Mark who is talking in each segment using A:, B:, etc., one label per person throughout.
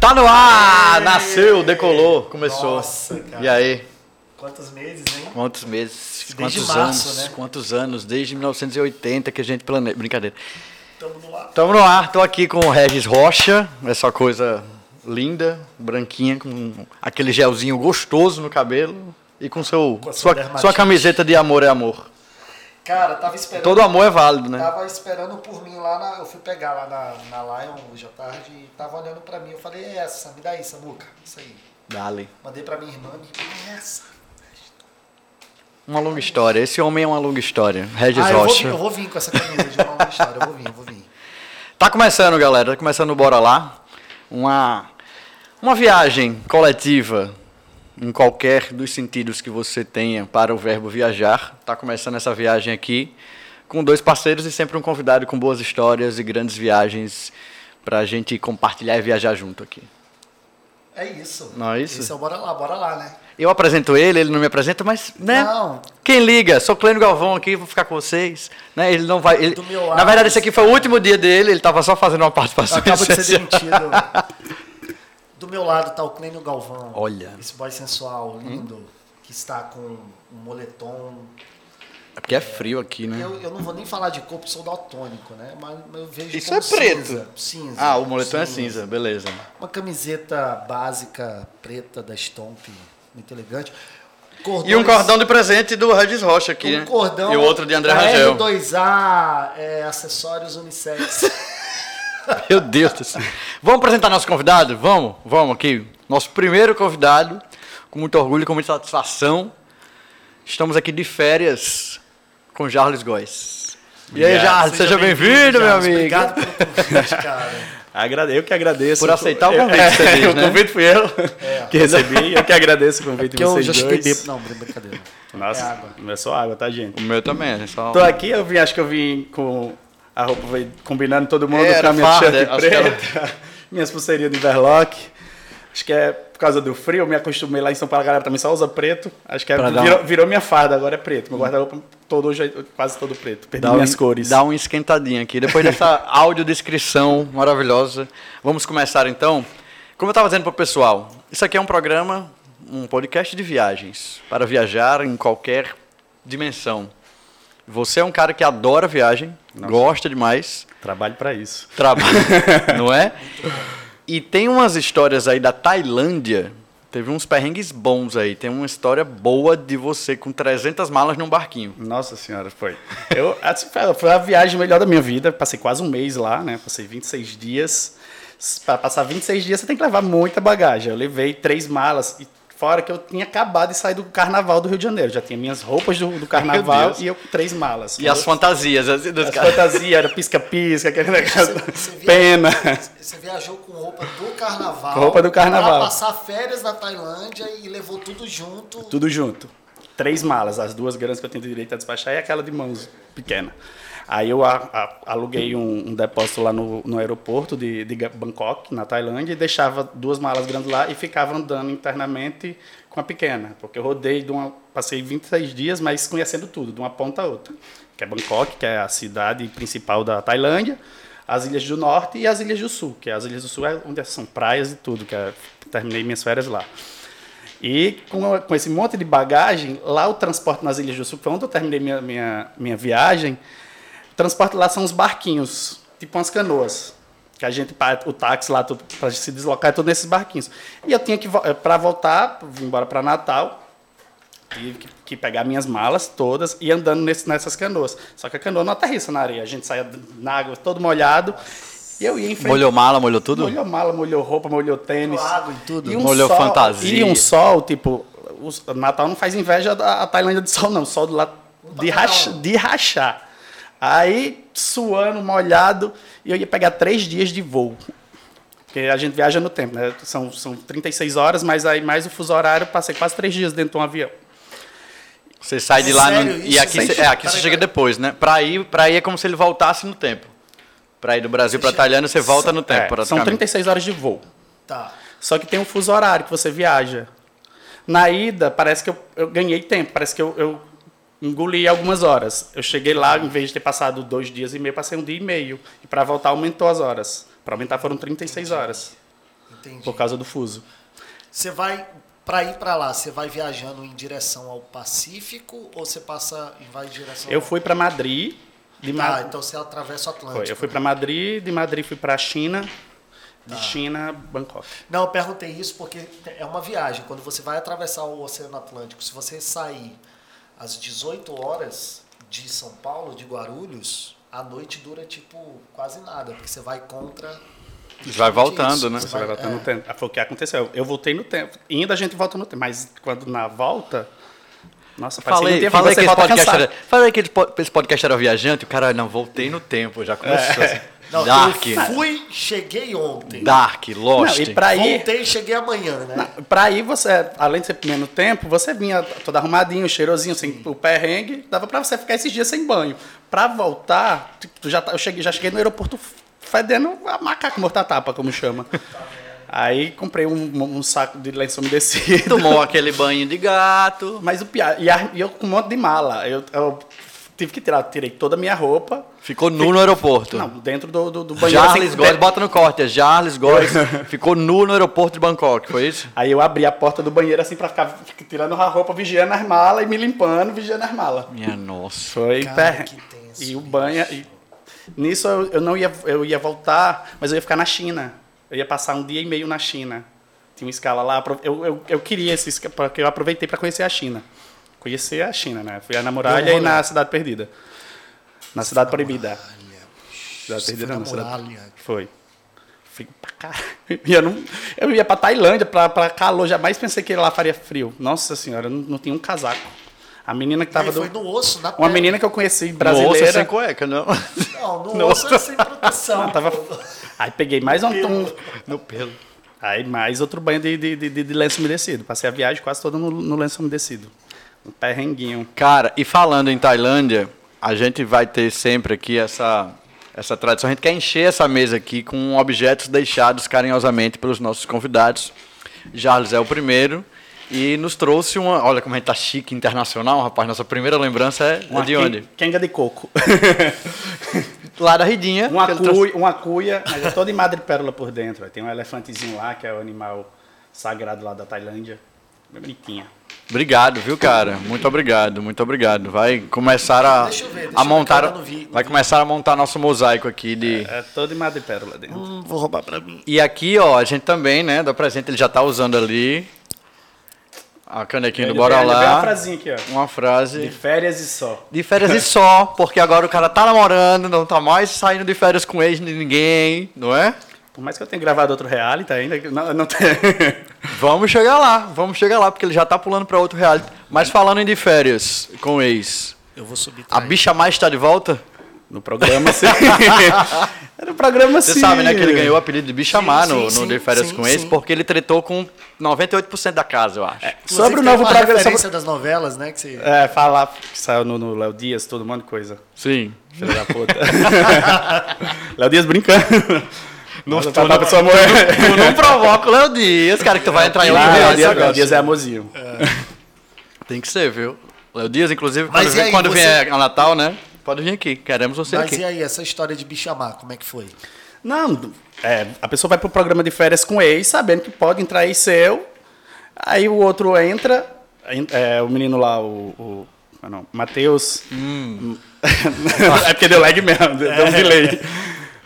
A: Tá no ar! Nasceu, decolou, começou.
B: Nossa, cara.
A: E aí?
B: Quantos meses, hein?
A: Quantos meses?
B: Desde
A: Quantos
B: março,
A: anos?
B: né?
A: Quantos anos? Desde 1980 que a gente planeja. Brincadeira.
B: Tamo no ar.
A: Tamo no ar, tô aqui com o Regis Rocha, essa coisa linda, branquinha, com aquele gelzinho gostoso no cabelo e com seu
B: Com a sua
A: sua,
B: dermatite.
A: sua camiseta de amor é amor.
B: Cara, tava esperando.
A: Todo amor é válido, né?
B: Tava esperando por mim lá na. Eu fui pegar lá na, na Lion hoje à tarde e tava olhando pra mim. Eu falei, é essa, me dá aí, Samuca. Isso aí.
A: Dale.
B: Mandei pra minha irmã, minha irmã, é essa.
A: Uma longa história. Esse homem é uma longa história. Regis
B: Ah, eu vou,
A: Rocha.
B: vir, eu vou vir com essa camisa de uma longa história. Eu vou vir, eu vou vir.
A: Tá começando, galera. Tá começando o Bora Lá. Uma, uma viagem coletiva em qualquer dos sentidos que você tenha para o verbo viajar. Tá começando essa viagem aqui com dois parceiros e sempre um convidado com boas histórias e grandes viagens para a gente compartilhar e viajar junto aqui.
B: É isso.
A: Não é isso?
B: Isso é o bora lá, bora lá, né?
A: Eu apresento ele, ele não me apresenta, mas, né?
B: Não.
A: Quem liga? Sou Clênio Galvão aqui, vou ficar com vocês. Né? Ele não vai. ele-
B: Do meu
A: Na
B: lado,
A: verdade, esse aqui foi o último dia dele, ele estava só fazendo uma
B: Eu
A: participação.
B: acabo de ser
A: especial.
B: demitido. Do meu lado tá o Clênio Galvão.
A: Olha. Hum?
B: Esse boy sensual, lindo, que está com um moletom
A: É porque é frio aqui, né?
B: Eu, eu não vou nem falar de corpo, sou daltônico, né? Mas eu vejo
A: Isso
B: como
A: é preto.
B: Cinza, cinza.
A: Ah, o moletom é cinza, beleza.
B: Uma camiseta básica preta da Stomp, muito elegante. Cordões,
A: E um cordão de presente do Regis Rocha aqui, né?
B: um cordão
A: E o outro de André
B: da
A: Rangel.
B: R2A, é, acessórios unissex.
A: Meu Deus do céu. Vamos apresentar nosso convidado? Vamos, vamos aqui. Nosso primeiro convidado, com muito orgulho, com muita satisfação. Estamos aqui de férias com Jarles Góes. E aí,
C: Obrigado.
A: Jarles, Ah, seja,
C: Seja
A: bem-vindo, meu
B: Carlos,
A: amigo.
B: Obrigado pelo convite, cara.
C: Agrade... Eu que agradeço.
A: Por aceitar o
C: Eu-
A: convite, você diz,
C: O
A: né?
C: convite fui eu que recebi. É. Eu que agradeço o convite
B: Que
C: de
B: eu
C: vocês
B: já chutei
C: dois.
B: bebo. Não, brincadeira. É
C: Nossa,
B: água.
C: não é só água, tá, gente?
A: O meu também, é só...
C: Tô aqui, eu vim, acho que eu vim com a roupa veio combinando todo mundo
A: Era
C: com a minha
A: farda,
C: t-shirt
A: acho que era-
C: preta, minhas pulseirinhas de verlock. Acho que é por causa do frio, eu me acostumei lá em São Paulo, a galera também só usa preto. Acho que é,
A: Pra dar
C: virou,
A: um-
C: virou minha farda, agora é preto. Meu guarda-roupa todo hoje é quase todo preto. Perdi
A: Dá
C: minhas
A: um-
C: cores.
A: Dá uma esquentadinha aqui. Depois dessa audiodescrição maravilhosa, vamos começar então. Como eu estava dizendo para o pessoal, isso aqui é um programa, um podcast de viagens, para viajar em qualquer dimensão. Você é um cara que adora viagem, gosta demais,
C: um- Trabalho pra isso.
A: trabalha, não é? E tem umas histórias aí da Tailândia, teve uns perrengues bons aí, tem uma história boa de você com 300 malas num barquinho.
C: Nossa senhora, foi. Eu, assim, foi- foi a viagem melhor da minha vida. Passei quase um mês lá, né? Passei 26 dias. Para passar 26 dias, você tem que levar muita bagagem. Eu levei três malas. E fora que eu tinha acabado de sair do carnaval do Rio de Janeiro. Já tinha minhas roupas do, do carnaval
A: Deus.
C: e eu com três malas.
A: E as fantasias, assim, dos
C: As
A: caras.
C: fantasias, era pisca-pisca, aquele negócio.
B: Você via-
C: Pena.
B: Você viajou com roupa do carnaval.
C: Com roupa do carnaval.
B: Pra passar férias na Tailândia e levou tudo junto.
C: Tudo junto. Três malas, as duas grandes que eu tenho direito a despachar e aquela de mãos pequena. Aí eu a- a- aluguei um, um depósito lá no, no aeroporto de, de Ga- Bangkok, na Tailândia, e deixava duas malas grandes lá e ficava andando internamente com a pequena. Porque eu rodei, de uma, passei 26 dias, mas conhecendo tudo, de uma ponta a outra. Que é Bangkok, que é a cidade principal da Tailândia, as ilhas do norte e as ilhas do sul, que as ilhas do sul é onde são praias e tudo, que é, terminei minhas férias lá. E com, com esse monte de bagagem, lá o transporte nas Ilhas do Sul, que foi onde eu terminei minha, minha, minha viagem, o transporte lá são os barquinhos, tipo umas canoas. Que a gente, pa- o táxi lá, tudo, pra gente se deslocar, é tudo nesses barquinhos. E eu tinha que, vo- eh, pra voltar, vim embora pra Natal, tive que, que pegar minhas malas todas e andando nesse- nessas canoas. Só que a canoa não aterrissa na areia, a gente saía na água todo molhado, e eu ia enfrentar.
A: Molhou mala, molhou tudo?
C: Molhou mala, molhou roupa, molhou tênis.
B: Lago e tudo.
C: E um
A: Molhou
C: sol-
A: fantasia.
C: E um sol, tipo, os- Natal não faz inveja da a Tailândia de sol, não. Sol de, lá, de,
B: pra
C: racha-
B: caramba.
C: de rachar. Aí, suando, molhado, e eu ia pegar três dias de voo. Porque a gente viaja no tempo, né? São, são 36 horas, mas aí mais o fuso horário, passei quase três dias dentro de um avião.
A: Você sai de lá no-
B: Sério
A: e
B: isso?
A: aqui,
B: Sem
A: cê- é,
B: chute.
C: tá
A: aqui você
B: Peraí,
A: chega
B: peraí.
A: depois, né? Pra ir, pra ir é como se ele voltasse no tempo. Pra ir do Brasil pra Tailândia, você volta no tempo,
C: É, são
A: praticamente.
C: 36 horas de voo.
B: Tá.
C: Só que tem um fuso horário que você viaja. Na ida, parece que eu, eu ganhei tempo, parece que eu, eu engoli algumas horas. Eu cheguei lá, em vez de ter passado dois dias e meio, passei um dia e meio. E para voltar, aumentou as horas. Para aumentar, foram 36 horas.
B: Entendi.
C: por causa do fuso.
B: Você vai para ir para lá, você vai viajando em direção ao Pacífico ou você passa e vai em direção
C: Eu
B: ao...
C: fui para Madrid, de
B: Ah,
A: Tá,
C: Madrid.
B: então você atravessa o Atlântico.
C: Foi, eu fui
B: né?
C: para Madrid, de Madrid fui para China, de
A: Tá.
C: China Bangkok.
B: Não, eu perguntei isso porque é uma viagem. Quando você vai atravessar o Oceano Atlântico, se você sair às 18 horas de São Paulo, de Guarulhos, a noite dura tipo quase nada, porque você vai contra.
A: Vai voltando, né?
C: Você vai voltar no
B: é.
C: tempo. Ah, Foi o que aconteceu. Eu voltei no tempo. E ainda a gente volta no tempo. Mas quando na volta. Nossa, parece que não
A: Falei,
C: tinha
A: falei, que
C: vida, você
A: esse
C: volta
A: podcast
C: cansado.
A: era, falei que esse po- esse podcast era viajante, o cara, não, voltei no tempo, já começou.
C: É.
A: assim.
B: Não,
A: Dark,
B: eu fui, cheguei ontem.
A: Dark, Lost.
C: Não, e pra ir.
B: Voltei, cheguei amanhã, né?
C: Pra ir, você, além de ser menos tempo, você vinha todo arrumadinho, cheirosinho, sem o perrengue, dava pra você ficar esses dias sem banho. Pra voltar, tu- tu já, tá- eu cheguei, já cheguei no aeroporto fedendo a macaco morta-tapa, como chama. Aí comprei um, um saco de lenço umedecido.
A: Tomou aquele banho de gato,
C: Mas o pior, e, a- e eu com um monte de mala. Eu, eu tive que tirar, tirei toda a minha roupa.
A: ficou nu no aeroporto.
C: Não, dentro do, do, do banheiro.
A: Jarles
C: assim,
A: Góes,
C: de-
A: bota no corte, é Jarles Góes, ficou nu no aeroporto de Bangkok, foi isso?
C: Aí eu abri a porta do banheiro assim pra ficar, ficar tirando a roupa, vigiando as malas e me limpando, vigiando as malas.
A: Minha nossa.
C: Foi
B: Cara,
C: perrengue.
B: que tenso,
C: E o banho. e- nisso eu, eu não ia, eu ia voltar, mas eu ia ficar na China. Eu ia passar um dia e meio na China. Tinha uma escala lá. apro- Eu, eu, eu queria esse esca- porque eu aproveitei para conhecer a China. Conhecer a China, né? Fui na muralha
B: Deu um
C: e na Cidade Perdida. Na Cidade Proibida.
B: Olha,
C: Cidade
B: você foi
C: Perdida
B: na
C: não, Cidade
B: muralha.
C: foi. Fui pra caralho. E Eu, não, eu ia pra Tailândia, pra, pra calor. Jamais pensei que lá faria frio. Nossa senhora, eu não, não tinha um casaco. A menina que tava
B: Ele É, foi
C: do.
B: no osso, na
C: Uma
B: pele.
C: menina que eu conheci
A: Nossa,
C: brasileira.
A: sem cueca, não.
B: Não, no osso é sem proteção.
C: Ah, tava-
B: pô.
C: Aí peguei mais um, um-
A: No pelo.
C: Aí mais outro banho de, de, de, de lenço umedecido. Passei a viagem quase toda no, no lenço umedecido. Um perrenguinho.
A: Cara, e falando em Tailândia, a gente vai ter sempre aqui essa, essa tradição. A gente quer encher essa mesa aqui com objetos deixados carinhosamente pelos nossos convidados. Charles é o primeiro e nos trouxe uma. Olha como a gente tá chique internacional, rapaz. Nossa primeira lembrança é é
C: Uma
A: de onde?
C: quen- Quenga de coco.
A: Lá da Ridinha.
C: uma,
A: que ele
C: cuia,
A: trouxe-
C: uma cuia, mas é toda em madrepérola por dentro. Aí Tem um elefantezinho lá, que é o animal sagrado lá da Tailândia. Bem bonitinha.
A: Obrigado, viu, cara? Muito obrigado, muito obrigado. Vai começar a,
B: Deixa eu ver, deixa
A: a
B: eu ver
A: montar.
B: que eu ainda não vi.
A: vai começar a montar nosso mosaico aqui de.
C: É toda em madrepérola dentro.
B: Vou roubar pra mim.
A: E aqui, ó, a gente também, né, dá presente, ele já tá usando ali. A canequinha do
C: Ele
A: Bora
C: vem- ele vem
A: Lá.
C: uma frasinha aqui, ó.
A: Uma
C: De
A: frase.
C: férias e só.
A: De férias e só, porque agora o cara tá namorando, não tá mais saindo de férias com ex de ninguém, não é?
C: Por mais que eu tenha gravado outro reality ainda, que não, não tem.
A: Vamos chegar lá, vamos chegar lá, porque ele já tá pulando pra outro reality. Mas falando em de férias com ex,
B: Eu vou subir.
A: a bicha mais tá de volta?
C: No programa, sim. Era um programa, sim.
A: Você sabe, né, que ele ganhou o apelido de bicha
B: Sim,
A: má
B: sim,
A: no, no
B: sim,
A: de férias
B: sim,
A: com ex,
B: sim. É.
A: porque ele tretou com 98% da casa, eu acho.
C: Sobre o
B: programa.
C: novo programa.
B: referência
C: sobre-
B: das novelas, né? Que você...
C: É, falar que saiu no, no Léo Dias, todo mundo coisa.
A: Sim.
C: Filho da puta. Léo Dias brincando. Nossa,
A: tu
C: tá
A: não-
C: pra pessoa morrer.
A: Tu não provoca o Léo Dias, cara, que tu vai entrar em outro
C: Lá, Léo
A: reality
C: Dias-
A: agora.
C: Léo Dias é amorzinho.
A: Tem que ser, viu? Léo Dias, inclusive,
B: Mas
A: quando,
B: e
A: vem,
B: aí,
A: quando
B: você-
A: vier ao Natal, né? Pode vir aqui, queremos você
B: Mas
A: aqui.
B: e aí, essa história de bichamar, como é que foi?
C: Não, é, a pessoa vai pro programa de férias com ex, sabendo que pode entrar ex seu. Aí o outro entra, en- é, o menino lá, o. o ah, não, Matheus.
A: Hum.
C: é porque deu lag mesmo, deu deu um delay.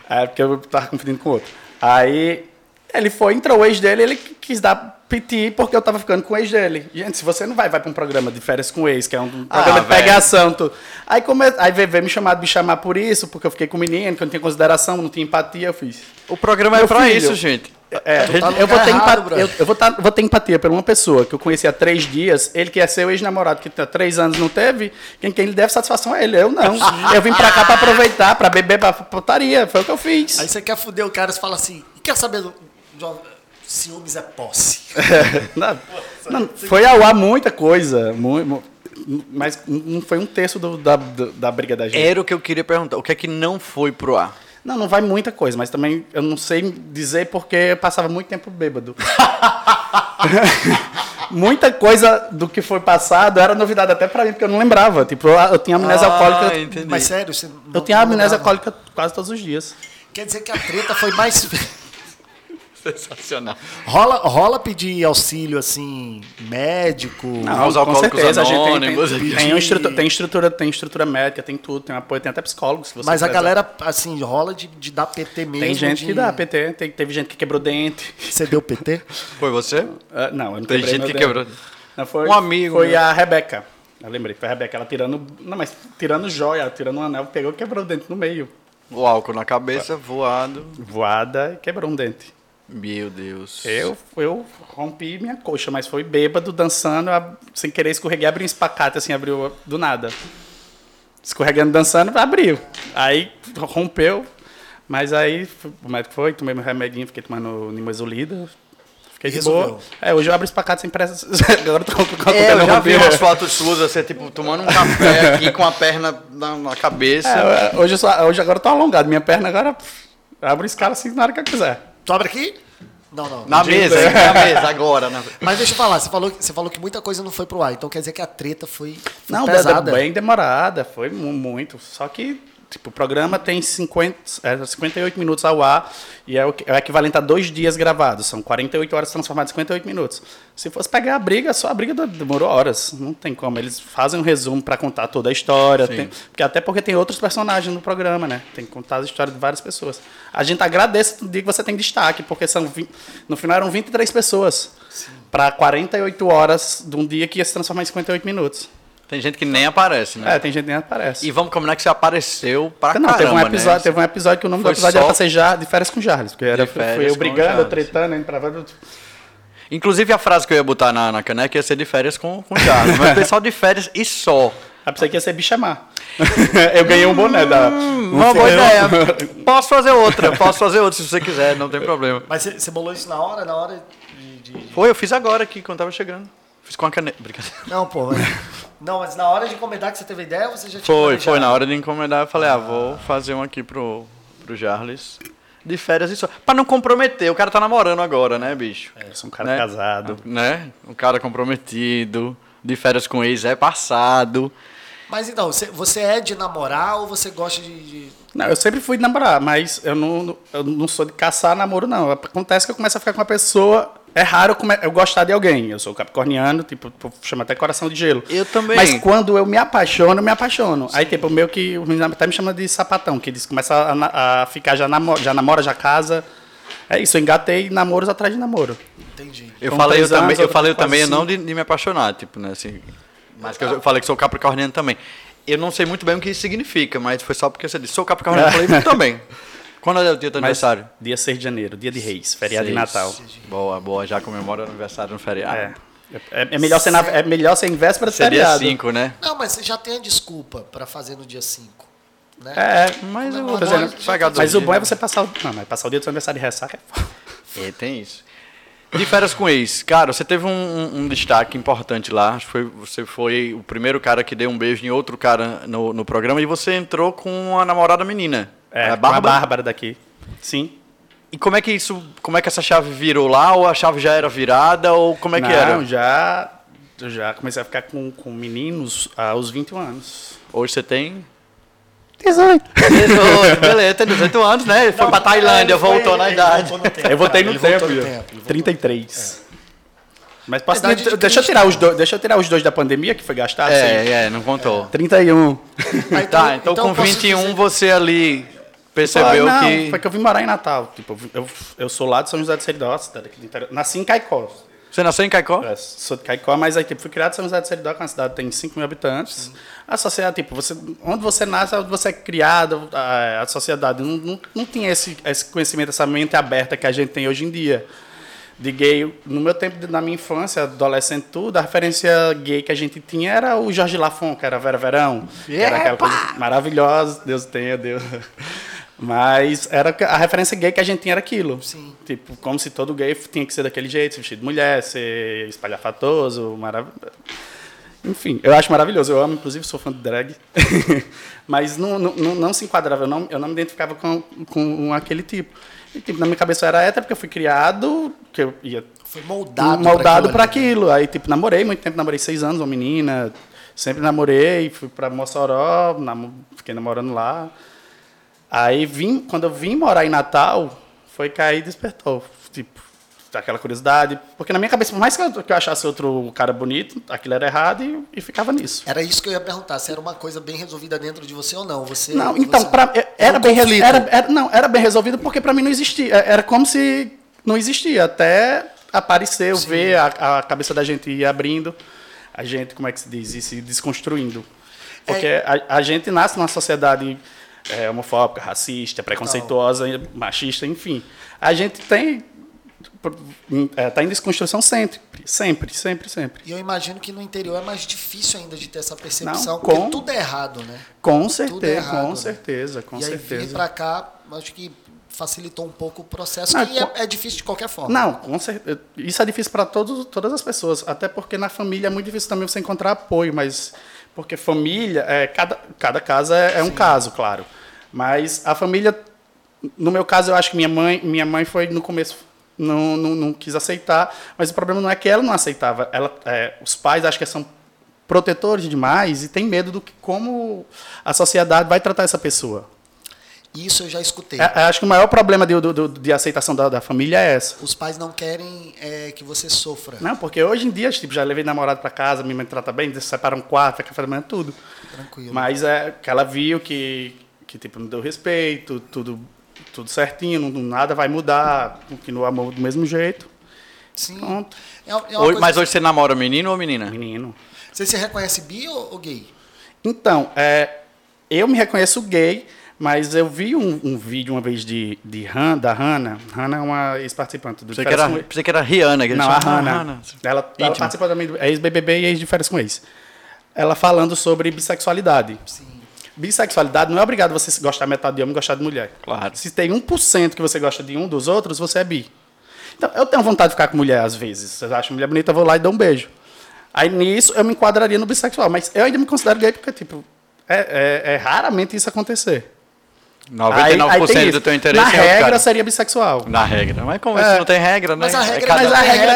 C: É porque eu tava confundindo com o outro. Aí ele foi, entrou o ex dele, ele qu- quis dar piti porque eu tava ficando com o ex dele. Gente, se você não vai, vai pra um programa de férias com ex, que é um
A: Ah,
C: programa de
A: velho.
C: pegação. Santo. Aí, come... aí veio, veio me chamar de me chamar por isso, porque eu fiquei com o menino, que eu não tinha consideração, não tinha empatia, eu fiz.
A: O programa é
C: Meu
A: pra
C: filho,
A: isso, gente.
C: É,
B: Tu tá no
C: eu, vou
B: lugar
C: ter
B: errado,
C: empa-
B: brother.
C: eu, eu vou, tá- vou ter empatia por uma pessoa que eu conheci há três dias, ele que é seu ex-namorado, que há três anos não teve, quem, quem lhe deve satisfação é ele, eu não. Eu vim pra cá pra aproveitar, pra beber, pra putaria, foi o que eu fiz.
B: Aí você quer fuder o cara, você fala assim, e quer saber do... do- Ciúmes é posse.
C: Não, não, foi ao ar muita coisa, mu- mu- mas não foi um terço do- da, do- da briga da gente.
A: Era o que eu queria perguntar. O que é que não foi pro ar?
C: Não, não vai muita coisa, mas também eu não sei dizer porque eu passava muito tempo bêbado. muita coisa do que foi passado era novidade até pra mim, porque eu não lembrava. Tipo, eu, eu tinha amnésia
A: Ah,
C: alcoólica.
A: entendi.
B: Mas sério, você não-
C: Eu tinha amnésia
B: não dava.
C: alcoólica quase todos os dias.
B: Quer dizer que a treta foi mais...
A: Sensacional.
B: Rola, rola pedir auxílio, assim, médico?
A: Não, os alcoólicos anônimos.
C: tem, tem, um instrutor- tem estrutura, tem estrutura médica, tem tudo, tem apoio, tem até psicólogos. se você
B: Mas a
C: precisar.
B: galera, assim, rola de, de dar PT mesmo.
C: Tem gente
B: de-
C: que dá PT, tem- teve gente que quebrou dente.
B: Você deu PT?
A: Foi você?
C: Ah, não, eu não
A: Tem
C: quebrei
A: gente
C: meu
A: que
C: dente.
A: quebrou.
C: Não, foi,
A: Um amigo
C: Foi
A: meu.
C: a Rebeca. Eu lembrei, foi a Rebeca. Ela tirando. Não, mas tirando joia, tirando um anel, pegou e quebrou o dente no meio.
A: O álcool na cabeça, voado.
C: Voada e quebrou um dente.
A: Meu Deus.
C: Eu, eu rompi minha coxa, mas foi bêbado, dançando, a- sem querer escorreguei, abri um espacate, assim, abriu do nada. Escorregando, dançando, abriu. Aí rompeu, mas aí f- o médico foi, tomei meu remedinho, fiquei tomando nimesulida. Fiquei de
B: Resolveu.
C: boa. É, hoje eu abro espacate sem pressa. Agora eu tô com com- com-
A: É, eu já vi
C: rompido.
A: umas fotos suas, você, tipo, tomando um café aqui com a perna na, na cabeça.
C: É, eu- hoje, eu só, hoje agora eu tô alongado, minha perna agora pff, abre escala assim na hora que eu quiser.
B: Tu abre aqui? Não, não.
A: na mesa, na mesa, agora. na-
B: Mas deixa eu falar, você falou, que- você falou que muita coisa não foi pro ar, então quer dizer que a treta foi, foi
C: Não,
B: pesada.
C: pesada. bem demorada, foi mu- muito. Só que, tipo, o programa tem 50, é, 58 minutos ao ar e é o, que- é o equivalente a dois dias gravados. São 48 horas transformadas em 58 minutos. Se fosse pegar a briga, só a briga do- demorou horas. Não tem como. Eles fazem um resumo para contar toda a história. tem- porque, até porque tem outros personagens no programa, né? Tem que contar as histórias de várias pessoas. A gente agradece no dia que você tem destaque, porque são vin- no final eram 23 pessoas. Para 48 horas de um dia que ia se transformar em 58 minutos.
A: Tem gente que nem aparece, né?
C: É, tem gente que nem aparece.
A: E vamos combinar que você apareceu pra
C: não,
A: caramba,
C: teve, um episódio,
A: né?
C: teve um episódio que o nome
A: Foi
C: do episódio era
A: só-
C: pra ser Ja- de férias com Charles. Porque era,
A: De
C: foi- foi
A: Férias
C: eu
A: com
C: brigando,
A: Charles.
C: tretando, indo né, pra tipo, vários-
A: Inclusive a frase que eu ia botar na, na caneca ia ser de férias com, com o Charles. Mas o pessoal de férias e só.
C: Aí pensei que ia ser bichamar. eu ganhei um boné da.
A: Hum, Uma boa ideia. Posso fazer outra, posso fazer outra se você quiser, não tem problema.
B: Mas você, você bolou isso na hora, na hora de- de, de-
A: Foi, eu fiz agora aqui, quando tava chegando. Fiz com a caneca. Brincadeira.
B: Não, pô. Mas... Não, mas na hora de encomendar que você teve ideia, você já tinha
A: Foi,
B: planejado?
A: foi. Na hora de encomendar, eu falei, ah, vou fazer um aqui pro, pro Jarles. De férias e só. Pra não comprometer, o cara tá namorando agora, né, bicho?
C: Eu sou um cara
A: Né?
C: casado.
A: Né? Um cara comprometido, de férias com ex, é passado.
B: Mas então, você, você é de namorar ou você gosta de... de-
C: Não, eu sempre fui namorar, mas eu não, eu não sou de caçar namoro, não. Acontece que eu começo a ficar com uma pessoa. É raro eu come- eu gostar de alguém. Eu sou capricorniano, tipo, pô, chama até coração de gelo.
A: Eu também.
C: Mas quando eu me apaixono, eu me apaixono. Aí, tipo, meio que. O menino até me chama de sapatão, que eles começam a, na- a ficar, já namora, já namora, já casa. É isso, eu engatei namoros atrás de namoro.
B: Entendi.
A: Eu
C: Com
A: falei eu
C: três
A: também,
C: anos,
A: eu
C: outra
A: falei eu
C: coisa
A: também
C: assim.
A: não de, de me apaixonar, tipo, né, assim. Mas que eu, eu falei que sou capricorniano também. Eu não sei muito bem o que isso significa, mas foi só porque você disse, sou capricorniano, eu falei, eu também. Quando é o dia do
C: Mas
A: aniversário?
C: Dia 6 de janeiro, dia de reis, feriado de
A: Seis.
C: Natal.
A: Boa, boa, já comemora o aniversário no feriado.
C: É. É, é melhor ser na, é melhor ser em véspera de
A: Seria
C: feriado.
A: 5, né?
B: Não, mas você já tem a desculpa pra fazer no dia 5, né?
C: É,
A: Mas eu
B: Não,
A: vou
B: mas
A: fazer
B: já
A: pagar dois
C: Mas o
A: dias,
C: bom é
A: né?
C: você passar o. Não, mas passar o dia do seu aniversário de ressaca é foda.
A: É, tem isso. De férias com ex, cara, você teve um, um- um destaque importante lá. Acho que foi- você foi o primeiro cara que deu um beijo em outro cara no, no programa e você entrou com a namorada menina.
C: É,
A: a né?
C: com a
A: Bárbara.
C: Bárbara daqui. Sim.
A: E como é que isso. Como é que essa chave virou lá? Ou a chave já era virada? Ou como é que
C: Não,
A: era?
C: já. Eu já comecei a ficar com, com meninos ah, aos 21 anos.
A: Hoje você tem.
C: 18.
A: 18, beleza, tem 18 anos, né? Foi pra Tailândia,
B: Ele foi-
A: voltou na
B: ele
A: idade.
B: voltou no tempo,
C: Eu voltei
B: cara, ele
C: no tempo.
B: voltou
C: já.
B: ele voltou.
C: 33. Mas posso
B: Idade de
C: deixa,
B: Cristo.
C: eu tirar os dois, deixa eu tirar os dois da pandemia que foi gastado. assim.
A: É, é, não contou.
C: 31.
B: Aí,
A: Tá, então,
B: eu
A: com
B: posso
A: 21
B: dizer-
A: você ali percebeu
C: Ah, não,
A: que.
C: Foi que eu vim morar em Natal. Tipo, eu, eu, eu sou lá de São José do Seridó, cidade aqui do interior. Nasci em Caicó.
A: Você nasceu em Caicó?
C: É, sou de Caicó, mas aí tipo, fui criado em São José do Seridó, que é uma cidade que tem 5 mil habitantes. A sociedade, tipo, você, onde você nasce, é onde você é criado, a, a sociedade não, não, não tinha esse, esse conhecimento, essa mente aberta que a gente tem hoje em dia. De gay, no meu tempo, de- na minha infância, adolescente, tudo, a referência gay que a gente tinha era o Jorge Lafon, que era Vera Verão, que era aquela coisa maravilhosa, Deus tenha, Deus. Mas era a referência gay que a gente tinha era aquilo.
B: Sim.
C: Tipo, como se todo gay tinha que ser daquele jeito, se vestir de mulher, ser espalhafatoso, maravilhoso. Enfim, eu acho maravilhoso. Eu amo, inclusive, sou fã de drag. Mas não, não, não, não se enquadrava, eu não, eu não me identificava com, com aquele tipo. E, tipo, na minha cabeça eu era hétero porque eu fui criado, que eu ia
B: Foi moldado,
C: moldado para
B: pra ali, né?
C: aquilo. Aí, tipo, namorei muito tempo, namorei seis anos, uma menina. Sempre namorei, fui pra Mossoró, namo- fiquei namorando lá. Aí vim, quando eu vim morar em Natal, foi cair e despertou. Tipo, aquela curiosidade. Porque na minha cabeça, por mais que eu, que eu achasse outro cara bonito, aquilo era errado e, e ficava nisso.
B: Era isso que eu ia perguntar, se era uma coisa bem resolvida dentro de você ou não. Você,
C: Não, então,
B: você-
C: pra, é- era,
B: um
C: bem
B: conflito.
C: resolvido. Era, era- não, era bem resolvido porque para mim não existia. É- Era como se não existia. Até aparecer, eu ver a, a cabeça da gente ir abrindo, a gente, como é que se diz, ir se desconstruindo.
B: É.
C: Porque a, a gente nasce numa sociedade é, homofóbica, racista, preconceituosa, machista, enfim. A gente tem. Está em desconstrução sempre, sempre, sempre, sempre.
B: E eu imagino que no interior é mais difícil ainda de ter essa percepção,
C: Não,
B: porque
C: com-
B: tudo é errado, né?
C: Com certeza,
B: errado,
C: com
B: né?
C: certeza, com
B: e aí
C: certeza.
B: vir pra cá, acho que facilitou um pouco o processo,
C: Não,
B: que é,
C: com-
B: é difícil de qualquer forma.
C: Não, com certeza. Isso é difícil para todas as pessoas, até porque na família é muito difícil também você encontrar apoio, mas porque família, é, cada, cada casa é, é um caso, claro. Mas a família, no meu caso, eu acho que minha mãe, minha mãe foi no começo não, não, não quis aceitar, mas o problema não é que ela não aceitava, ela, é, os pais acho que são protetores demais e tem medo do que como a sociedade vai tratar essa pessoa.
B: Isso eu já escutei.
C: É, acho que o maior problema de, do- do- de aceitação da- da família é essa.
B: Os pais não querem é, que você sofra.
C: Não, porque hoje em dia, tipo, já levei namorado pra casa, minha mãe trata bem, eles separam um quarto, café da manhã, tudo.
B: Tranquilo.
C: Mas é que ela viu que, que tipo, me deu respeito, tudo, tudo certinho, não, nada vai mudar, continua amor do mesmo jeito.
B: Sim.
C: Pronto.
B: É, é uma
A: Oi,
B: coisa-
A: mas hoje você namora menino ou menina?
C: Menino.
B: Você se reconhece bi ou, ou gay?
C: Então, é, eu me reconheço gay, mas eu vi um, um vídeo uma vez de, de Han, da Hannah. Hannah é uma ex-participante do
A: Pensei que,
C: Férias
A: era,
C: com-
A: pensei que era Rihanna. Que eles
C: Não, a
A: chamam.
C: Hannah.
A: Ah,
C: Ela, ela
A: Íntima.
C: participa também do é ex-BBB e ex de férias com ex. Ela falando sobre bissexualidade.
B: Sim.
C: Bissexualidade não é obrigado você se gostar metade de homem e gostar de mulher.
A: Claro.
C: Se tem 1% que você gosta de um dos outros, você é bi. Então, eu tenho vontade de ficar com mulher às vezes. Se eu acho mulher bonita, eu vou lá e dou um beijo. Aí nisso eu me enquadraria no bissexual. Mas eu ainda me considero gay porque, tipo, é, é- é raramente isso acontecer. Aí-
A: 99%
C: aí tem
A: do
C: isso.
A: teu interesse
C: Na
A: é outro
C: regra
A: cara.
C: seria bissexual.
A: Na regra. Mas como isso
C: É.
A: não tem regra, né?
B: Mas a regra-
A: é, cada,
B: mas a
A: é,
B: regra- a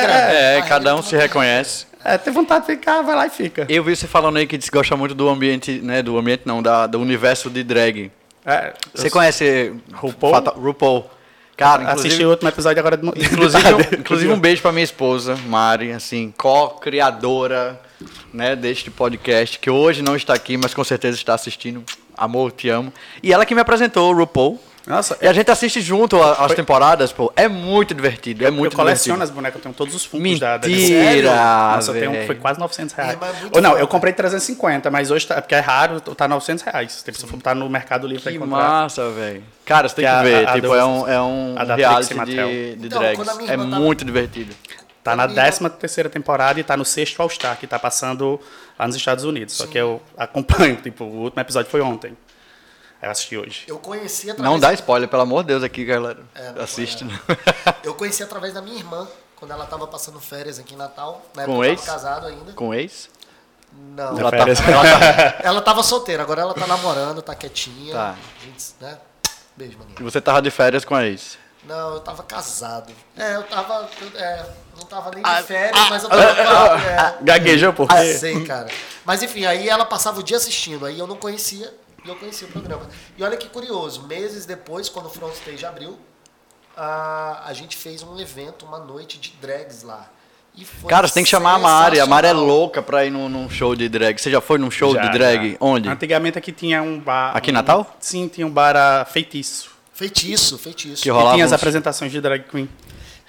A: é, cada
B: regra
A: um
B: tu
A: se
B: não tem.
A: reconhece.
C: É, ter vontade de ficar, vai lá e fica.
A: Eu vi você falando aí que diz que gosta muito do ambiente, né? Do ambiente não, da, do universo de drag.
C: É,
A: Você conhece
C: RuPaul?
A: Fatal- RuPaul. Cara,
C: Assisti
A: inclusive,
C: outro episódio agora de mo-
A: inclusive,
C: de tarde.
A: um, inclusive um beijo pra minha esposa, Mari, assim, co-criadora, né, deste podcast, que hoje não está aqui, mas com certeza está assistindo. Amor, te amo. E ela que me apresentou o RuPaul.
C: Nossa,
A: E a gente assiste junto a- as temporadas, pô. É muito divertido, é muito
C: eu coleciono
A: divertido.
C: as bonecas, eu tenho todos os funcos
A: Mentira,
C: da da- Sério? Nossa, eu
A: velho.
C: tenho, foi quase 900 reais.
B: É, mas é muito
C: Ou não,
B: foda.
C: eu comprei 350, mas hoje, tá, porque é raro, tá 900 reais. Tipo, se for botar no Mercado Livre pra
A: Que
C: encontrar.
A: massa, velho. Cara, você tem
C: Que
A: que
C: a-
A: ver.
C: a- a
A: tipo,
C: do-
A: é um, é um
C: a da
A: reality
C: Trixie Mattel.
A: de, de
B: Então,
A: drags.
B: quando a minha
A: É
B: irmã tava-
A: muito divertido.
C: Tá na
B: Amigo.
C: 13 terceira temporada e tá no sexto All Star, que tá passando lá nos Estados Unidos. Só que eu acompanho, tipo, o último episódio foi ontem. Eu assisti hoje.
B: Eu conheci através
A: Não dá spoiler, pelo amor de Deus, aqui, galera.
B: É, não
A: Assiste. né?
B: Eu conheci através da minha irmã, quando ela tava passando férias aqui em Natal. Na
A: Com
B: época eu
A: ex?
B: tava casado ainda.
A: Com ex?
B: Não.
A: Ela
B: Ela...
A: tá,
C: férias.
A: ela tá-
B: tava solteira, agora ela tá namorando, tá quietinha.
A: Tá.
B: Gente, né? Beijo, maninha.
A: Você tava de férias com a ex.
B: Não, eu tava casado. É, eu tava. eu- é, não tava nem
A: Ah,
B: de férias,
A: ah,
B: mas eu tava. é,
C: Gaguejou por quê?
B: Sei, cara. Mas enfim, aí ela passava o dia assistindo, aí eu não conhecia e eu conhecia o programa. E olha que curioso, meses depois, quando o Front Stage abriu, a, a gente fez um evento, uma noite de drags lá. E foi
A: Cara, você tem que chamar a Mari. A Mari é
B: sensacional.
A: louca pra ir num, num show de drag. Você já foi num show
C: Já,
A: de drag?
C: já.
A: Onde?
C: Antigamente aqui tinha um bar.
A: Aqui em
C: um-
A: Natal?
C: Sim, tinha um bar ah, feitiço.
B: Feitiço, feitiço.
A: Que rola- Rolava
C: e tinha as
A: uns-
C: apresentações de drag queen.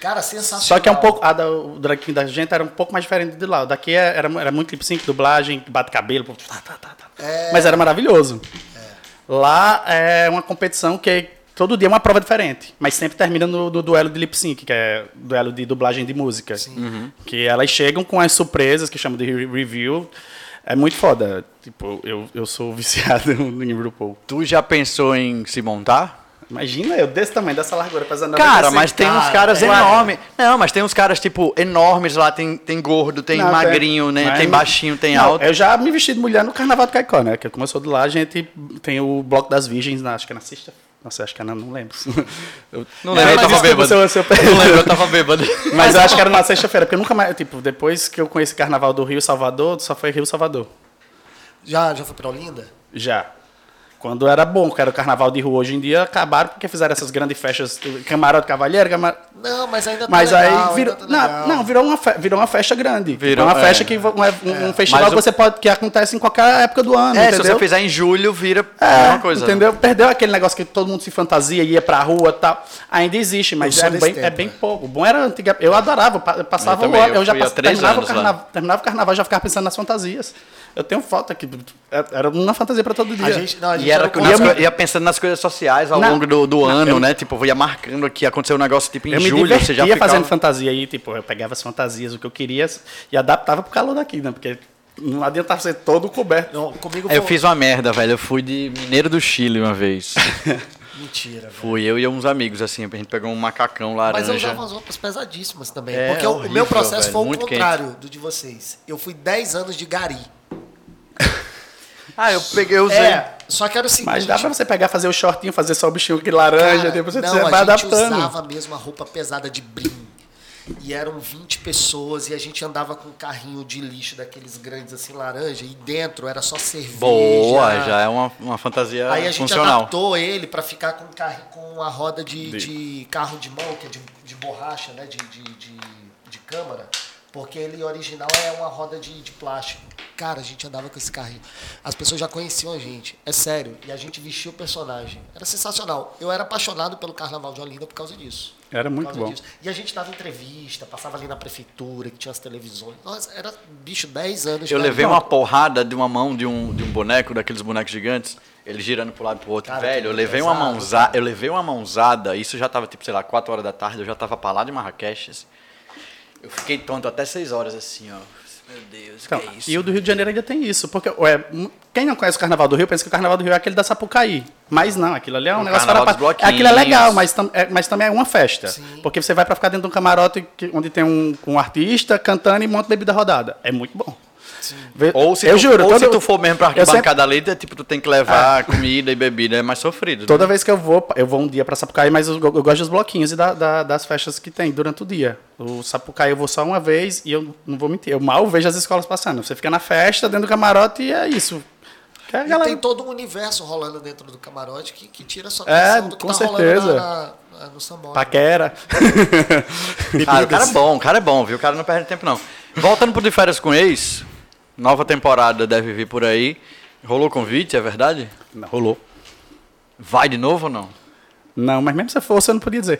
B: Cara, sensacional.
C: Só que é um pouco. A da, o drag queen da gente era um pouco mais diferente de lá. O Daqui é- era, era muito lip sync, dublagem, bate cabelo. pô, tá, tá, tá, tá. Mas era maravilhoso. Lá é uma competição que todo dia é uma prova diferente. Mas sempre termina no, no duelo de lip sync, que é duelo de dublagem de música.
A: Uhum.
C: Que elas chegam com as surpresas, que chamam de re- review. É muito foda. Tipo, eu, eu sou viciado em RuPaul.
A: Tu já pensou em se montar?
C: Imagina eu desse tamanho, dessa largura, pesando assim, é.
A: Cara, mas tem uns caras
C: enormes.
A: enormes. Não, mas tem uns caras, tipo, enormes lá. Tem, tem gordo, tem
C: Não, é
A: magrinho, né?
C: mas-
A: Tem baixinho, tem
C: Não, é-
A: alto.
C: Eu já me vesti de mulher no Carnaval do Caicó, né? Que como eu sou de lá, a gente tem o Bloco das Virgens, na, acho que é na sexta. Nossa, acho que é na, não lembro. Eu-
A: Não lembro, eu
C: mas
A: tava
C: desculpa
A: bêbado.
C: se eu- se eu- É,
A: Não lembro, eu tava bêbado. É,
C: Mas eu acho que era na sexta-feira, porque eu nunca mais. Tipo, depois que eu conheci Carnaval do Rio e Salvador, só foi Rio e Salvador.
B: Já, já foi pra Olinda?
C: Já. Quando era bom, que era o carnaval de rua. Hoje em dia acabaram porque fizeram essas grandes festas, camarote cavalheiro, camarote...
B: Não, mas ainda tá
C: Mas
B: legal,
C: aí virou,
B: ainda tá
C: não,
B: legal.
C: não, virou uma fe- virou uma festa grande.
A: Virou,
C: uma
A: é.
C: festa que vo- um, um- um
B: É.
C: festival
A: Mas
C: que
A: o-
C: você pode que acontece em qualquer época do ano,
A: É, se
C: entendeu?
A: você fizer em julho, vira
C: É,
A: uma coisa. né?
C: entendeu? Perdeu aquele negócio que todo mundo se fantasia, ia pra rua e tal. Ainda existe, mas
B: Eu sou
C: é
B: desse
C: bem,
B: tempo,
C: é bem
B: né?
C: pouco. Bom era antiga. Eu adorava, eu pa- eu passava
A: Eu
C: o
A: também,
C: ano-
A: eu
C: eu já
A: fui há
C: pas-
A: três
C: terminava, o
A: anos né? lá.
C: carnaval, terminava o carnaval, já ficava pensando nas fantasias. Eu tenho foto aqui, é, era uma fantasia pra todo dia.
B: A gente, não, a gente
A: E era,
B: era
A: que
B: com-
A: nas
C: eu me-
A: co- ia pensando nas coisas sociais ao
C: Na-
A: longo do, do ano,
C: eu-
A: né? Tipo, ia marcando aqui, aconteceu um negócio tipo em
C: eu me
A: julho,
C: divertia
A: você já ficava...
C: fazendo fantasia aí, tipo, eu pegava as fantasias, o que eu queria e adaptava pro calor daqui, né? Porque não adiantava ser todo coberto.
B: Não, comigo
A: É, Eu
B: foi-
A: fiz uma merda, velho. Eu fui de Mineiro do Chile uma vez.
B: Mentira, velho.
A: fui eu e uns amigos, assim. A gente pegou um macacão
B: Mas eu
A: laranja.
B: usava as roupas pesadíssimas também.
A: É,
B: porque o- o
A: horrível,
B: meu processo
A: velho,
B: foi o
A: muito quente.
B: contrário do de vocês. Eu fui 10 anos de gari.
A: Ah, eu peguei, eu usei.
B: É, só que era o seguinte.
C: Mas dá pra você pegar, fazer o shortinho, fazer só o bichinho que
B: cara,
C: laranja, depois você
B: não,
C: vai
B: a gente
C: adaptando.
B: usava mesmo a roupa pesada de brim. E eram 20 pessoas e a gente andava com um carrinho de lixo daqueles grandes assim, laranja. E dentro era só cerveja.
A: Boa, já é uma, uma fantasia
B: Aí a gente
A: funcional.
B: adaptou ele pra ficar com, carro, com a roda de, de carro de mão, que é de, de borracha, né? De, de, de, de câmara. Porque ele original é uma roda de, de plástico. Cara, a gente andava com esse carrinho. As pessoas já conheciam a gente. É sério. E a gente vestia o personagem. Era sensacional. Eu era apaixonado pelo Carnaval de Olinda por causa disso.
C: Era
B: Por
C: muito
B: causa
C: bom.
B: disso. E a gente dava entrevista, passava ali na prefeitura, que tinha as televisões. Nossa, era, bicho, 10 anos. de
A: Eu levei
B: Carnaval.
A: uma porrada de uma mão de um, de um boneco, daqueles bonecos gigantes, ele girando pro lado e pro outro.
B: Cara,
A: Velho,
B: que
A: eu levei uma
B: pesado,
A: mãozada, eu levei uma mãozada, isso já tava tipo, sei lá, 4 horas da tarde, eu já tava pra lá de Marrakech. assim. Eu fiquei tonto até 6 horas assim, ó. Meu Deus,
C: Então,
A: que é isso?
C: e o do Rio de Janeiro ainda tem isso, porque ué, m- quem não conhece o Carnaval do Rio pensa que o Carnaval do Rio é aquele da Sapucaí, mas não, aquilo ali é um
A: O
C: negócio
A: Carnaval
C: para
A: dos bloquinhos.
C: aquilo é legal, mas, tam- é- mas também é uma festa,
B: Sim.
C: porque você vai para ficar dentro de um camarote que- onde tem um, com um artista cantando e monta bebida rodada, é muito bom. Vê-
A: Ou se,
C: eu
A: tu,
C: juro,
A: ou
C: todo-
A: se tu for mesmo pra
C: eu sempre- Ah.
A: arquibancada ali, é tipo, tu tem que levar comida e bebida, é mais sofrido.
C: Toda vez que eu vou, eu vou um dia pra Sapucaí, mas eu, eu gosto dos bloquinhos e da- da- das festas que tem durante o dia. O Sapucaí eu vou só uma vez e eu não vou mentir, eu mal vejo as escolas passando. Você fica na festa, dentro do camarote e é isso. Que é a
B: E
C: galera-
B: tem todo um universo rolando dentro do camarote que, que tira a sua
C: É,
B: atenção do que
C: com
B: tá
C: certeza.
B: rolando na- na- na- no sambódromo.
C: Paquera.
A: Cara, o cara é bom, o cara é bom, viu? O cara não perde tempo, não. Voltando pro De Férias com Ex, nova temporada deve vir por aí. Rolou convite, é verdade?
C: Não, rolou.
A: Vai de novo ou não?
C: Não, mas mesmo se fosse, eu não podia dizer.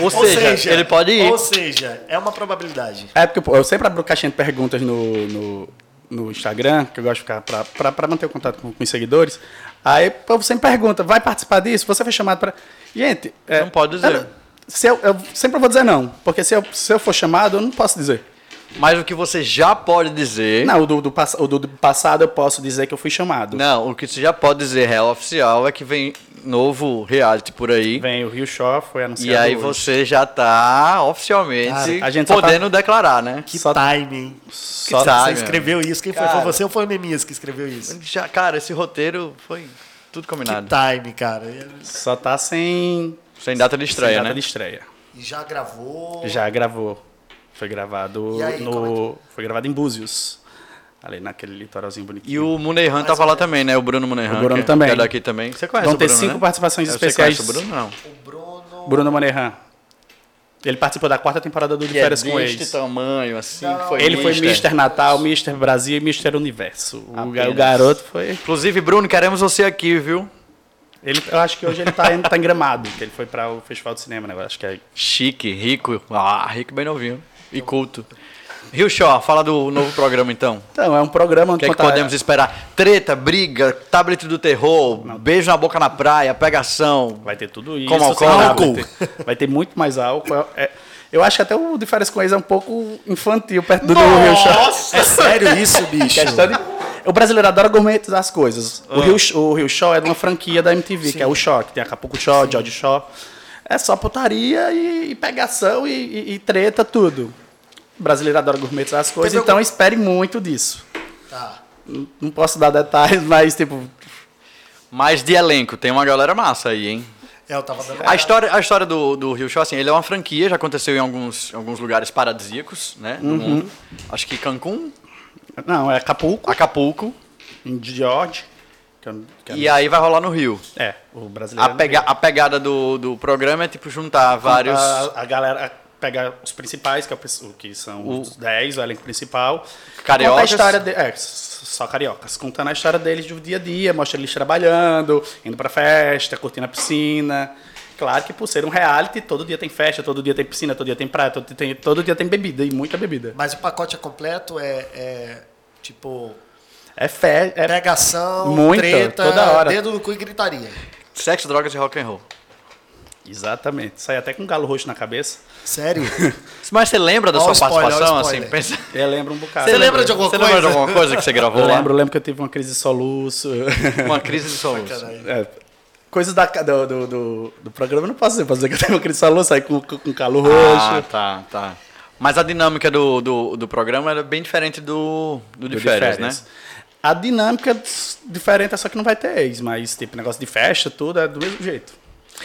A: Ou, seja, ele pode ir.
B: Ou seja, é uma probabilidade.
C: É porque pô, eu sempre abro caixinha de perguntas no, no, no Instagram, que eu gosto de ficar pra, pra, pra manter o contato com, com os seguidores. Aí o povo sempre pergunta, vai participar disso? Você foi chamado pra. Gente. é,
A: Não pode dizer.
C: eu não- se eu, eu sempre vou dizer não, porque se eu, se eu for chamado, eu não posso dizer.
A: Mas o que você já pode dizer.
C: Não, o do, do, pass- o do, do passado eu posso dizer que eu fui chamado.
A: Não, o que você já pode dizer, real oficial, é que vem novo reality por aí.
C: Vem, o Rio Show foi anunciado.
A: e aí
C: hoje.
A: você já tá oficialmente
C: Cara, a gente só tá
A: podendo declarar, né?
B: Que
C: Só-
B: timing.
C: Só- né?
A: sabe, né?
B: Você escreveu isso? Quem
A: Cara.
B: foi? Foi você ou foi o Memias que escreveu isso?
A: Já, cara, esse roteiro foi tudo
B: Que
A: combinado.
C: tá-
B: time, cara.
C: Só tá sem.
A: Sem data de estreia,
C: sem data
A: né?
C: de estreia.
B: E já gravou.
C: Já gravou. Foi gravado
B: E aí, como é
C: no. Foi gravado em Búzios. Ali naquele litoralzinho bonitinho.
A: E o Muneihan tava lá também, né? O Bruno Muneihan.
C: O Bruno
A: que é-
C: também.
A: Que é daqui também. Você conhece
C: Vão
A: o
C: ter
A: Bruno,
C: cinco
A: né?
C: participações
A: É,
C: especiais.
A: Você conhece o Bruno, não.
B: O Bruno.
C: Bruno Maneiran. Ele participou da quarta temporada do De
A: Que é
C: Férias com
A: deste
C: Ex.
A: tamanho, assim.
B: Não.
A: que Foi
C: Ele foi
A: mister.
C: Mr. Natal, Mr. Brasil e Mr. Universo. O, ga- o
A: Apenas.
C: garoto foi.
A: Inclusive, Bruno, queremos você aqui, viu?
C: Ele, eu acho que hoje ele tá, em- tá em gramado, que ele foi para o Festival de Cinema, né? Eu acho que é.
A: Chique, rico. Ah, rico bem novinho. E culto. Rio Shaw, fala do novo programa então.
C: Então, é um programa
A: O
C: onde
A: que, é que
C: conta-
A: podemos esperar? Treta, briga, tablet do terror, beijo na boca na praia, pegação.
C: Vai ter tudo isso.
A: Como álcool?
C: sabe?
A: Álcool.
C: Vai ter, vai ter muito mais álcool. É- eu acho que até o de férias com ex é um pouco infantil perto do, do Rio Show.
B: É sério isso, bicho?
C: Questão de- O brasileiro adora gourmetizar as coisas. O, Rio, o Rio Show é de uma franquia da MTV, que é o Show, que tem Acapulco Show, George Show. É só putaria e, e pegação e, e- e treta, tudo. O brasileiro adora gourmetizar as coisas,
B: Teve
C: então
B: algum-
C: espere muito disso.
B: Tá.
C: N- Não posso dar detalhes, mas tipo.
A: Mas de elenco, tem uma galera massa aí, hein?
B: É, eu tava dando.
A: A história, a história do, do Rio Show, assim, ele é uma franquia, já aconteceu em alguns, alguns lugares paradisíacos, né? No mundo. Acho que Cancún,
C: Não, é Acapulco.
A: Acapulco.
C: em George. que eu- que é eu-
A: E aí vai rolar no Rio.
C: É, o brasileiro.
A: A, pega, a pegada do, do programa é tipo juntar vários.
C: A, a galera pega os principais, que, é o pes- o, que são
A: O-
C: os 10, o elenco principal.
A: Cariocas?
C: Conta a história de, é, s- só cariocas. Contando a história deles do dia a dia, mostra eles trabalhando, indo pra festa, curtindo a piscina. Claro que por ser um reality, todo dia tem festa, todo dia tem piscina, todo dia tem praia, todo, tem- todo dia tem bebida e muita bebida.
B: Mas o pacote é completo, é, é, tipo
C: É fé, é
B: pregação,
C: Muita,
B: treta,
C: toda hora.
B: dedo no cu e gritaria.
A: Sexo, drogas e rock and roll.
C: Exatamente. Sai até com um galo roxo na cabeça.
B: Sério?
A: Mas você lembra da
B: Ó o
A: sua
B: spoiler, ó o
A: participação?
B: spoiler.
A: Assim, pensa...
C: Eu lembro um bocado.
B: Você lembra de alguma
A: você lembra de
B: coisa?
A: alguma coisa que você gravou
C: Eu
A: lá?
C: lembro, eu lembro que eu tive uma crise de soluço.
A: Uma crise de Ah, soluço.
B: Caralho.
C: É, coisas da, ca- do, do, do, do programa eu não posso dizer, posso dizer que eu tenho uma crise de soluço, saí com, com, com calo
A: Ah,
C: roxo.
A: tá, tá. Mas a dinâmica do, do, do programa era bem diferente do, do de,
C: do
A: férias, né?
C: A dinâmica s- diferente é só que não vai ter ex, mas tipo, negócio de festa, tudo é do mesmo jeito.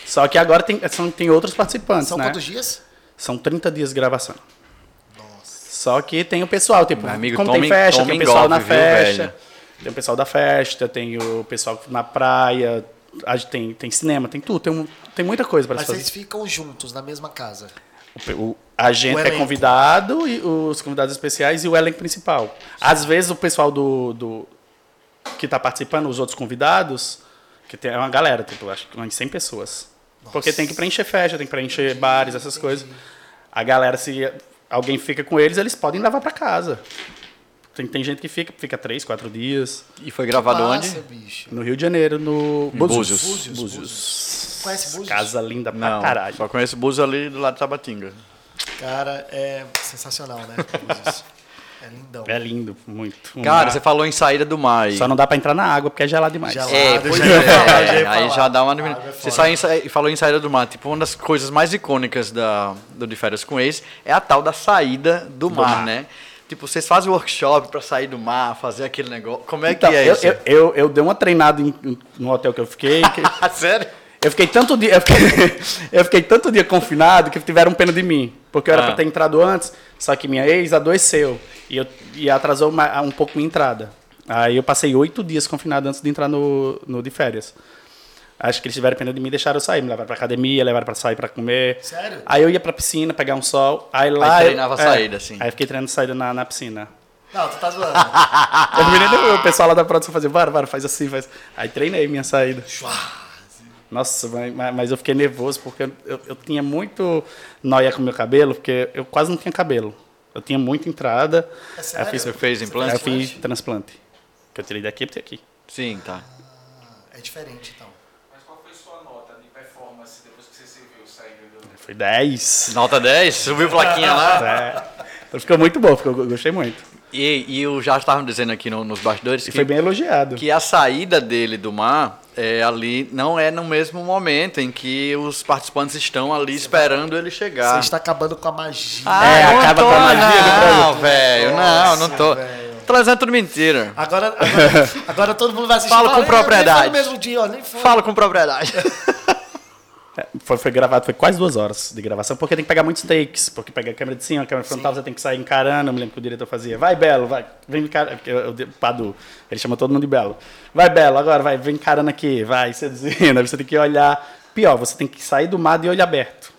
C: Só que agora tem, é, são, tem outros participantes,
B: São
C: né?
B: quantos dias?
C: São 30 dias de gravação. Só que tem o pessoal, tipo,
A: Meu amigo,
C: como
A: tome-
C: tem festa, tem
A: tome
C: o pessoal na
A: golpe, viu,
C: festa,
A: velho?
C: tem o pessoal da festa, tem o pessoal na praia, a gente tem, tem cinema, tem tudo, tem, um- tem muita coisa pra
B: Mas
C: se fazer.
B: vocês ficam juntos na mesma casa.
C: O pe- o- a gente
B: O
C: é
B: elenco.
C: convidado, e os convidados especiais e o elenco principal. Às vezes o pessoal do, do- que está participando, os outros convidados, que tem é uma galera, tipo, acho que umas 100 pessoas. Porque tem que preencher festa, tem que preencher bares, essas coisas. A galera, se alguém fica com eles, eles podem levar para casa. Tem, tem gente que fica, fica três, quatro dias.
A: E foi gravado
B: Massa,
A: onde?
B: bicho.
C: No Rio de Janeiro, no
A: Em
C: Búzios.
A: Búzios.
C: Búzios.
B: Conhece Búzios?
C: Casa linda pra
A: Não,
C: Ah, caralho.
A: só conheço o Búzios ali do lado de Tabatinga.
B: Cara, é sensacional, né? Búzios. É lindão.
C: É lindo, muito. Um
A: Cara,
C: mar-
A: você falou em saída do mar. aí.
C: Só não dá pra entrar na água porque é gelado demais.
B: Gelado.
A: É,
B: Ah,
A: pois
B: deixa eu
A: é,
B: falar, deixa eu
A: aí
B: falar.
A: já dá uma...
B: Ah, vai
C: é
A: Você
B: fora.
A: sai em sa- falou em saída do mar, tipo, uma das coisas mais icônicas da, do De Férias com Ex é a tal da saída do, mar,
C: mar.
A: né? Tipo, vocês fazem workshop pra sair do mar, fazer aquele negócio. Como é
C: Então,
A: que é
C: eu,
A: isso?
C: eu, eu, eu dei uma treinada em- em- no hotel que eu fiquei. que-
A: Ah, sério?
C: eu fiquei tanto dia. Eu fiquei, eu fiquei tanto dia confinado que tiveram pena de mim. Porque eu era
A: Ah.
C: pra ter entrado antes, só que minha ex adoeceu. E, eu, e atrasou ma- um pouco minha entrada. Aí eu passei oito dias confinado antes de entrar no, no de férias. Acho que eles tiveram pena de mim e deixaram eu sair. Me levaram pra academia, levaram pra sair pra comer.
B: Sério?
C: Aí eu ia pra piscina, pegar um sol. Aí
A: Aí
C: lá. eu- é,
A: treinava a saída, assim.
C: Aí eu fiquei treinando saída na, na piscina.
B: Não, tu tá zoando.
C: Eu me lembro, o pessoal lá da produção fazia, bora, bora, faz assim, faz. Aí treinei minha saída. Nossa, mas- mas, mas eu fiquei nervoso porque eu, eu, eu tinha muito noia com meu cabelo, porque eu quase não tinha cabelo. Eu tinha muita entrada.
B: É
C: Aí eu
B: sério?
C: fiz,
A: Você fez
C: aí
A: implante?
C: eu fiz transplante. Que eu tirei daqui e botei aqui.
A: Sim, tá.
B: É diferente, então.
D: Mas qual foi sua nota de performance depois que você se viu saindo do...
C: Foi 10.
A: Nota 10, subiu plaquinha lá.
C: É. Então ficou muito bom, ficou, eu gostei muito.
A: E, e eu já estava dizendo aqui no- nos bastidores
C: E
A: que,
C: foi bem elogiado.
A: que a saída dele do mar é, ali não é no mesmo momento em que os participantes estão ali esperando ele chegar.
B: Você está acabando com a magia.
C: É,
A: não
C: acaba
A: tô,
C: com a magia do
A: Não,
C: programa.
A: velho, não, não tô.
B: velho.
A: Trazendo tudo mentira.
B: Agora, agora, agora todo mundo vai assistir.
A: Fala com
B: "Ah, nem-
A: propriedade."
B: nem foi no mesmo dia, ó, nem foi.
A: Falo com propriedade.
C: É, Foi, foi gravado, foi quase duas horas de gravação, porque tem que pegar muitos takes, porque pega a câmera de cima, a câmera frontal, você tem que sair encarando, eu me lembro que o diretor fazia, vai Belo, vai, vem encarando, porque eu- eu- o Padu, ele chama todo mundo de Belo, vai Belo, agora vai, vem encarando aqui, vai, seduzindo, aí você tem que olhar, pior, você tem que sair do mar de olho aberto,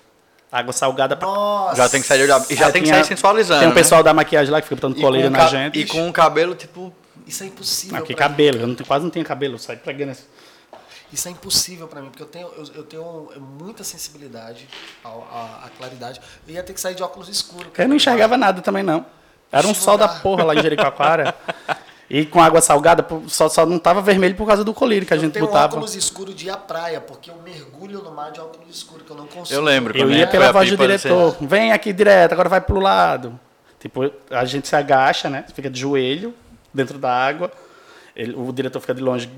C: água salgada pra...
B: Nossa.
A: já tem que sair de olhar- e já
C: Aí
A: tem que
C: tinha-
A: sair sensualizando.
C: Tem um
A: né?
C: pessoal da maquiagem lá que fica botando
A: E com
C: coleira
A: o
C: na
A: ca-
C: gente.
A: E com o cabelo, tipo,
B: Isso é impossível.
C: Ah, que
B: pra mim.
C: cabelo, eu não tenho- quase não tenho cabelo, eu saio pregando assim.
B: Isso é impossível pra mim, porque eu tenho, eu, eu tenho muita sensibilidade ao- à, à claridade. Eu ia ter que sair de óculos escuros.
C: Eu não enxergava nada também, não. Era um
B: Ixi,
C: sol
B: não
C: da
B: dá.
C: porra lá em Jericoacoara. e com água salgada, pô, só, só não tava vermelho por causa do colírio que a
B: Eu
C: gente
B: tenho um
C: botava.
B: óculos escuro de ir à praia, porque eu mergulho no mar de óculos escuro, que eu não consigo.
A: Eu lembro.
C: Eu
A: Quando
C: ia
A: foi
C: pela
A: a
C: voz do
A: pipa, você-
C: diretor. Vem aqui direto, agora vai pro lado. Tipo, a gente se agacha, né? Fica de joelho dentro da água. Ele- o diretor fica de longe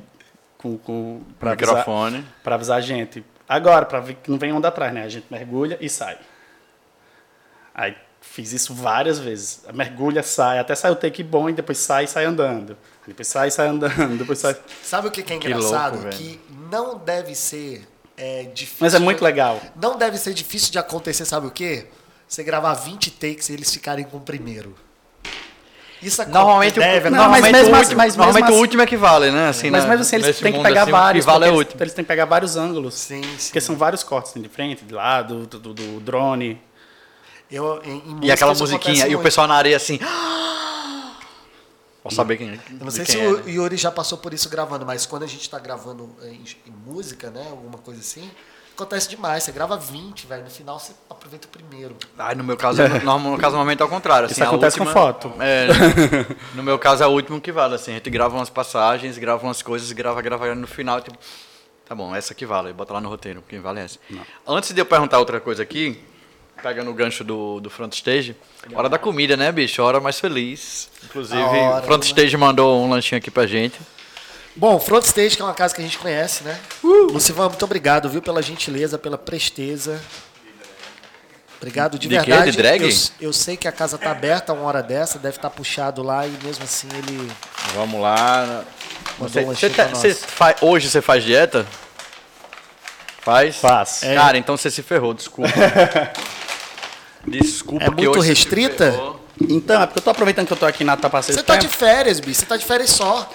C: com, com, pra, avisar,
A: microfone.
C: pra avisar a gente. Agora, pra ver que não vem onda atrás, né? A gente mergulha e sai. Aí fiz isso várias vezes. Mergulha, sai, até sai o take bom e depois sai e sai andando. Depois sai e sai andando, depois sai.
B: Sabe o que, que é
A: Que louco,
B: engraçado?
A: velho.
B: que não deve ser é, difícil.
C: Mas é muito legal.
B: Não deve ser difícil de acontecer, sabe o quê? Você gravar 20 takes e eles ficarem com o primeiro. Isso acontece.
A: Normalmente,
C: deve,
A: o,
C: né?
A: não, mas
C: Mas
A: mesmo,
C: mesmo
A: assim-
C: assim- mas mesmo
A: normalmente
C: assim-
A: o último é que vale, né? Assim,
C: Mas
A: né?
C: mesmo assim, eles
A: Nesse
C: têm que
A: mundo,
C: pegar
A: assim,
C: vários.
A: O que vale é o
C: porque eles,
A: último.
C: eles têm que pegar vários ângulos.
B: Sim, sim.
C: Porque são vários cortes assim, de frente, de lado, do, do- do drone.
B: Eu, em- em
A: E aquela
B: música isso
A: musiquinha,
B: acontece
A: e o
B: muito.
A: pessoal na areia assim. Vou saber quem é.
B: Eu não sei se o Yuri já passou por isso gravando, mas quando a gente tá gravando em, em música, né? Alguma coisa assim, acontece demais. Você grava 20, velho. No final você aproveita o primeiro.
A: Ai, no meu caso, no, no caso, normalmente é ao contrário. Assim,
C: Isso
A: a
C: acontece com
A: última-
C: foto.
A: É, no meu caso, é o último que vale. Assim, a gente grava umas passagens, grava umas coisas, grava, grava, grava, no final, tipo, tá bom, essa que vale, bota lá no roteiro, porque vale é essa. Antes de eu perguntar outra coisa aqui, pegando o gancho do, do front stage, hora da comida, né, bicho? Hora mais feliz. Inclusive,
B: A hora,
A: o front
B: né?
A: stage mandou um lanchinho aqui pra gente.
B: Bom, Front Stage, que é uma casa que a gente conhece, né?
C: Uh!
B: Lucivan, muito obrigado, viu, pela gentileza, pela presteza. Obrigado de,
A: De quê? De
B: verdade.
A: drag?
B: Eu, eu sei que a casa tá aberta a uma hora dessa, deve estar puxado lá e mesmo assim ele.
A: Vamos lá.
B: Mandou
A: Você,
B: um
A: você
B: lanchinho
A: tá-
B: pra nós.
A: você fa- hoje você faz dieta? Faz?
C: Faço.
A: É. Cara, então você se ferrou, desculpa. desculpa
B: É
A: que
B: muito
A: hoje você se
B: restrita?
A: ferrou.
C: Então, é porque eu tô aproveitando que eu tô aqui na Tapa
B: Você tá de férias, bicho. Você tá de férias só.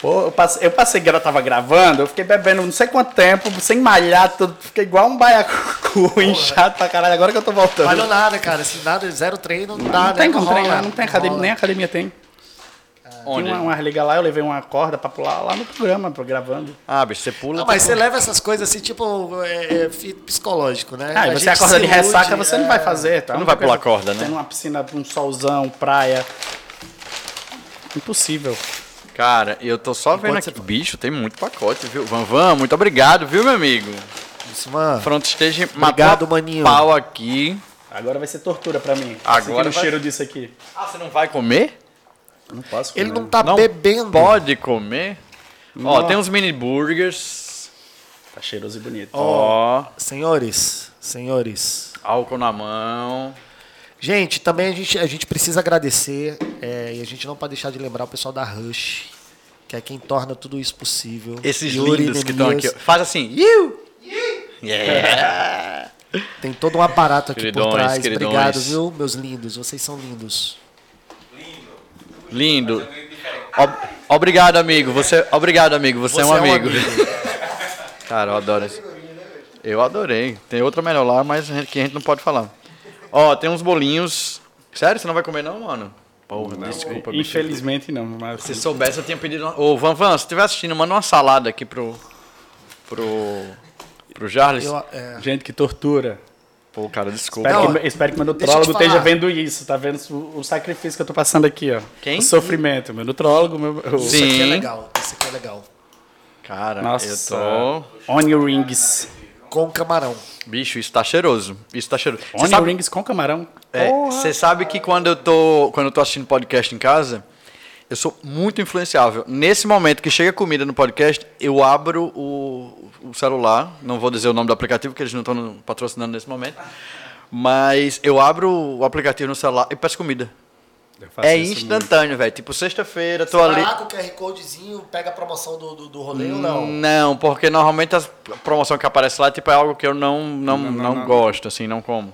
C: Pô, eu passei, eu passei que ela tava gravando, eu fiquei bebendo não sei quanto tempo, sem malhar, tudo, fiquei igual um baiacu, inchado pra caralho, agora que eu tô voltando.
B: Valeu nada, cara. Se nada, zero treino, não dá,
C: não
B: né?
C: tem como
B: rola,
C: treinar, não tem academia,
B: rola.
C: nem academia tem.
A: Onde?
C: Tinha
B: é um-
C: uma, uma liga lá, eu levei uma corda pra pular lá no programa, tô gravando.
A: Ah, bicho, você pula.
B: Não, mas
A: tá
B: você leva essas coisas assim, tipo, é, é, fi- psicológico, né?
C: Ah,
B: A
C: e você
B: gente
C: acorda
B: se
C: de
B: ilude,
C: ressaca, você
B: é.
C: não vai fazer, tá?
A: Não vai pular
C: Coisa-
A: corda, né?
C: Tem uma piscina, um solzão, praia. Impossível.
A: pô. Cara, eu tô só vendo
B: Enquanto
A: aqui. Bicho, tem muito pacote, viu? Van Van, muito obrigado, viu, meu amigo?
B: Isso, mano.
A: Front Stage
B: Obrigado,
A: matou a
B: maninho.
A: pau aqui.
C: Agora vai ser tortura pra mim.
A: Agora
C: Agora o
A: vai-
C: cheiro disso aqui.
A: Ah, você não vai comer?
C: Não posso
B: Ele não tá
A: Não
B: bebendo.
A: Pode comer? Ó,
C: Não.
A: tem uns mini burgers.
C: Tá cheiroso e bonito.
A: Ó,
B: Senhores, senhores.
A: álcool na mão.
B: Gente, também a gente, a gente precisa agradecer é, e a gente não pode deixar de lembrar o pessoal da Rush, que é quem torna tudo isso possível.
A: Esses
B: Yuri,
A: lindos que estão aqui.
B: Nemias,
A: ó. Faz assim. Iu! Yeah.
B: Tem todo um aparato aqui
A: Queridões,
B: por trás.
A: queridões.
B: Obrigado, viu, meus lindos? Vocês são lindos.
A: Lindo. Ob- obrigado, amigo. Você, obrigado, amigo. Você, é um amigo. Cara, eu adoro esse. Eu adorei. Tem outra melhor lá, mas a gente- que a gente não pode falar. Ó, tem uns bolinhos. Sério? Você não vai comer não, mano? Porra, desculpa, bicho.
C: Infelizmente não, mas
A: Se soubesse, eu tinha pedido... uma- Ô, Van Van, se estiver assistindo, manda uma salada aqui pro... Pro... Pro Jarles.
B: Eu, é,
C: gente que tortura.
A: Pô, cara, desculpa.
C: Espero,
B: Não,
C: que, espero que meu
B: deixa eu te
C: nutrólogo esteja
B: falar.
C: vendo isso, tá vendo o, o sacrifício que eu tô passando aqui, ó.
A: Quem?
C: O sofrimento, meu nutrólogo, meu. o-
B: isso aqui é
A: Sim.
B: legal. Isso aqui é legal.
A: Cara,
C: Nossa.
A: eu tô...
C: Onion rings.
B: Com camarão.
A: Bicho, isso tá cheiroso. Isso tá cheiroso. Você
C: Onion
A: sabe-
C: rings com camarão.
A: É,
C: Porra.
A: Você sabe que quando eu, tô, quando eu tô assistindo podcast em casa, eu sou muito influenciável. Nesse momento que chega comida no podcast, eu abro o, o celular, não vou dizer o nome do aplicativo, porque eles não estão patrocinando nesse momento, mas eu abro o aplicativo no celular e peço comida.
C: Eu faço
A: É
C: isso muito.
A: instantâneo, velho. Tipo, sexta-feira, tô
B: Vai
A: ali...
B: lá com o QR Codezinho, pega a promoção do, do, do rolê ou não?
A: Não, porque normalmente a promoção que aparece lá tipo, é algo que eu não, não, não, gosto, assim, não como.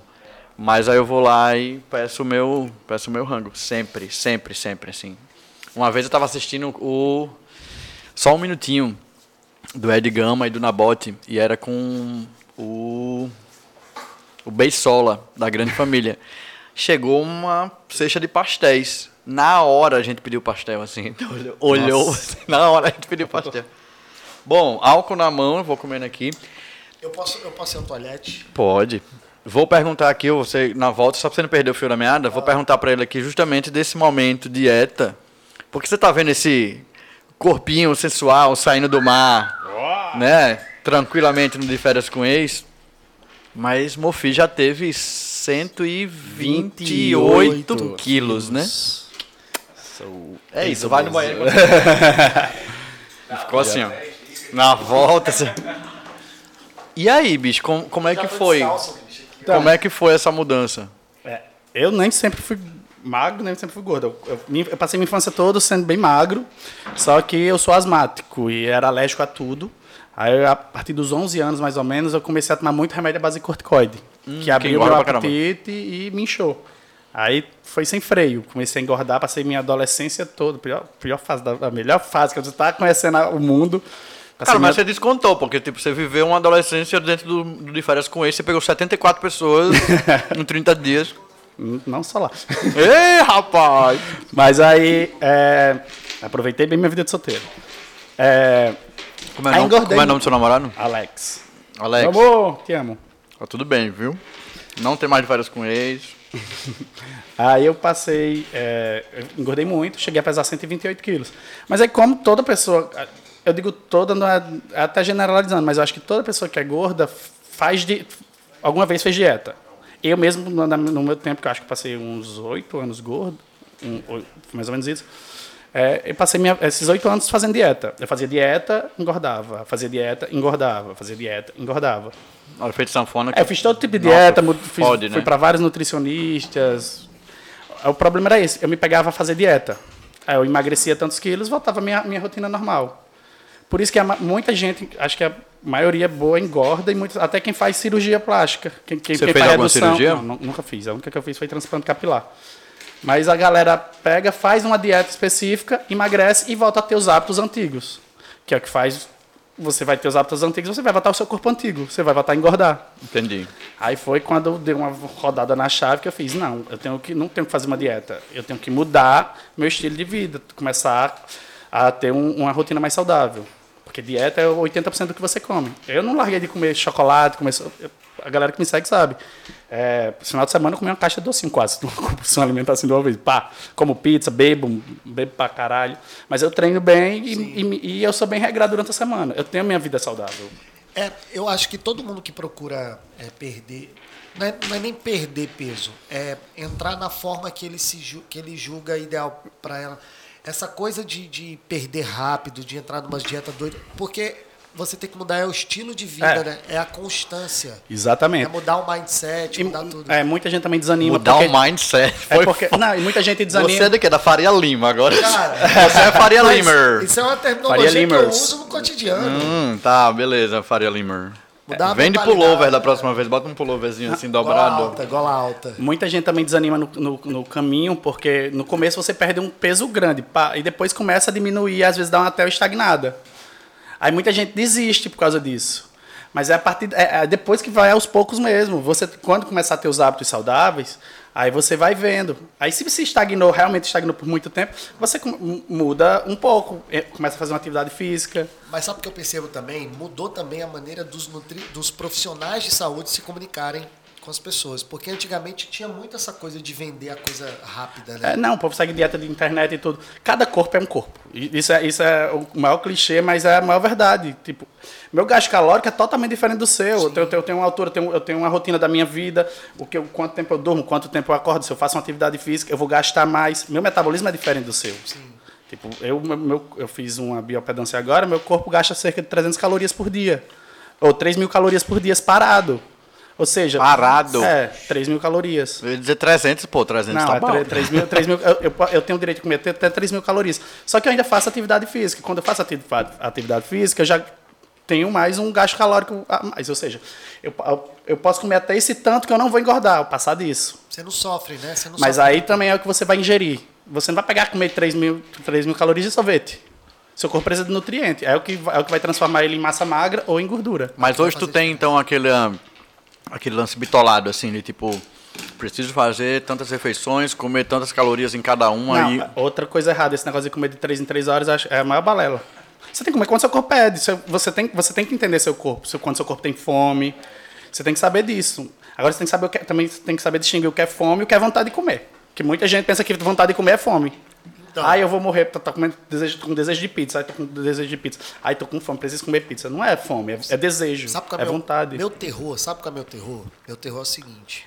A: Mas aí eu vou lá e peço o meu, peço o meu rango. Sempre, sempre, sempre, assim. Uma vez eu tava assistindo o. Só um minutinho. Do Ed Gama e do Nabote. E era com o. O Beisola, da grande família. Chegou uma cesta de pastéis. Na hora a gente pediu pastel, assim. Olhou. olhou, assim, na hora a gente pediu pastel. Bom, álcool na mão, eu vou comendo aqui.
B: Eu posso, eu posso ir ao toalete?
A: Pode. Vou perguntar aqui, você na volta, só pra você não perder o fio da meada, vou perguntar pra ele aqui justamente desse momento dieta. Porque você tá vendo esse corpinho sensual saindo do mar, né? Tranquilamente no de férias com ex. Mas Mofi já teve 128 quilos, né? É isso, vai no banheiro. Ficou assim, ó. Na volta. Assim. E aí, bicho, como, como é que foi?
B: Tá
A: Como é que foi essa mudança?
C: É, eu nem sempre fui magro, nem sempre fui gordo. Eu, eu- minha- eu passei minha infância toda sendo bem magro, só que eu sou asmático e era alérgico a tudo. Aí, a partir dos 11 anos, mais ou menos, eu comecei a tomar muito remédio à base de corticoide, que abriu
A: Hum, engorda
C: meu
A: pra caramba.
C: apetite e me inchou. Aí foi sem freio, comecei a engordar, passei minha adolescência toda, pior, pior fase, da, a melhor fase, que você está conhecendo a- o mundo. Passei
A: Cara,
C: minha-
A: mas você descontou, porque tipo, você viveu uma adolescência dentro do, do de férias com esse, você pegou 74 pessoas em 30 dias.
C: Hum, Não só lá.
A: Ei, rapaz!
C: Mas aí, é, aproveitei bem minha vida de solteiro. É,
A: Como é,
C: Aí
A: o nome,
C: engordei.
A: como é o nome do seu namorado?
C: Alex.
A: Alex.
C: Meu amor, te amo.
A: Tá tudo bem, viu? Não tem mais de férias com ex.
C: Aí eu passei, é, eu engordei muito, cheguei a pesar 128 quilos. Mas aí como toda pessoa, eu digo toda, não é, é até generalizando, mas eu acho que toda pessoa que é gorda faz de, alguma vez fez dieta. Eu mesmo, no, na- no meu tempo, que eu acho que passei uns oito anos gordo, um, oi- mais ou menos isso, é, eu passei minha- esses oito anos fazendo dieta. Eu fazia dieta, engordava, fazia dieta, engordava, fazia dieta, engordava.
A: Olha, feito sanfona.
C: É, eu fiz todo tipo de
A: Nossa,
C: dieta, mu- fiz-
A: fode,
C: fui
A: né?
C: para vários nutricionistas. É, O problema era esse, eu me pegava a fazer dieta. Aí eu emagrecia tantos quilos, voltava à minha, minha rotina normal. Por isso que a ma- muita gente, acho que a maioria é boa engorda, e muitos, até quem faz cirurgia plástica. Quem, quem,
A: Você
C: quem
A: fez
C: faz
A: alguma cirurgia?
C: Não, nu- nunca fiz. A única que eu fiz foi transplante capilar. Mas a galera pega, faz uma dieta específica, emagrece e volta a ter os hábitos antigos. Que é o que faz. Você vai ter os hábitos antigos, você vai voltar ao seu corpo antigo, você vai voltar a engordar.
A: Entendi.
C: Aí foi quando eu dei uma rodada na chave que eu fiz, não, eu tenho que não tenho que fazer uma dieta, eu tenho que mudar meu estilo de vida, começar a ter um- uma rotina mais saudável. Porque dieta é 80% do que você come. Eu não larguei de comer chocolate, começou, eu- a galera que me segue sabe. É, esse final de semana eu comi uma caixa de docinho quase, se alimentar assim de uma vez. Pá, como pizza, bebo, bebo pra caralho. Mas eu treino bem e, e- e eu sou bem regrado durante a semana. Eu tenho a minha vida saudável.
B: É, eu acho que todo mundo que procura é, perder, não é, não é nem perder peso, é entrar na forma que ele, se, ju- que ele julga ideal para ela. Essa coisa de, de perder rápido, de entrar numa dieta doida, porque você tem que mudar é o estilo de vida,
C: É.
B: né? É a constância. É
C: Exatamente.
B: mudar o mindset, mudar tudo.
C: É, muita gente também desanima.
A: Mudar
C: porque-
A: o mindset.
C: É
A: Foi
C: porque,
A: foda.
C: não, e muita gente
A: Você é
C: desanima.
A: do que? Da Faria Lima agora.
B: Cara,
A: Você é Faria
B: mas
A: Limer.
B: Isso é uma terminologia
C: Faria
B: que eu
C: Limers.
B: uso no cotidiano.
A: Hum, tá, beleza, Faria Limer.
B: Mudar a
A: Vende
B: mentalidade. tá.
A: pullover da próxima vez, bota um pulloverzinho assim
B: Gola
A: dobrado.
B: alta, gola alta.
C: Muita gente também desanima no, no- no caminho, porque no começo você perde um peso grande pá, e depois começa a diminuir, às vezes dá uma até estagnada. Aí muita gente desiste por causa disso. Mas é a partir é, é depois que vai aos poucos mesmo. Você quando começar a ter os hábitos saudáveis, aí você vai vendo. Aí se você estagnou, realmente estagnou por muito tempo, você com- muda um pouco, É, começa a fazer uma atividade física.
B: Mas sabe o que eu percebo também? Mudou também a maneira dos, nutri... dos profissionais de saúde se comunicarem com as pessoas. Porque antigamente tinha muito essa coisa de vender a coisa rápida, né?
C: É, não, o povo segue dieta de internet e tudo. Cada corpo é um corpo. E Isso é, isso é o maior clichê, mas é a maior verdade. Tipo, meu gasto calórico é totalmente diferente do seu. Eu tenho, eu tenho uma altura, eu tenho, eu tenho uma rotina da minha vida, o que eu, quanto tempo eu durmo, quanto tempo eu acordo, se eu faço uma atividade física, eu vou gastar mais. Meu metabolismo é diferente do seu. Tipo, eu, meu- meu- eu fiz uma biopedância agora, meu corpo gasta cerca de 300 calorias por dia. Ou 3 mil calorias por dia parado. Ou seja...
A: Parado?
C: É, 3 mil calorias.
A: Eu ia dizer 300, pô, 300
C: Não,
A: tá
C: é
A: bom.
C: 3, mil, três mil, eu, eu po- eu tenho o direito de comer até- até 3 mil calorias. Só que eu ainda faço atividade física. Quando eu faço ati- fa- atividade física, eu já tenho mais um gasto calórico a mais. Ou seja, eu, po- eu, eu posso comer até esse tanto que eu não vou engordar, eu passar disso.
B: Você não sofre, né? Você não
C: Mas
B: sofre.
C: aí também é o que você vai ingerir. Você não vai pegar e comer 3 mil, 3 mil calorias de sorvete. Seu corpo precisa de nutriente. É o, que, vai- é o que vai transformar ele em massa magra ou em gordura.
A: Mas hoje tu tem então aquele, ah, aquele lance bitolado, assim, de tipo, preciso fazer tantas refeições, comer tantas calorias em cada uma
C: Não,
A: e.
C: outra coisa errada, esse negócio de comer de 3 em 3 horas eu acho- é a maior balela. Você tem que comer quando seu corpo pede. seu- Você tem, você tem que entender seu corpo, seu- quando seu corpo tem fome. Você tem que saber disso. Agora você tem que saber o que, é- também você tem que saber distinguir o que é fome e o que é vontade de comer. Que muita gente pensa que vontade de comer é fome.
B: Então.
C: Ai, eu vou morrer, tô, tô comendo desejo, tô com desejo de pizza, ai, tô com desejo de pizza. Ai, tô com fome, preciso comer pizza. Não é fome, é, é desejo,
B: Sabe qual
C: é
B: meu,
C: vontade.
B: Meu terror, sabe qual é meu terror? Meu terror é o seguinte.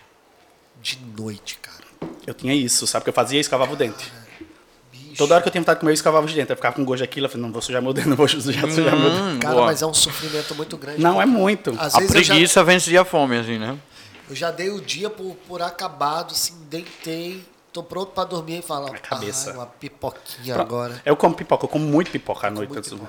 B: De noite, cara.
C: Eu tinha isso, sabe? Que eu fazia e escavava o dente.
B: Bicho.
C: Toda hora que eu tinha vontade de comer, eu escavava os dentes. Eu ficava com gosto daquilo, eu falei, não vou sujar meu dente, não vou sujar, sujar meu dente.
B: Cara,
A: hum, Boa.
B: mas é um sofrimento muito grande.
C: Não é muito.
B: Às
A: A
B: vezes eu já-
A: preguiça vencia a fome, assim, né?
B: Eu já dei o dia por, por acabado, assim, deitei, tô pronto pra dormir e falar,
C: cabeça.
B: "Ah, uma pipoquinha
C: Pro-
B: agora.
C: Eu como pipoca, eu como muito pipoca à noite.
B: muito
C: antes do-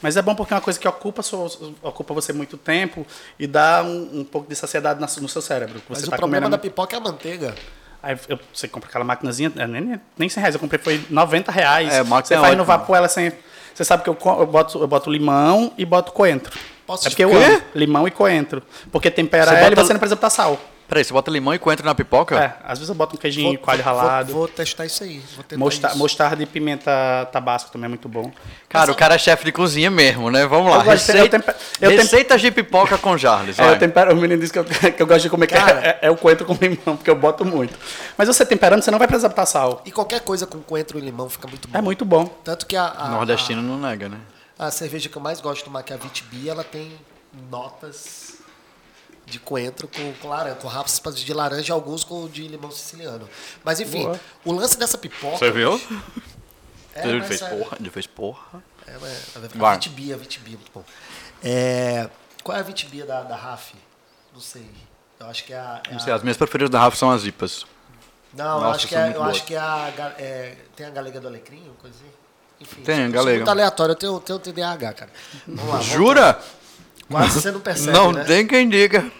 C: Mas é bom porque é uma coisa que ocupa, sua- ocupa você muito tempo e dá um, um pouco de saciedade na su- no seu cérebro. que Você
B: Mas o
C: tá
B: problema
C: comendo-
B: da pipoca é a manteiga.
C: Aí eu, você compra aquela maquinazinha, é, nem, nem 100 reais, eu comprei foi 90 reais.
A: É, máquina
C: você
A: é
C: faz no
A: ótima.
C: vapor ela sem. Você sabe que eu, co- eu boto, eu boto limão e boto coentro.
B: Posso
C: é porque eu
A: quê?
C: amo limão e coentro. Porque tempera
A: Você
C: ela e tá
A: bota- Tá.
C: você não precisa botar sal.
A: Peraí, você bota limão e coentro na pipoca?
C: É, às vezes eu boto um queijinho coalho
B: vou-
C: ralado.
B: Vou, testar isso aí. Vou tentar
C: Mosta-
B: isso.
C: mostarda e pimenta tabasco também é muito bom.
A: Cara, o cara é chefe de cozinha mesmo, né? Vamos lá.
C: Eu gosto de- eu
A: Receita,
C: tempe- eu tempe-
A: Receitas de pipoca com Jarles.
C: É,
A: vai.
C: eu tempero, o menino disse que eu, que eu gosto de comer que
B: Cara.
C: é, é o coentro com limão, porque eu boto muito. Mas você temperando, você não vai precisar botar sal.
B: E qualquer coisa com coentro e limão fica muito bom.
C: É muito bom.
B: Tanto que a, a,
A: Nordestino não nega, né?
B: a, a cerveja que eu mais gosto tomar, que é a Vitbi, ela tem notas de coentro com, com laranja, com raspas de laranja e alguns com de limão siciliano. Mas enfim,
C: Boa.
B: o lance dessa pipoca.
A: Você viu?
B: É,
A: ele
B: mas
A: fez
B: é-
A: porra, ele fez porra.
B: É, é, a
A: Vai.
B: Vitibia, a Vitibia, muito bom. É, qual é a Vitibia da, da RAF? Não sei. Eu acho que é a. é
A: Não
B: a-
A: sei, as minhas preferidas da Rafa são as IPAs.
B: não, eu
A: Nossa,
B: acho que
A: são
B: é,
A: muito
B: eu
A: boas.
B: acho que é a. ga- é, tem a Galega do Alecrim, uma coisa assim? Enfim,
A: Tem,
B: eu sou
A: Galega.
B: muito aleatório, eu tenho, tenho TDAH, cara. Vamos lá, vamos-
A: Jura?
B: quase você não
C: tá
B: percebe.
A: não
B: né?
A: tem quem diga.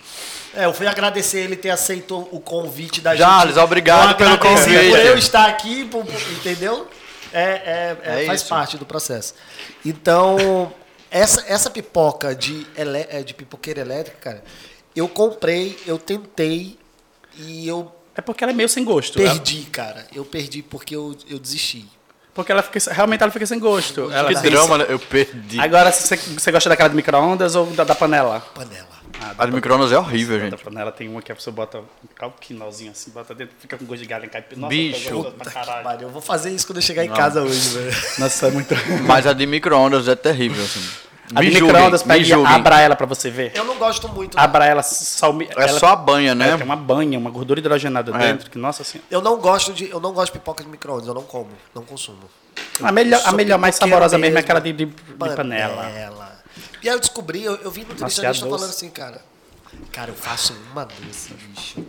B: É, eu fui agradecer ele ter aceito o convite da
A: Jarles,
B: gente.
A: obrigado
B: Eu
A: pelo
B: agradeço
A: convite.
B: Por eu estar aqui, por- por- entendeu? É, é- é-
A: É
B: faz
A: isso.
B: parte do processo. Então, essa, essa pipoca de, ele- é, de pipoqueira elétrica, cara, eu comprei, eu tentei e eu
C: É porque ela é meio sem gosto. Ela-
B: perdi, cara. Eu perdi porque eu, eu desisti.
C: porque ela fica, realmente ela fica sem gosto. Ela
A: Que
C: tem-
A: drama, né? Eu perdi.
C: Agora, se você, você gosta daquela de micro-ondas ou da, da panela? Ah,
B: Panela.
A: As micronas é horrível,
C: Da
A: gente.
C: panela tem uma que você bota um calquinalzinho assim, bota dentro, fica com gosto de galinha caipira. Nossa,
A: Bicho.
C: fica gostoso pra
B: Puta que
C: caralho.
B: pariu. Eu vou fazer isso quando eu chegar em casa hoje, velho.
C: Nossa, é muito...
A: Mas a de microondas é terrível, assim.
C: A
A: Me
C: de
A: julguem,
C: micro-ondas,
A: me
C: pega e
A: julguem.
C: abra ela pra você ver.
B: Eu não gosto muito.
C: Abra ela, salme...
A: É só a banha, né?
C: Tem uma banha, uma gordura hidrogenada
A: É.
C: dentro, que nossa assim, senhora.
B: Eu não gosto de, eu não gosto de pipoca de micro-ondas, eu não como, não consumo.
C: A melhor, a
B: sou
C: melhor mais
B: pipoqueiro
C: saborosa mesmo é
B: mesmo.
C: aquela de, de- de panela.
A: é,
B: Panela. E aí eu descobri, eu, eu vi
C: Nossa, é a
B: nutricionista
C: doce.
B: falando assim, cara. Cara, eu faço uma doce, bicho.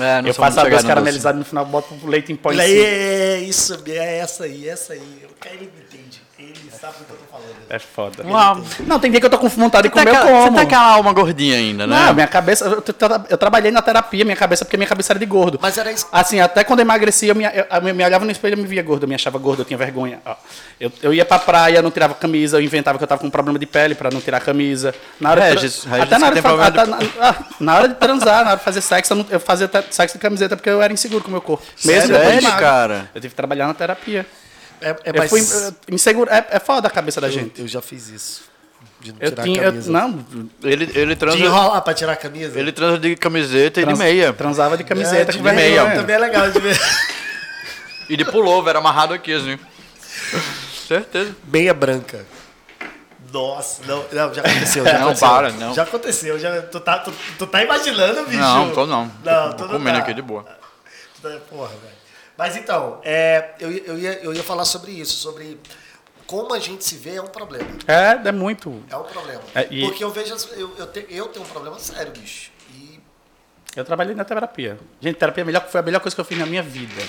A: É, não
C: Eu
A: sou muito
C: faço a
A: chegado
C: doce
A: no
C: caramelizada e no final, boto o leite em pó em
B: Olha
C: cima.
B: aí, é isso, é essa aí, é essa aí. O cara ele me entende. Ele sabe do que eu tô falando.
C: É foda.
A: Uau.
C: Não, tem dia que eu tô com vontade de
A: Você
C: comer,
A: tá
C: eu
A: aquela,
C: como.
A: você tá aquela alma gordinha ainda, né?
C: Não, minha cabeça. Eu, tra- eu trabalhei na terapia, minha cabeça, porque minha cabeça era de gordo.
B: Mas era isso.
C: Assim, até quando eu emagrecia, eu me, eu- eu me olhava no espelho e me via gordo, eu me achava gordo, eu tinha vergonha. ó. Eu, eu ia pra praia, não tirava camisa, eu inventava que eu tava com um problema de pele pra não tirar a camisa. Na hora de tra-
A: Regis, Regis
C: até na hora,
A: tem
C: de fa-
A: problema
C: até na- ah, na hora de transar, na hora de fazer sexo, eu, não- eu fazia até sexo de camiseta porque eu era inseguro com o meu corpo.
A: Sério,
C: depois de magro.
A: é cara?
C: Eu tive que trabalhar na terapia.
B: É, é
C: eu
B: mais-
C: fui eh, inseguro. É, é foda a cabeça da
B: eu-
C: gente.
B: eu já fiz isso. De não
C: Eu
B: tirar
C: tinha.
B: a
C: eu-
B: camisa.
C: não,
A: Ele, ele transa.
B: De enrolar pra tirar a camisa?
A: Então Ele transa de camiseta
C: trans-
A: e de meia. É,
C: Transava de camiseta,
B: de
C: com
A: meia,
C: vergonha.
A: ó.
B: Também é legal de ver.
A: E de pullover amarrado aqui, assim. Certeza.
B: Meia branca. Nossa, não, não, já aconteceu, já
A: Não,
B: aconteceu.
A: para, não.
B: Já aconteceu, já, tu, tá, tu, tu tá imaginando, bicho?
A: Não, tô não.
B: Não,
A: Tô
B: tu não
A: comendo
B: tá.
A: aqui de boa.
B: Tu tá- Porra, velho. Mas então, é, eu, ia- eu, ia, eu ia falar sobre isso, sobre como a gente se vê é um problema.
C: É, é muito.
B: É um problema.
C: É, e-
B: Porque eu vejo, as- eu, eu, te- eu tenho um problema sério, bicho. E
C: Eu trabalhei na terapia. Gente, terapia é a melhor, foi a melhor coisa que eu fiz na minha vida.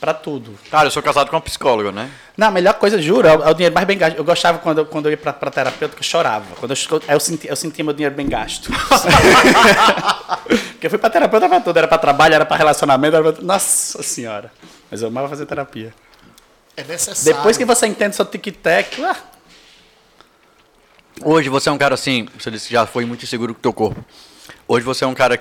C: Pra tudo.
A: Cara, eu sou casado com uma psicóloga, né?
C: Não, a melhor coisa, juro, é o é o dinheiro mais bem gasto. Eu gostava quando, eu- quando eu ia pra, pra terapeuta, que eu chorava. Quando eu, cho- eu, sentia, eu sentia meu dinheiro bem gasto. Porque eu fui pra terapeuta pra tudo. Era pra trabalho, era pra relacionamento. Era pra... Nossa senhora. Mas eu amava fazer terapia.
B: é necessário.
C: Depois que você entende seu tic-tac, ah,
A: Hoje você é um cara assim, você disse que já foi muito inseguro com o teu corpo. Hoje você é um cara.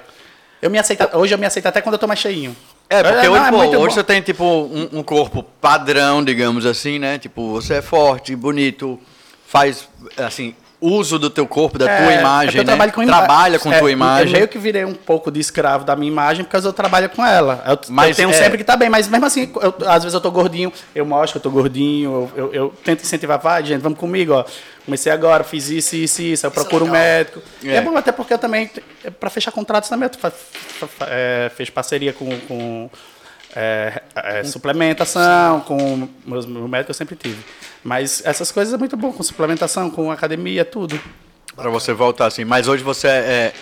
C: eu me aceito, hoje eu me aceito até quando eu tô mais cheinho.
A: É, porque
C: Não,
A: hoje, pô,
C: muito
A: hoje
C: bom.
A: você tem, tipo, um, um corpo padrão, digamos assim, né? Tipo, você é forte, bonito, faz, assim, uso do teu corpo, da tua
C: porque
A: imagem,
C: É, eu
A: né?
C: trabalho com ima-
A: Trabalha com
C: é,
A: tua
C: Eu
A: imagem.
C: meio que virei um pouco de escravo da minha imagem, porque eu trabalho com ela. Eu,
A: Mas
C: eu tenho
A: é-
C: sempre que tá bem, mas mesmo assim, eu- às vezes eu tô gordinho, eu mostro que eu tô gordinho, eu, eu- eu tento incentivar, vai, gente, vamos comigo, ó. Comecei agora, fiz isso, isso, isso, eu
B: Isso é
C: procuro um
B: legal.
C: médico. E É.
A: É.
C: bom, até porque eu também, é, pra fechar contratos também, eu fa- fa- fa- é, fiz parceria com. com, é, é, suplementação, com meus, meu médico eu sempre tive. Mas essas coisas é muito bom, com suplementação, com academia, tudo.
A: Pra você voltar assim. Mas hoje você é,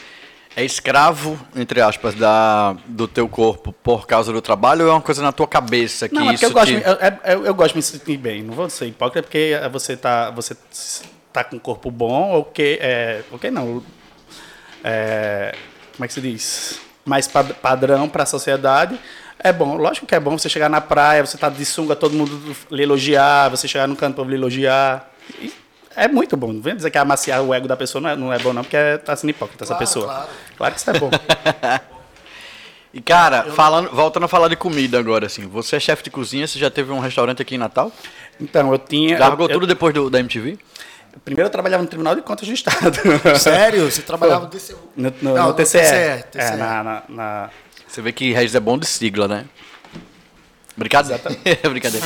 A: é escravo, entre aspas, da, do teu corpo por causa do trabalho ou é uma coisa na tua cabeça que
C: Não, é porque
A: isso
C: eu gosto,
A: te...
C: de- eu, é- eu, eu gosto de me sentir bem. Não vou ser hipócrita porque eh, você tá, você s- tá com um corpo bom ou que. É, ou que não. É, como é que se diz? Mais pad- padrão para a sociedade. É bom, lógico que é bom você chegar na praia, você tá de sunga, todo mundo lhe elogiar, você chegar no canto para lhe elogiar. E é muito bom. Não vem dizer que amaciar o ego da pessoa não é, não é bom, não, porque é- tá sendo hipócrita
B: Claro,
C: essa pessoa.
B: claro.
C: claro que isso é bom.
A: E cara, falando, voltando a falar de comida agora, assim, você é chefe de cozinha, você já teve um restaurante aqui em Natal?
C: Então, eu
B: É,
C: tinha.
A: Largou
C: eu-
A: tudo depois do, da MTV?
C: eu- primeiro eu trabalhava no Tribunal de Contas do Estado.
B: Sério? Você trabalhava no TCU?
C: No, no,
B: Não,
C: no
B: no
C: TCE.
B: TCE.
C: É, na- na- na,
A: Você vê que Regis é bom de sigla, né? Brincadeira. Brincadeira.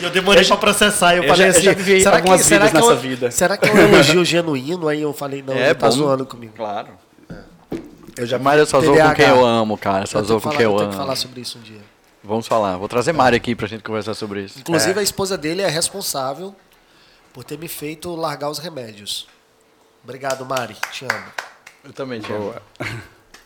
B: E eu demorei pra processar. Eu,
C: eu
B: falei
C: já- eu
B: assim,
C: já vivi
B: será
C: algumas
B: que, será
C: vidas
B: que
C: nessa
B: eu,
C: vida. É
B: Será que é um elogio genuíno? Aí eu falei, não, ele tá
A: É bom.
B: zoando comigo.
A: Claro.
B: Eu já
A: Mas eu só zoo com
B: TDAH.
A: quem eu amo, cara. Só
B: Eu tenho
A: zoo
B: que
A: com
B: falar,
A: quem eu
B: eu tenho
A: amo.
B: que falar sobre isso um dia.
A: Vamos falar. Vou trazer Mário aqui pra gente conversar sobre isso.
B: Inclusive, a esposa dele é responsável por ter me feito largar os remédios. Obrigado, Mari. Te amo.
A: Eu também,
C: Boa.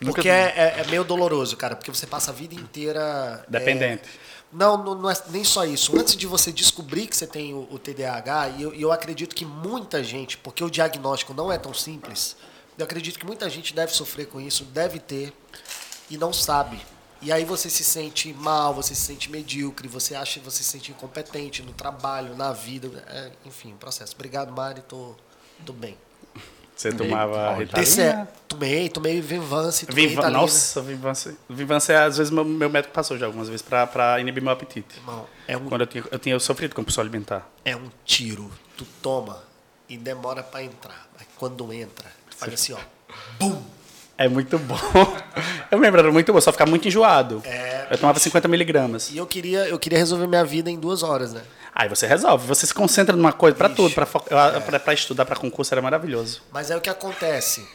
A: Nunca-
B: Porque é, é- é meio doloroso, cara. Porque você passa a vida inteira...
C: Dependente.
B: é, Não, não, não é nem só isso. Antes de você descobrir que você tem o, o TDAH, e eu, e eu acredito que muita gente, porque o diagnóstico não é tão simples, eu acredito que muita gente deve sofrer com isso, deve ter, e não sabe. E aí você se sente mal, você se sente medíocre, você acha você se sente incompetente no trabalho, na vida, é, enfim, um processo. Obrigado, Mari, tô, tô bem. É.
C: Você
A: Bem,
C: tomava
A: bom,
C: Ritalina?
B: Esse é, tomei, tomei Vivance, tomei
C: Viva,
B: Ritalina.
C: né? nossa, Vivance. Vivance, é, às vezes, meu, meu médico passou já algumas vezes pra, pra inibir meu apetite.
B: Irmão, é um
C: Quando eu tinha, eu tinha sofrido compulsão alimentar.
B: é um tiro. Tu toma e demora pra entrar. Mas quando entra, tu faz assim, ó. Bum!
C: É muito bom. Eu me lembro, era muito bom, só ficava muito enjoado.
B: É.
C: Eu tomava 50 miligramas.
B: E eu queria, eu queria resolver minha vida em duas horas, né?
C: Aí você resolve, você se concentra numa coisa, pra
B: Ixi. é.
C: tudo, pra, fo- ah, pra, pra estudar, pra concurso, era maravilhoso.
B: Mas aí o que acontece?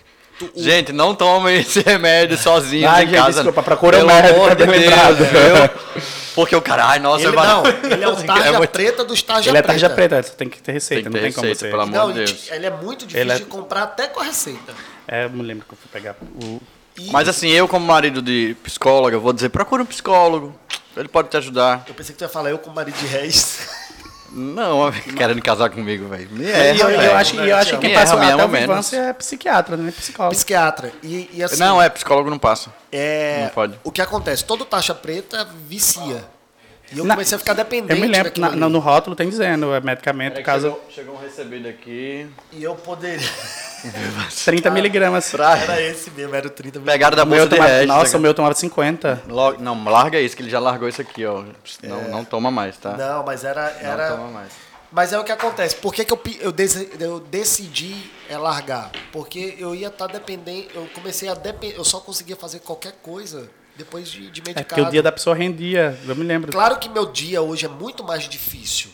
A: Gente, não tomem esse remédio sozinho
C: É. Ai,
A: em
C: gente,
A: casa.
C: desculpa, procura um
A: Pelo
C: médico,
A: amor
C: é
A: de
C: bem
A: Deus,
C: lembrado.
A: viu? Porque o cara, ai, nossa,
B: Ele
A: vai-
B: não, ele é o tarja
A: muito-
B: preta dos tarja
C: Ele é
B: preta.
C: tarja preta, você tem que ter receita,
A: Tem que
C: não
A: ter
C: tem
A: receita, pelo
C: como
A: amor
C: você...
B: Não,
A: Meu Deus.
B: ele é muito difícil
C: Ele é-
B: de comprar até com a receita.
C: É, eu me lembro que eu fui pegar o...
B: E
A: Mas assim, eu como marido de psicóloga, vou dizer, procura um psicólogo. Ele pode te ajudar.
B: eu pensei que tu ia falar eu com o marido de réis.
A: Não, amigo, querendo casar comigo, velho. Me
C: E
A: erra,
C: eu, É, eu
A: velho.
C: acho, e eu acho que quem
A: Me
C: passou
A: erra, me
C: até
A: ama
C: o
A: menos.
C: Vivance é psiquiatra, não é psicólogo.
B: Psiquiatra. E, e assim,
A: Não, é, psicólogo não passa.
B: é,
A: não pode.
B: O que acontece? Todo taxa preta vicia. E eu
C: Na-
B: comecei a ficar dependente
C: Eu me lembro,
B: daquilo
C: na-
B: ali.
C: no, no rótulo tem dizendo, é medicamento, caso
A: chegou um recebido aqui.
B: E eu poderia...
C: 30 miligramas.
B: Era esse mesmo, era o 30 mil.
A: Pegaram da
C: O meu
A: bolsa de
C: tomava,
A: resto. né?
C: nossa, o meu tomava 50.
A: Logo- não, larga isso, que ele já largou isso aqui, ó.
C: É.
A: Não, não toma mais, tá? Não,
B: Não, mas era. era...
C: então-
A: toma mais.
B: Mas é o que acontece. Por que, que eu, pi- eu, dese- eu decidi é, largar? Porque eu ia estar dependendo. Eu comecei a depender. Eu só conseguia fazer qualquer coisa depois de, de
C: É
B: medicado.
C: porque o dia da pessoa rendia, eu me lembro.
B: Claro que meu dia hoje é muito mais difícil,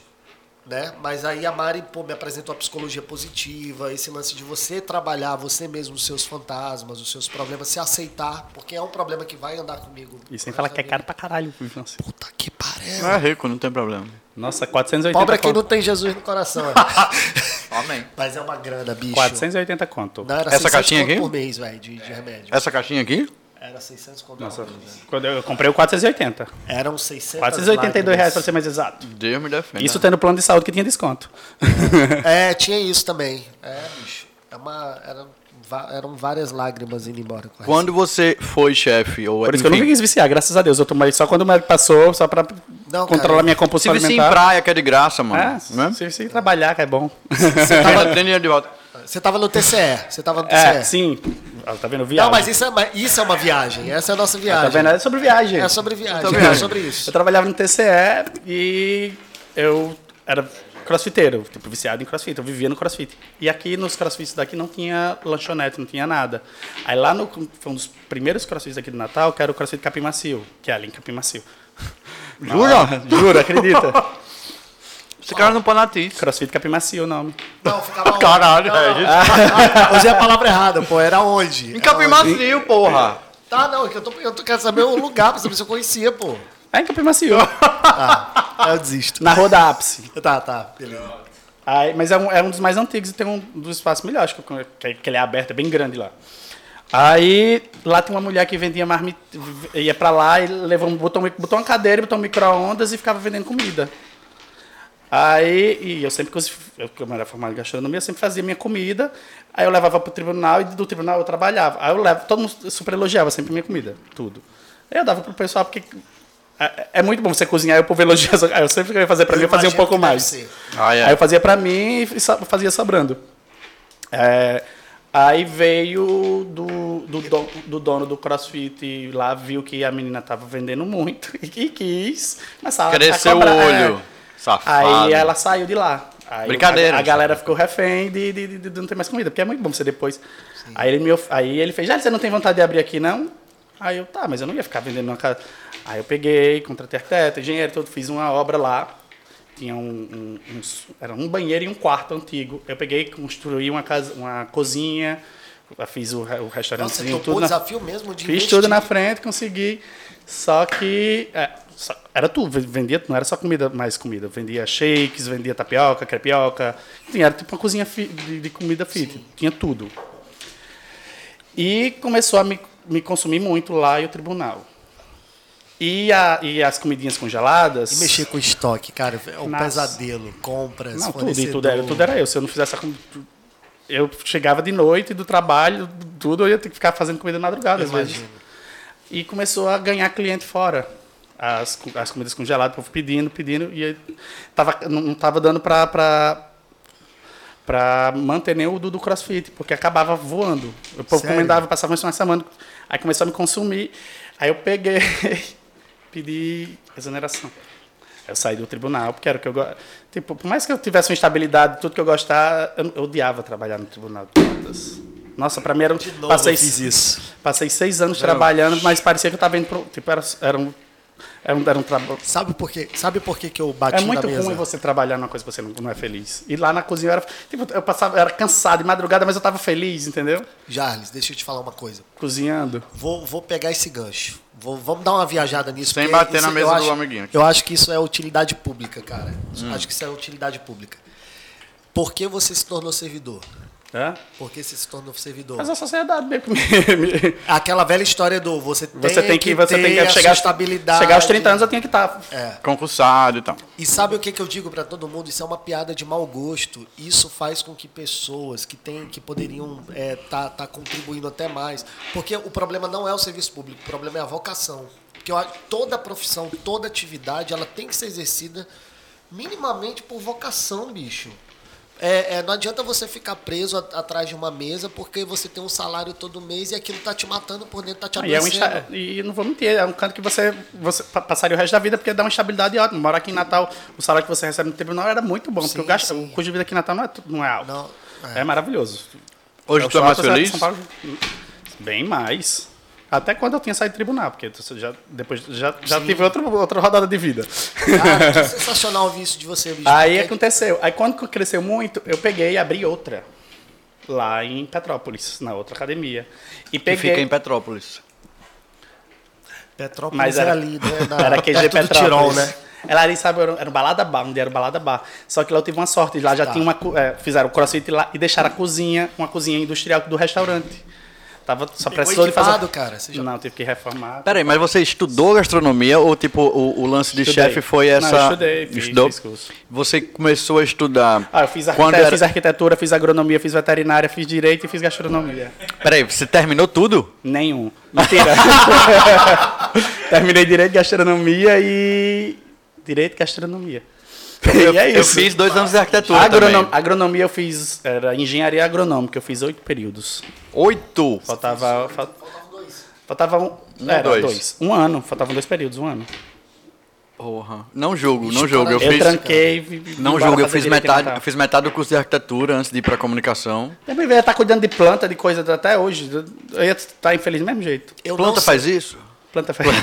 B: né? Mas aí a Mari pô, me apresentou a psicologia positiva, esse lance de você trabalhar você mesmo os seus fantasmas, os seus problemas, se aceitar, porque é um problema que vai andar comigo.
C: E sem falar que é caro pra caralho. Vivance.
B: Puta que pariu.
A: é rico, não tem problema.
C: Nossa, 480
B: Pobre é quem
C: conto.
B: não tem Jesus no coração. né?
A: Amém.
B: Mas é uma grana, bicho.
C: 480 conto.
B: Não, era
A: Essa
B: 600
A: caixinha
B: conto
A: aqui?
B: por mês, velho, de, de remédio.
A: Essa caixinha aqui?
B: Era 600 conto
C: Nossa,
B: por mês.
C: quando eu eu comprei o 480.
B: Eram 600
C: 482 reais pra
B: lágrimas.
C: ser mais exato.
A: Deus me defenda.
C: Isso tendo plano de saúde que tinha desconto.
B: É, tinha isso também. É, bicho. É uma, era, va- eram várias lágrimas indo embora. Com a
A: Quando você foi chefe ou
C: Por isso que eu nunca quis viciar, graças a Deus. Eu tomei só quando o médico passou, só pra
B: Não,
C: controlar
B: cara,
C: minha
A: se
C: compulsão
A: vicia em
C: alimentar.
A: praia, que é de graça, mano.
C: É,
A: né?
C: se, se trabalhar, que é bom.
A: Você tava tendo dinheiro de volta.
B: receita. Você tava no TCE. Você tava no TCE.
C: É, sim. Ah, Tá vendo? Viagem.
B: Não, mas isso é, ma- isso é uma viagem. Essa é a nossa
C: Tá
B: viagem.
C: vendo? É sobre viagem.
B: É sobre viagem.
A: Sobre viagem.
B: É sobre isso.
C: Eu trabalhava no TCE e eu era crossfiteiro, tipo, viciado em crossfit, eu vivia no crossfit. E aqui nos crossfits daqui não tinha lanchonete, não tinha nada. Aí lá no, foi um dos primeiros crossfits aqui do Natal, que era o crossfit Capim Macio, que é ali em Capim Macio.
A: Jura?
C: Jura, acredita?
A: Ah. Esse cara não pode natis.
C: crossfit Capim Macio é o nome.
B: Não, ficava onde?
A: Caralho,
B: Não, não. Usei a palavra errada, pô. Era onde?
A: Em
B: Era
A: Capim
B: onde?
A: Macio, porra.
B: Tá, não. é que Eu, tô, eu tô, quero saber o lugar pra saber se eu conhecia, pô.
C: É em Capim Macio,
B: Aí eu desisto.
C: na Rua da Ápice.
B: Tá, tá, beleza.
C: Aí, mas é um, é um dos mais antigos e tem um dos espaços melhores, que, eu- que, que ele é aberto, é bem grande lá. Aí, lá tem uma mulher que vendia marmita, ia pra lá e levou, um- botou, um- botou uma cadeira, botou um micro-ondas e ficava vendendo comida. Aí, e eu sempre, cozi- eu, como era formado em gastronomia, eu sempre fazia minha comida, aí eu levava pro tribunal e do tribunal eu trabalhava. Aí eu levo, todo mundo super elogiava sempre minha comida, tudo. Eu dava pro pessoal, porque é, é muito bom você cozinhar e o povo elogia. Aí eu sempre ia fazer pra mim, eu fazia um
B: imagino
C: pouco
B: que deve
C: mais.
B: ser.
A: Ah,
C: Aí eu fazia pra mim e so- fazia sobrando. É, aí veio do, do, don- do dono do CrossFit lá, viu que a menina tava vendendo muito e que quis. Mas a,
A: Cresceu o olho. Safado.
C: Aí é. ela saiu de lá. Aí
A: Brincadeira, né?
C: A, a
A: sabe?
C: galera ficou refém de, de, de- de não ter mais comida, porque é muito bom você depois. Aí ele, me, of- aí ele fez, já você não tem vontade de abrir aqui, não? Aí eu, tá, mas eu não ia ficar vendendo na casa. Aí eu peguei, contratei arquiteto, engenheiro, tudo, fiz uma obra lá. Tinha um, um- uns- era um banheiro e um quarto antigo. Eu peguei, construí uma, casa, uma cozinha, fiz o, re- o
B: Nossa,
C: restaurantezinho,
B: você topou
C: tudo.
B: o
C: na-
B: desafio mesmo de
C: Fiz
B: investir.
C: tudo na frente, consegui. Só que. é, só- era tudo, ve- vendia, não era só comida, mais comida. Vendia shakes, vendia tapioca, crepioca. Enfim, era tipo uma cozinha fi- de, de comida fit. Tinha tudo. E começou a me, me consumir muito lá e o tribunal. E, a- e as comidinhas congeladas.
B: E mexer com estoque, cara, é um
C: Nossa.
B: pesadelo. Compras,
C: Não, tudo, e
B: fornecedor.
C: tudo era, tudo era eu. Se eu não fizesse a comida. Eu chegava de noite do trabalho, tudo, eu ia ter que ficar fazendo comida madrugada, às vezes.
B: Imagino.
C: E começou a ganhar cliente fora. As, co- as comidas congeladas, o povo pedindo, pedindo, e aí tava, não não tava dando pra, pra, pra manter nem o do, do crossfit, porque acabava voando. O povo
B: Sério?
C: comendava, passava mais uma semana, aí começou a me consumir. Aí eu peguei, pedi exoneração. Eu saí do tribunal, porque era o que eu gosto. Tipo, por mais que eu tivesse uma estabilidade, tudo que eu gostar, eu, eu odiava trabalhar no tribunal de contas. Nossa, pra mim era um.
B: De novo
C: passei
B: eu fiz isso.
C: Passei seis anos trabalhando, mas parecia que eu tava indo pro. Tipo, era, era um. Era um, era um trabalho.
B: Sabe por quê? Sabe por quê que eu bati
C: É
B: na
C: muito
B: mesa?
C: ruim você trabalhar numa coisa que você não, não é feliz. E lá na cozinha eu era. Tipo, eu passava, eu era cansado de madrugada, mas eu tava feliz, entendeu?
B: Jarles, deixa eu te falar uma coisa.
C: Cozinhando.
B: Vou, vou pegar esse gancho. Vou- vamos dar uma viajada nisso.
A: Sem
B: porque
A: bater na
B: eu
A: mesa do
B: acho-
A: amiguinho aqui.
B: Eu acho que isso é utilidade pública, cara.
C: Hum.
B: Acho que isso é utilidade pública. Por que você se tornou servidor?
C: Né?
B: Por que você se tornou servidor?
C: Mas a sociedade meio que me- me-
B: Aquela velha história do você tem,
C: Você tem que, você
B: ter
C: tem
B: a
C: que
B: sua
C: chegar,
B: estabilidade.
C: chegar aos 30 anos, eu tinha que tá estar.
A: Concursado e tal.
B: E sabe o que, que eu digo para todo mundo? Isso é uma piada de mau gosto. Isso faz com que pessoas que têm, que poderiam estar contribuindo até mais. Porque o problema não é o serviço público, o problema é a vocação. Porque eu acho que toda profissão, toda atividade, ela tem que ser exercida minimamente por vocação, bicho. É, é, não adianta você ficar preso a- atrás de uma mesa porque você tem um salário todo mês e aquilo tá te matando por dentro, tá te
C: E, é um
B: adoecendo.
C: insta- e não vou mentir, é um canto que você, você pa- passaria o resto da vida, porque dá uma estabilidade ótima. Morar aqui em Natal, o salário que você recebe no tribunal era muito bom, porque
B: Sim,
C: o, gasto,
B: sim.
C: o custo de vida aqui em Natal não é, tu- não é alto.
B: Não,
C: é. maravilhoso.
A: Hoje
C: Eu
A: tu é
C: sou
A: mais
C: uma pessoa de
A: feliz?
C: São Paulo, Bem mais. Até quando eu tinha saído do tribunal, porque tu já, depois já, já tive outra, outra rodada de vida.
B: Cara, que sensacional ouvir isso de você, bicho. É
C: Aí é
B: porque-
C: aconteceu. Aí quando que cresceu muito, eu peguei e abri outra. Lá em Petrópolis, na outra academia.
A: Que
C: E peguei.
A: fica em Petrópolis.
B: Petrópolis
C: Mas
B: era,
C: era,
B: ali, né? Na,
C: era QG
B: perto do
C: Petrópolis.
B: Tirol, né?
C: Ela ali, sabe, era, era um balada bar, onde era o balada bar. Só que lá eu tive uma sorte, lá já
B: Tá.
C: tinha uma... co- é, fizeram o crossfit lá e deixaram a cozinha, uma cozinha industrial do restaurante. Tava só precisou de fazer...
B: equipado, cara, você já-
C: Não, tive que reformar.
A: Peraí, mas você estudou gastronomia ou tipo o, o lance de
C: Estudei.
A: chefe foi
C: Não,
A: essa?
C: eu estudei, fiz-
A: Estudou?
C: fiz curso.
A: Você começou a estudar.
C: Ah, eu fiz, arquite-
A: quando era...
C: fiz arquitetura, fiz agronomia, fiz veterinária, fiz direito e fiz gastronomia.
A: Peraí, você terminou tudo?
C: Nenhum. Mentira. Terminei direito, gastronomia e... Direito, gastronomia. e é isso.
A: Eu fiz dois anos de arquitetura
C: Agronom-
A: também.
C: Agronomia eu fiz, era engenharia agronômica, eu fiz oito períodos.
A: Oito.
C: Faltava. fal- Faltava um.
A: Um,
C: era,
A: dois.
C: dois. Um ano, faltavam dois períodos, um ano.
A: Porra. Não julgo, não julgo. Eu,
C: Eu,
A: fiz.
C: tranquei. vi- vim
A: Não
C: embora
A: julgo, eu
C: fazer
A: fiz
C: direito em
A: metade,
C: Natal.
A: eu fiz metade do curso de arquitetura antes de ir pra comunicação.
C: Eu ia estar cuidando de planta, de coisa até hoje. Eu ia estar infeliz do mesmo jeito.
B: Eu
A: Planta
B: não
A: faz isso?
C: Planta fez.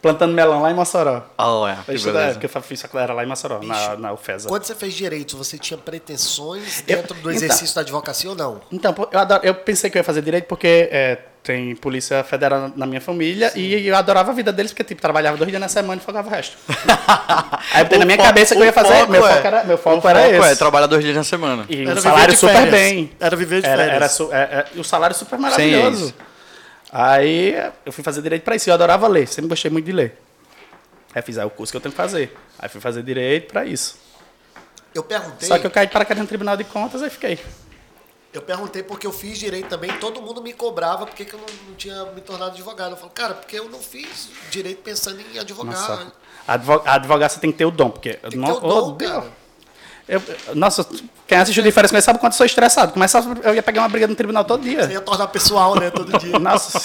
C: Plantando melão lá em Mossoró.
A: Ah, é. Que
C: Eu estudava,
A: beleza.
C: porque eu fiz faculdade era lá em Mossoró, na, na UFESA.
B: Quando você fez direito, você tinha pretensões
C: Eu-
B: dentro do
C: então-
B: exercício da advocacia ou não?
C: Então, pô, eu, adoro- eu pensei que eu ia fazer direito porque é, tem polícia federal na- na minha família e eu adorava a vida deles porque, tipo, trabalhava dois dias na semana e folgava o resto. Aí eu botei na
A: O
C: minha
A: fo-
C: cabeça que eu ia
A: o
C: fazer,
A: foco
C: meu
A: é-
C: foco era, meu
A: O
C: foco era
A: foco é
C: esse.
A: trabalhar dois dias na semana.
C: e
B: Era
C: um
B: viver
C: salário
B: de
C: super
B: férias.
C: bem.
B: Era viver de
C: Era,
B: férias.
C: era su- é- é- e o salário super
A: é isso.
C: maravilhoso. Aí eu fui fazer direito pra isso. Eu adorava ler, sempre gostei muito de ler. Aí fiz ah, o curso que eu tenho que fazer. Aí fui fazer direito pra isso.
B: Eu perguntei.
C: Só que eu caí para cá no Tribunal de Contas aí fiquei.
B: Eu perguntei porque eu fiz direito também, todo mundo me cobrava porque que eu não, não tinha me tornado advogado. Eu falo, cara, porque eu não fiz direito pensando em advogar.
C: Nossa, advo- a advogacia tem que ter o dom, porque...
B: que
C: não-
B: ter o dom,
C: oh, Deus.
B: cara.
C: Eu- eu- nossa, quem assistiu de férias comigo sabe o quanto eu sou estressado. Começa, eu ia pegar uma briga no tribunal todo
B: Você
C: dia.
B: ia tornar pessoal, né, todo dia.
C: Nossa,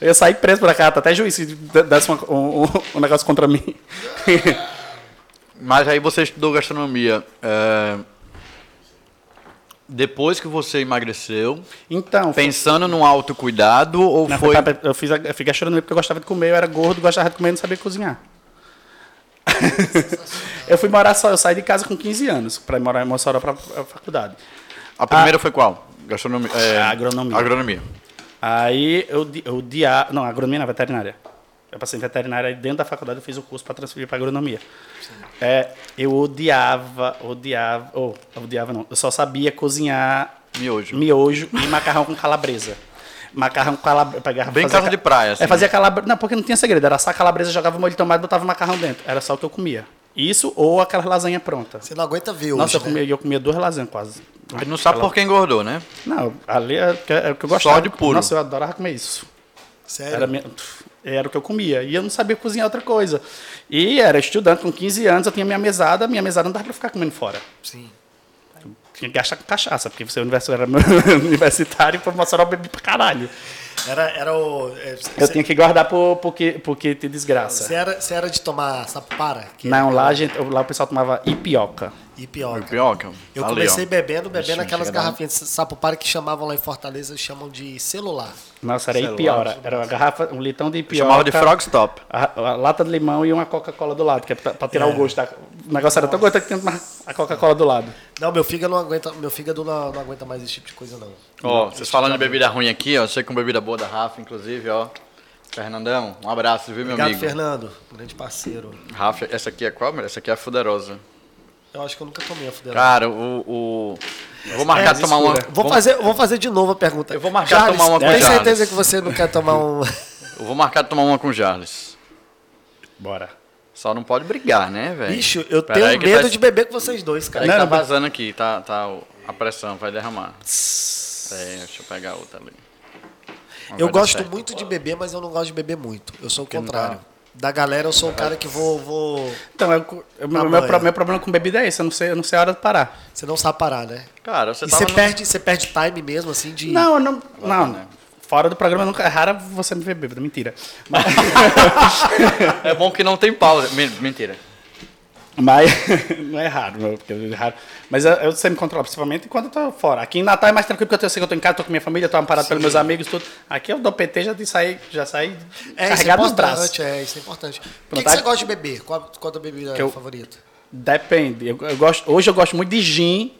C: eu ia sair preso por cá, tá até juiz se d- desse uma- um, um- um negócio contra mim.
A: Mas aí você estudou gastronomia. é, Depois que você emagreceu,
C: Então, foi-
A: pensando num autocuidado ou
C: Não,
A: foi.
C: foi pra- eu fiz a, eu fiz gastronomia porque eu gostava de comer, eu era gordo, gostava de comer e não sabia cozinhar. eu fui morar só, eu saí de casa com 15 anos para morar em Mossoró para a faculdade.
A: A primeira foi qual? Gastronomia. é,
C: Ah. Agronomia.
A: Agronomia.
C: Aí eu, di- eu dia, não, agronomia não, veterinária. Eu passei em veterinária aí dentro da faculdade eu fiz o curso para transferir para agronomia. É, eu odiava, odiava, ou odiava não, eu só sabia cozinhar
A: Miojo.
C: miojo e macarrão com calabresa. Macarrão com calabresa. Pegava,
A: Bem
C: fazia
A: casa de praia, assim,
C: É, fazia calabresa. Não, porque não tinha segredo. Era só calabresa, jogava molho de tomate e botava macarrão dentro. Era só o que eu comia. Isso ou aquela lasanha pronta.
B: Você não aguenta ver hoje,
C: Nossa, eu
B: né?
C: comia, eu comia duas lasanhas quase.
A: Mas não sabe por que engordou, né?
C: Não, ali é o que- é o que eu gostava.
A: de puro.
C: Nossa, eu adorava comer isso.
B: Sério.
C: Era, minha- pff, era o que eu comia. E eu não sabia cozinhar outra coisa. E era estudante, com 15 anos, eu tinha minha mesada. Minha mesada não dava pra ficar comendo fora.
B: Sim.
C: Tinha que gastar com cachaça, porque você é era universitário e pra Mossoró eu bebi pra caralho.
B: Era, era o. é,
C: Eu
B: Você
C: tinha que guardar pro, pro, que, pro que te
B: você
C: desgraça.
B: era, você era de tomar sapara? Que
C: Não, lá, a gente, lá o pessoal tomava ipioca.
B: E pior.
A: Pioca.
B: Eu
A: ali, ó.
B: comecei bebendo, bebendo
C: Ixi,
B: aquelas
C: chega a dar um-
B: garrafinhas de sapopara que chamavam lá em Fortaleza, eles chamam de celular.
C: Nossa, era
A: Sei lá,
C: ipiora. Era uma garrafa, um litão de ipioca.
A: Chamava de Frog Stop.
C: A, a lata de limão e uma Coca-Cola do lado, que é pra, pra tirar o gosto. da- o negócio era tão gostoso que tinha uma- a Coca-Cola do lado.
B: Não, meu fígado não aguenta, meu fígado não, não aguenta mais esse tipo de coisa, não.
A: Ó, vocês falando de bebida ruim aqui, ó. Sei com bebida boa da Rafa, inclusive, ó. Fernandão, um abraço, viu, meu
B: Obrigado,
A: amigo?
B: Fernando, grande parceiro.
A: Rafa, essa aqui é qual, mulher? Essa aqui é a Fuderosa.
B: Eu acho que eu nunca tomei a fuderosa.
A: Cara, o. o- eu vou marcar de tomar uma.
C: escura.
B: É Vou fazer, vou fazer de novo a pergunta.
A: Eu vou marcar tomar uma com
B: Tem
A: Charles.
B: certeza que você não quer tomar um.
A: Eu vou marcar de tomar uma com o Jarles.
C: Bora.
A: Só não pode brigar, né, velho?
B: Bicho, eu
A: Pera
B: tenho
A: aí que
B: medo
A: tá-
B: de beber com vocês dois, cara.
A: Peraí que
C: Não,
A: tá
C: não, mas-
A: vazando aqui, tá, tá o- a pressão, vai derramar. Peraí, deixa eu pegar outra ali. Não
B: Eu
A: vai dar
B: gosto
A: certo. tá?
B: muito de beber, mas eu não gosto de beber muito. Eu sou o contrário. Da galera, eu sou o cara que vou. vou...
C: Então, eu- eu-
A: Tá
C: meu, meu,
B: Tamanho.
C: pro- meu problema com bebida é esse, eu não sei, eu não sei a hora de parar.
B: Você não sabe parar, né?
A: Cara, você
B: e
A: tava
B: você,
A: no-
B: perde, você perde time mesmo, assim, de.
C: Não, eu não. Não,
A: né?
C: Fora do programa, eu nunca, é raro você me ver bêbado, mentira. Mas,
A: É bom que não tem pausa. Men- Mentira.
C: mas- não é raro, não, porque é raro. Mas eu, eu sempre me controlo, principalmente quando eu tô fora. Aqui em Natal é mais tranquilo, porque eu sei que eu tô em casa, tô com minha família, tô amparado pelos meus amigos, tudo. Aqui eu dou PT, já saí, já
B: É,
C: saí
B: isso é
C: carregado nos braços. tá-
B: importante, é, isso é importante. O que,
C: Pronto,
B: que você
C: aí-
B: gosta de beber? Qual, qual a tua bebida
C: eu-
B: favorita?
C: Depende. Eu, eu gosto, hoje eu gosto muito de gin.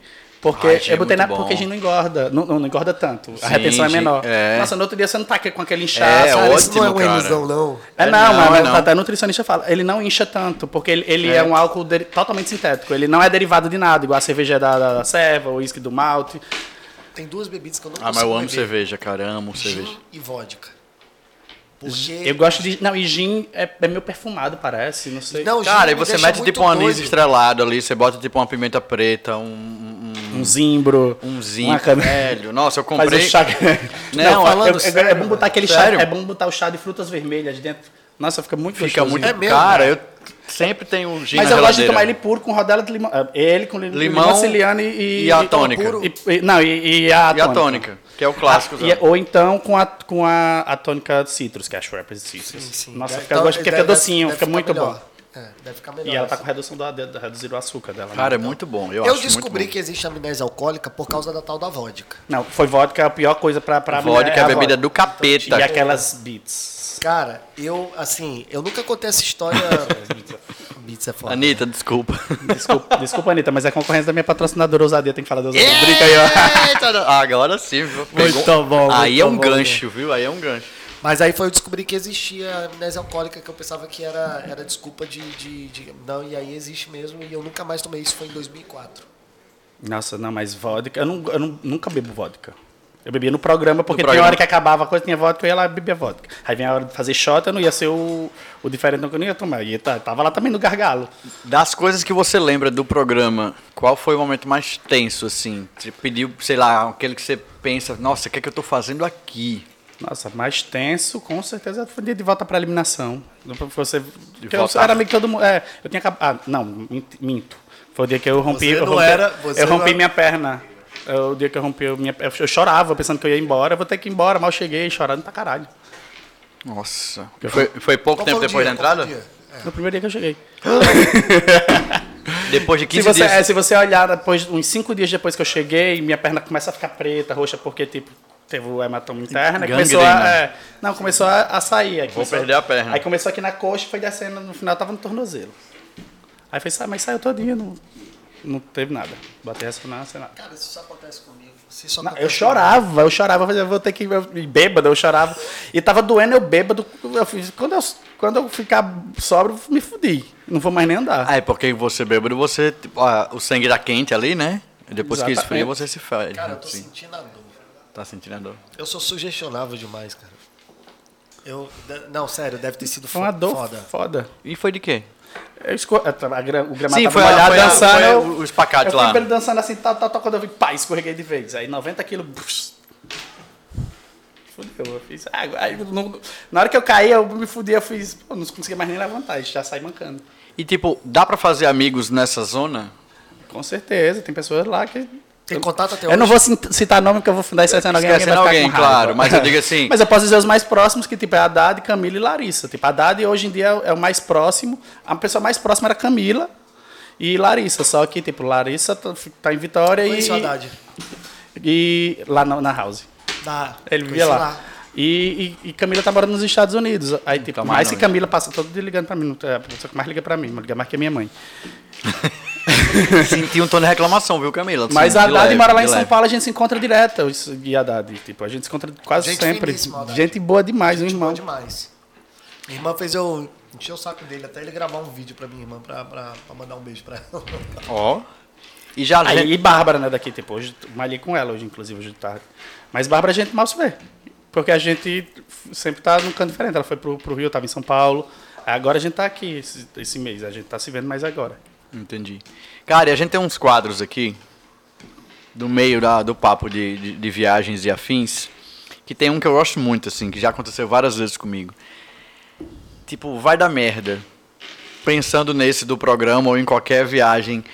C: Porque
A: Ai, gin é
C: eu botei na,
A: muito bom.
C: porque gin não engorda, não, não engorda tanto. a retenção é
A: gin,
C: menor.
A: é.
C: Nossa, no outro dia você não tá aqui com aquele inchaço.
A: É,
C: sabe?
A: ótimo,
B: isso não é uma
A: cara.
B: ilusão, não.
C: É,
A: É,
C: não,
A: não,
C: mas
A: é não.
C: até o nutricionista fala, ele não incha tanto, porque ele, ele é. um álcool de- totalmente sintético, ele não é derivado de nada, igual a cerveja da, da, da ceva, o uísque do malte.
B: Tem duas bebidas que eu não
A: Ah,
B: consigo
A: mas eu amo
B: beber.
A: cerveja, cara. Amo cerveja.
B: Gin e vodka. Porque...
C: Eu gosto de... Não, e gin é, é meio perfumado, parece, não sei.
B: Não, gin
A: Cara, e
B: me
A: você
B: deixa
A: mete
B: muito
A: tipo um anis
B: doido.
A: estrelado ali, você bota tipo uma pimenta preta, um, um,
C: Um zimbro.
A: um- um
C: Uma
A: zinco,
C: cana-
A: velho. Nossa, eu
C: Faz o
A: comprei...
C: chá.
A: Não,
C: Não,
A: falando
C: é- é- é,
A: sério,
C: bom botar aquele
A: sério.
C: chá, é bom botar o chá de frutas vermelhas dentro. Nossa, fica muito
A: Fica
C: gostoso.
A: muito...
B: É mesmo,
A: cara, eu sempre tenho gin
C: Mas
A: na
C: eu gosto de
A: geladeira.
C: tomar ele puro com rodela de limão. É, Ele com limão,
A: Limão
C: limão siciliano e,
A: e a tônica.
C: puro. E, e- não, e, e a
A: E a tônica, que é o clássico.
C: E- ou então com a, com a, a tônica de citrus, que é a Schweppes de citrus.
B: Sim,
C: Nossa,
B: deve-
C: fica,
B: então,
C: gosto, porque
B: deve-
C: fica docinho,
B: deve
C: fica
B: ficar
C: muito
B: melhor.
C: bom.
B: É, deve ficar melhor.
C: E ela tá
B: essa.
C: com redução do, de, reduzir o açúcar dela. né?
A: Cara, é muito bom. Eu,
B: Eu
A: acho
B: descobri
A: muito
B: que existe amnésia alcoólica por causa da tal da vodka.
C: Não, foi vodka, a pior coisa pra, pra
A: bom. Vodka é
C: a
A: a bebida
B: Então,
A: do
C: E
A: capeta.
C: aquelas beats.
B: Cara, eu, assim, eu nunca contei essa história. Beats é foda.
A: Anitta, desculpa.
C: Desculpa, desculpa, Anitta, mas é concorrência da minha patrocinadora ousadia, tem que falar da ousadia.
A: É?
C: Brinca aí, ó.
A: Eita, não. Ah, agora sim, viu? Pegou.
C: Muito bom,
A: Aí
C: muito
A: é um
C: bom.
A: gancho, viu? Aí é um gancho.
B: Mas aí foi eu descobri que existia a amnésia alcoólica, que eu pensava que era, era desculpa de, de, de- Não, e aí existe mesmo, e eu nunca mais tomei isso, foi em 2004.
C: Nossa, não, mas vodka. Eu, não, eu não- nunca bebo vodka. Eu bebia no programa, porque tinha
A: programa.
C: hora que acabava a coisa, tinha vodka, eu ia lá e bebia vodka. Aí vinha a hora de fazer shot, eu não ia ser o, o diferente, não, que eu não ia tomar. E tá- tava lá também no gargalo.
A: Das coisas que você lembra do programa, qual foi o momento mais tenso, assim? Você pediu, sei lá, aquele que você pensa, nossa, o que é que eu tô fazendo aqui?
C: Nossa, mais tenso, com certeza, foi um dia de volta para eliminação. Você, porque eu
A: volta.
C: era meio que todo mundo. É, eu tinha acabado. Ah, não, mint- minto. Foi o dia que eu rompi.
B: Você
C: eu
B: não
C: rompi,
B: era- você
C: eu rompi
B: não-
C: minha perna. É o dia que eu rompi minha perna. Eu chorava pensando que eu ia embora, eu vou ter que ir embora. Mal cheguei, chorando pra caralho.
A: Nossa. Foi, foi pouco
B: Qual
A: tempo
B: foi o
A: depois
B: dia?
A: da
B: Qual
A: entrada?
B: foi o dia?
C: No primeiro dia que eu cheguei.
A: Depois de
C: Se
A: 15
C: você,
A: dias.
C: é, se você olhar depois, uns cinco dias depois que eu cheguei, minha perna começa a ficar preta, roxa, porque tipo, teve o hematoma interno.
A: Gangrena.
C: Começou a, é, não, começou a, a sair. Aí começou-
A: perder a perna.
C: Aí começou aqui na coxa e foi descendo, no final tava no tornozelo. Aí foi, sa- mas saiu todinha, não, não teve nada. Botei ressonância, nada.
B: Cara, isso só acontece comigo. tá Se isso
C: Não,
B: acontece
C: eu chorava, eu chorava, eu fazia, vou ter que eu, e bêbado, eu chorava. E tava doendo, eu bêbado. Eu fiz, quando, eu, quando eu ficar sóbrio, eu me fudi. Não vou mais nem andar.
A: Ah, é porque você bêbado, você. tipo, ah, o sangue tá quente ali, né? Depois que
C: Exatamente.
A: esfria, você se faz.
B: Cara, eu tô
A: assim.
B: sentindo a dor.
A: Tá sentindo a dor.
B: Eu sou sugestionável demais, cara. Eu. de- Não, sério, deve ter sido
C: Foi É uma dor
B: foda.
C: foda.
A: E foi de quê?
C: Eu esco... a tra- a gra- O gramado
A: Sim,
C: tava
A: foi a-
C: molhado,
A: foi a-
C: dançando.
A: foi
C: eu-
A: o- o espacate
C: eu
A: lá.
C: fui pra ele dançando assim, tal, tal, tal. Quando eu vi, pá, escorreguei de vez. Aí 90 quilos... buf, Fudeu, eu fiz... ah, aí eu não- Na hora que eu caí, eu me fudi, eu fiz... Pô, não consegui mais nem levantar, eu já saí mancando.
A: E tipo, dá pra fazer amigos nessa zona?
C: Com certeza, tem pessoas lá que...
B: Tem contato até
C: Eu não
B: hoje?
C: vou cint- citar nome, porque eu vou fundar isso alguém. vai
A: Esquecendo
C: ficar
A: alguém,
C: com raiva.
A: claro, mas eu digo assim-
C: mas eu posso dizer os mais próximos, que tipo é Haddad, Camila e Larissa. Tipo, Haddad hoje em dia é o- é o mais próximo. A pessoa mais próxima era Camila e Larissa. Só que, tipo, Larissa tá, tá em Vitória
B: Conheci o
C: e,
B: Haddad.
C: e... lá na, na House.
B: Dá.
C: Ele
B: Conheci
C: vivia lá. E, e, e Camila tá morando nos Estados Unidos. Aí, tipo,
A: mais
C: mais que
A: longe.
C: Camila passa todo dia ligando pra mim. não- É a pessoa que mais liga pra mim, liga mais que a minha mãe.
A: Senti um tom de reclamação, viu, Camila? Assim,
C: Mas
A: de
C: a Haddad
A: leve,
C: mora lá
A: de
C: em São
A: leve.
C: Paulo, a gente se encontra direto, eu s- e a Haddad. Tipo, a gente se encontra quase
B: Gente
C: sempre.
B: finíssima, Haddad.
C: Gente boa demais, um
B: Bom
C: irmão.
B: demais. Minha irmã fez eu encher o saco dele até ele gravar um vídeo pra minha irmã, pra, pra, pra mandar um beijo pra ela.
A: Ó. E já
C: Aí, e Bárbara, né, daqui, tipo, hoje eu malhei com ela hoje, inclusive, hoje de tarde. Mas Bárbara a gente mal se vê. Porque a gente f- sempre tá num canto diferente. Ela foi pro, pro Rio, eu tava em São Paulo. Agora a gente tá aqui esse, esse mês, a gente tá se vendo mais agora.
A: Entendi. Cara, e a gente tem uns quadros aqui do meio da- do papo de, de, de viagens e afins, que tem um que eu gosto muito, assim, que já aconteceu várias vezes comigo. Tipo, vai dar merda. Pensando nesse do programa ou em qualquer viagem,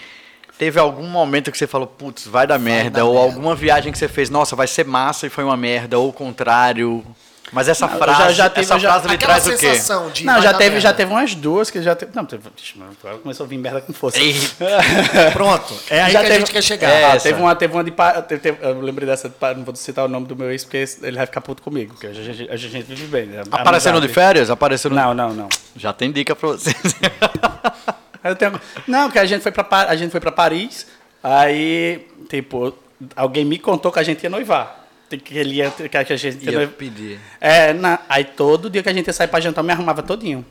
A: teve algum momento que você falou, putz, vai dar merda, ou alguma viagem que você fez, nossa, vai ser massa e foi uma merda, ou o contrário. Mas essa
C: eu
A: frase,
C: já- já teve-
A: essa
C: eu já-
A: frase ele
B: Aquela
A: traz o quê?
B: sensação de.
C: não,
B: vai
C: já
B: dar
C: teve, já
B: merda.
C: teve umas duas que já teve. Não, teve, ixi, mano, agora começou a vir merda com força.
A: Eita.
B: Pronto. É aí
C: Já
B: que a
C: teve-
B: gente quer chegar.
A: É,
C: Ah,
A: essa.
C: teve uma, teve uma de. pa- teve- teve- eu lembrei dessa. de pa- Não vou citar o nome do meu ex, porque esse- ele vai ficar puto comigo. Porque a gente, a gente vive bem. né?
A: Apareceram de
C: Amizade.
A: férias? Apareceram
C: Não, não, não.
A: Já tem dica pra vocês.
C: Aí eu tenho- Não, que a gente foi pra, Pa- a gente foi pra Paris. Aí, tipo, alguém me contou que a gente ia noivar. Que ele ia, que a gente ia, noivar.
A: pedir.
C: É, na- aí todo dia que a gente ia sair pra jantar, eu me arrumava todinho.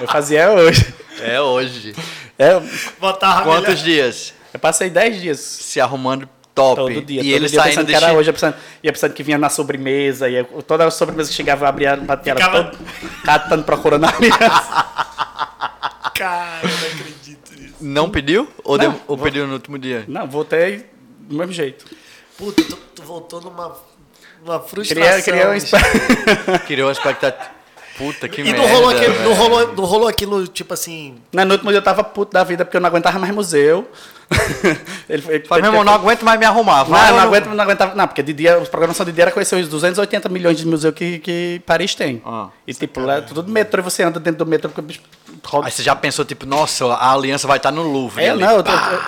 C: eu fazia hoje.
A: É hoje.
C: É, Eu,
B: Botar a
A: Quantos dias?
C: eu passei 10 dias
A: Se arrumando top.
C: Todo dia.
A: E
C: todo
A: ele
C: dia
A: saindo
C: pensando
A: de
C: que era
A: chi-
C: hoje, eu pensando, ia pensando que vinha na sobremesa. E eu- toda a sobremesa que chegava, eu abria, batia ela
B: Ficava-
C: todo, catando, procurando a minha.
B: Cara, eu não acredito nisso.
A: Não pediu? Ou,
C: Não,
A: deu- ou pediu no último dia?
C: Não, voltei do mesmo jeito.
B: Puta, tu, tu voltou numa, numa frustração.
C: Queria, queria um
B: bicho.
C: espa-
A: Criou uma expectativa. Puta que
B: E
A: merda.
B: não rolou, aquele,
A: velho.
B: não, rolou, não rolou aquilo, tipo assim.
C: Na noite eu tava puto da vida, porque eu não aguentava mais museu. Ele foi.
A: Fala, meu irmão, não aguento mais me arrumar.
C: Não,
A: Vai,
C: não,
A: lá no-
C: aguento, não aguentava. Não, porque de dia, os programas são de dia era conhecer os 280 milhões de museu que, que Paris tem.
A: Ah.
C: e tipo, lá, é tudo metrô e você anda dentro do metrô porque o bicho roda.
A: Aí você já pensou, tipo, nossa, a aliança vai estar no Louvre.
C: Eu
A: ali.
C: É, não, eu, tô- eu,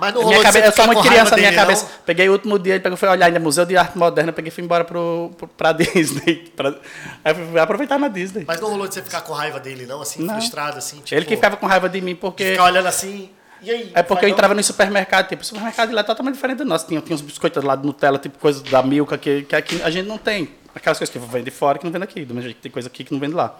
B: Mas não rolou de
C: Minha
B: você
C: cabeça, eu sou
B: ficar
C: muito
B: com raiva
C: criança na minha
B: dele, não?
C: cabeça. Peguei o último dia, ele pegou, foi olhar ainda Museu de Arte Moderna, peguei e fui embora pro, pro, pra Disney. Pra, aí fui aproveitar na Disney.
B: Mas não rolou de você ficar com raiva dele, não? Assim,
C: Não.
B: frustrado, assim. Tipo,
C: ele que ficava com raiva de mim
B: de
C: porque.
B: ficar olhando assim. E aí?
C: É porque
B: vai
C: eu
B: não?
C: entrava no supermercado, tipo, o supermercado lá é totalmente diferente do nosso. Tinha, tinha uns biscoitos lá de Nutella, tipo coisa da Milka, que, que aqui a gente não tem. Aquelas coisas que vende fora que não vende aqui, do mesmo jeito que tem coisa aqui que não vende lá.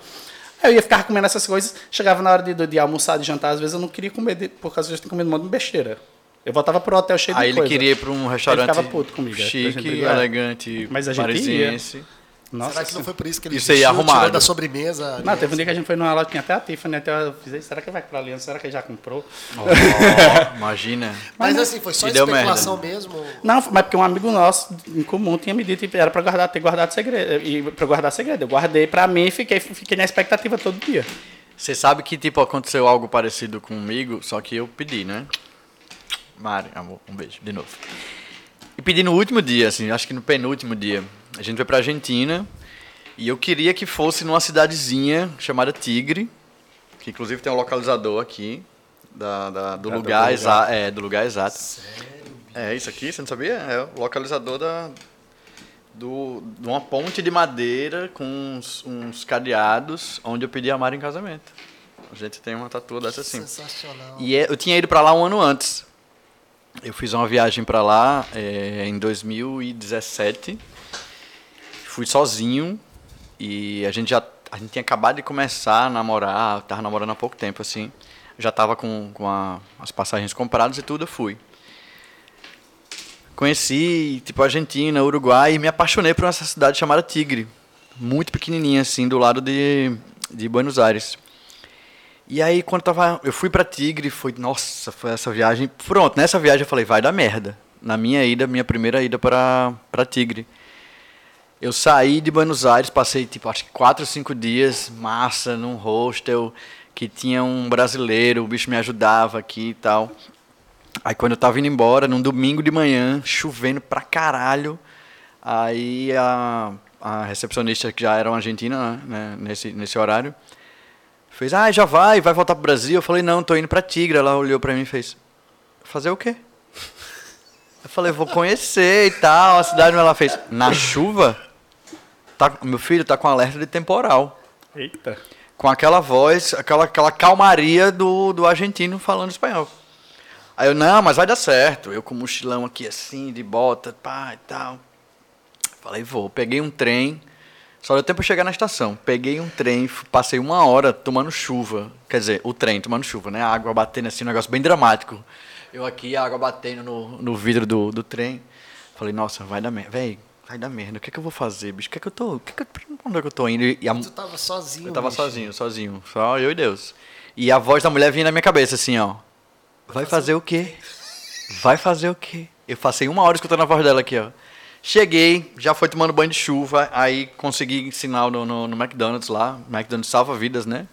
C: Aí eu ia ficar comendo essas coisas, chegava na hora de, de almoçar, de jantar, às vezes eu não queria comer, de, porque às vezes eu tenho comido um monte de besteira. Eu voltava pro hotel cheio
A: Aí
C: de
A: ele
C: coisa.
A: queria ir para um restaurante
C: ficava puto comigo, é, pra gente
A: chique,
C: brigar.
A: elegante,
C: Mas a gente ia.
A: parisiense.
C: Nossa,
B: Será que não foi por isso que ele
A: Isso aí, é
B: vestiu,
A: arrumado.
B: tirou da sobremesa?
C: Não, teve um dia que a gente foi numa loja, tinha até a Tiffany, até eu fiz, "Ei, será que vai pra Aliança? Será que já comprou?
A: Ó, imagina.
B: Mas assim, foi só
A: E deu
B: especulação mesmo.
C: Não, mas porque um amigo nosso em comum tinha me dito que era pra guardar, ter guardado segredo, e pra guardar segredo. Eu guardei pra mim e fiquei, fiquei na expectativa todo dia.
A: Você sabe que, tipo, aconteceu algo parecido comigo, só que eu pedi, né? Mari, amor, um beijo, de novo. E pedi no último dia, assim, acho que no penúltimo dia. A gente foi pra Argentina e eu queria que fosse numa cidadezinha chamada Tigre, que inclusive tem um localizador aqui da, da- do,
C: Da-
A: lugar
C: do
A: exa- é, do lugar exato. É isso aqui, você não sabia? É o localizador da, do, de uma ponte de madeira com uns, uns cadeados onde eu pedi a Mara em casamento. A gente tem uma tatu dessa assim.
B: Sensacional.
A: E é- eu tinha ido pra lá um ano antes. Eu fiz uma viagem pra lá é, em 2017. Fui sozinho e a gente já a gente tinha acabado de começar a namorar, tava namorando há pouco tempo assim. Já tava com, com a- as passagens compradas e tudo, eu fui. Conheci, tipo, Argentina, Uruguai e me apaixonei por essa cidade chamada Tigre. Muito pequenininha, assim, do lado de, de Buenos Aires. E aí, quando tava, eu fui pra Tigre, foi, nossa, foi essa viagem. Pronto, nessa viagem eu falei, vai dar merda. Na minha ida, minha primeira ida pra, pra Tigre. Eu saí de Buenos Aires, passei, tipo, acho que quatro, cinco dias, massa, num hostel, que tinha um brasileiro, o bicho me ajudava aqui e tal. Aí quando eu tava indo embora, num domingo de manhã, chovendo pra caralho, aí a, a recepcionista, que já era uma argentina, né, nesse, nesse horário, Fez, ah, já vai, vai voltar pro Brasil. Eu falei, não, tô indo pra Tigre. Ela olhou pra mim e fez, fazer o quê? Eu falei, vou conhecer e tal, a cidade. Ela fez, na chuva? Tá, meu filho tá com alerta de temporal.
C: Eita. é
A: Com aquela voz, aquela, aquela calmaria do, do argentino falando espanhol. Aí eu, não, mas vai dar certo. Eu com o mochilão aqui assim, de bota, pá e tal. Falei, vou. Peguei um trem. Só deu tempo de chegar na estação. Peguei um trem, f- passei uma hora tomando chuva. Quer dizer, o trem tomando chuva, né? A água batendo assim, um negócio bem dramático. Eu aqui, a água batendo no, no vidro do, do trem. Falei, nossa, vai dar merda. Véi, vai dar merda. O que é que eu vou fazer, bicho? O que é que eu tô. O que é que, pra onde é que eu tô indo? E a,
B: Tu tava sozinho.
A: eu tava
B: bicho.
A: sozinho, sozinho. Só eu e Deus. E a voz da mulher vinha na minha cabeça, assim, ó. Vai fazer o quê? Vai fazer o quê? Eu passei uma hora escutando a voz dela aqui, ó. Cheguei, já foi tomando banho de chuva, aí consegui sinal no, no, no McDonald's lá. McDonald's salva vidas, né?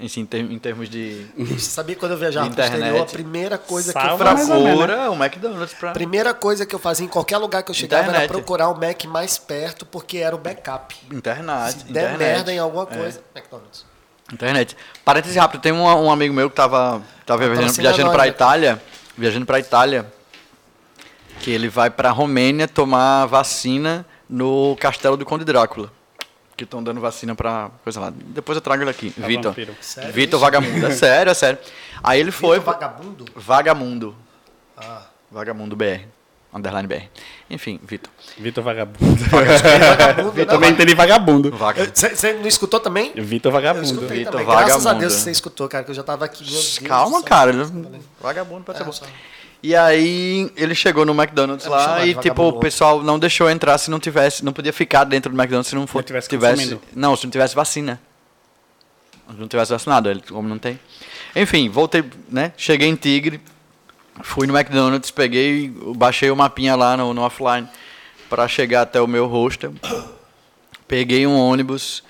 A: Assim, em, ter- em termos de
B: Você sabia que quando eu viajava pro
A: Internet.
B: exterior, a primeira coisa que eu
C: Salva,
A: pra
B: fazia.
C: mais ou menos,
B: né?
A: fora, o McDonald's pra...
B: A primeira coisa que eu fazia em qualquer lugar que eu chegava era
A: Internet.
B: procurar o Mac mais perto, porque era o backup.
A: Internet,
B: Se der
A: Ah, internet.
B: merda em alguma
A: É.
B: coisa, McDonald's.
A: Internet. Parênteses rápido, tem um, um amigo meu que tava, tava viajando,
B: sendo
A: viajando para
B: anônimo.
A: Itália, viajando para Itália, que ele vai para Romênia tomar vacina no castelo do Conde Drácula. Que estão dando vacina pra coisa lá. Depois eu trago ele aqui.
C: Tá
A: Vitor.
C: vampiro.
B: Sério
A: Vitor Vagamundo. É sério, é sério. Aí ele foi.
B: Vitor vagabundo?
A: Vagamundo.
B: Ah.
A: Vagamundo BR. Underline BR. Enfim, Vitor.
C: Vitor Vagabundo.
B: Vagabundo,
C: Eu
B: não,
C: É, também entendi vagabundo.
A: Vaga.
B: Você não escutou também?
C: Vitor
B: Eu
C: Vagabundo.
B: escutei
A: Vitor
B: também. Graças a
A: Vagabundo.
B: Deus que você escutou, cara, que eu já tava aqui. meu Deus
A: Calma,
B: do céu.
A: cara. ele- Vagabundo pode
B: É,
A: ser bom.
B: só-
A: E aí ele chegou no McDonald's
B: Eu vou chamar
A: lá
B: de
A: e tipo
B: vagabundo.
A: o pessoal não deixou entrar se não tivesse, não podia ficar dentro do McDonald's se não for,
C: Não tivesse consumindo.
A: não, se não tivesse vacina. Se não tivesse vacinado, ele como não tem. Enfim, voltei, né? Cheguei em Tigre, fui no McDonald's, peguei, baixei o mapinha lá no, no offline pra chegar até o meu hostel. Peguei um ônibus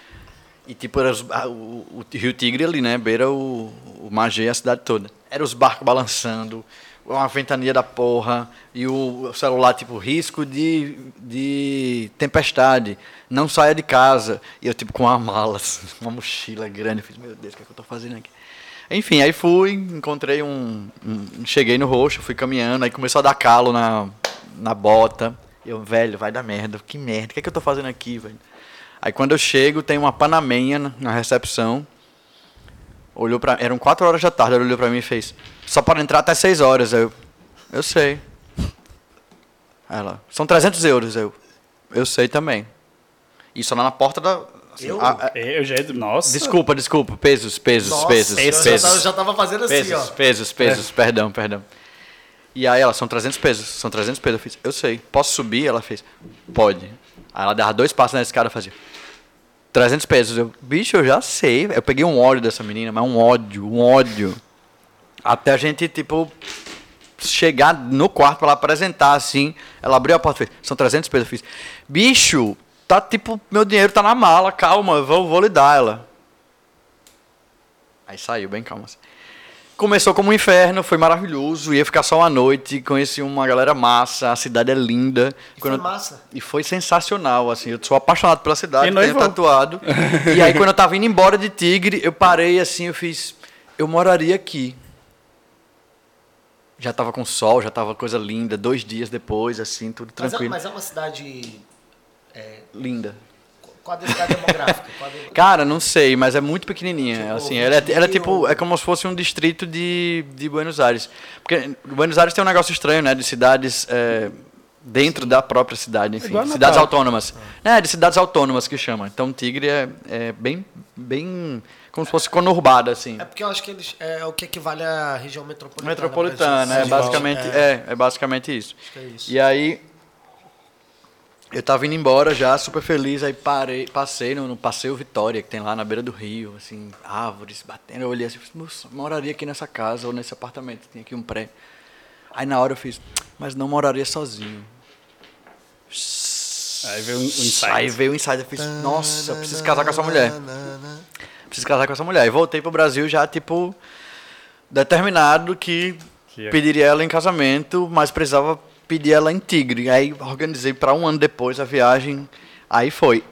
A: e tipo era os- ah, o, o Rio Tigre ali, né? Beira o, o Magé e a cidade toda. Era os barcos balançando, uma ventania da porra e o celular tipo risco de, de tempestade. Não saia de casa. E eu tipo com uma mala, assim, uma mochila grande, eu fiz, meu Deus, o que, é que eu tô fazendo aqui? Enfim, aí fui, encontrei um, um- cheguei no roxo, fui caminhando, aí começou a dar calo na na bota. Eu, velho, vai dar merda. Que merda. O que, é que eu tô fazendo aqui, velho? Aí quando eu chego, tem uma panamenha na- na recepção. Olhou pra Eram quatro horas da tarde, ela olhou pra mim e fez. Só para entrar até seis horas. Aí Eu. Eu sei. Aí Ela. São 300 euros. Aí Eu. Eu sei também. Isso lá na porta da. assim,
B: Eu?
A: a- a-
C: É, Eu já... Nossa.
A: desculpa, desculpa. Pesos, pesos,
B: Nossa,
A: pesos.
B: eu já
A: pesos
B: tava, eu já tava fazendo assim,
A: pesos,
B: ó.
A: pesos, pesos, perdão, perdão. E aí ela, são 300 pesos, são 300 pesos. Eu fiz, eu sei, posso subir? Ela fez, pode. Aí ela dava dois passos na escada e fazia, 300 pesos. Eu, bicho, eu já sei. Eu peguei um ódio dessa menina, mas um ódio, um ódio. Até a gente, tipo, chegar no quarto pra ela apresentar, assim. Ela abriu a porta e fez, são 300 pesos. Eu fiz, bicho, tá tipo, meu dinheiro tá na mala, calma, eu vou, vou lhe dar ela. Aí saiu, bem calma. assim. Começou como um inferno, foi maravilhoso, ia ficar só uma noite, conheci uma galera massa, a cidade é linda.
B: E
A: Quando
B: foi
A: eu-
B: massa.
A: e foi sensacional, assim. Eu sou apaixonado pela cidade,
C: E
A: tenho
C: noivou.
A: tatuado. e aí, quando eu tava indo embora de Tigre, eu parei assim, eu fiz. Eu moraria aqui. Já tava com sol, já tava coisa linda. Dois dias depois, assim, tudo
B: Mas é,
A: tranquilo.
B: mas é uma cidade. é,
A: Linda.
B: qual a densidade demográfica? Qual a de-
A: Cara, não sei, mas é muito pequenininha.
B: Tipo,
A: assim, ela é, ela é
B: 20
A: tipo,
B: mil.
A: é como se fosse um distrito de, de Buenos Aires. Porque Buenos Aires tem um negócio estranho, né? De cidades é, dentro da própria cidade, enfim.
C: igual a
A: cidades
C: Natal.
A: autônomas. É, de cidades autônomas que chama. Então, Tigre é, é bem, bem, como se fosse conurbada, assim.
B: É porque eu acho que eles, é o que equivale à região metropolitana. né,
A: Metropolitana, é
B: Brasil.
A: basicamente, é, é basicamente isso.
B: que é isso.
A: E aí eu tava indo embora já, super feliz, aí parei, passei no, no Passeio Vitória, que tem lá na beira do rio, assim, árvores batendo, eu olhei assim, falei, "Nossa, moraria aqui nessa casa ou nesse apartamento, tem aqui um pré. Aí na hora eu fiz, mas não moraria sozinho.
C: Aí veio o insight.
A: Aí veio o insight, eu fiz, nossa, preciso casar com essa mulher preciso casar com essa mulher. E voltei pro Brasil já, tipo, determinado que,
C: Que é. ia-
A: pediria ela em casamento, mas precisava pedir ela em Tigre. Aí organizei para um ano depois a viagem. Aí foi.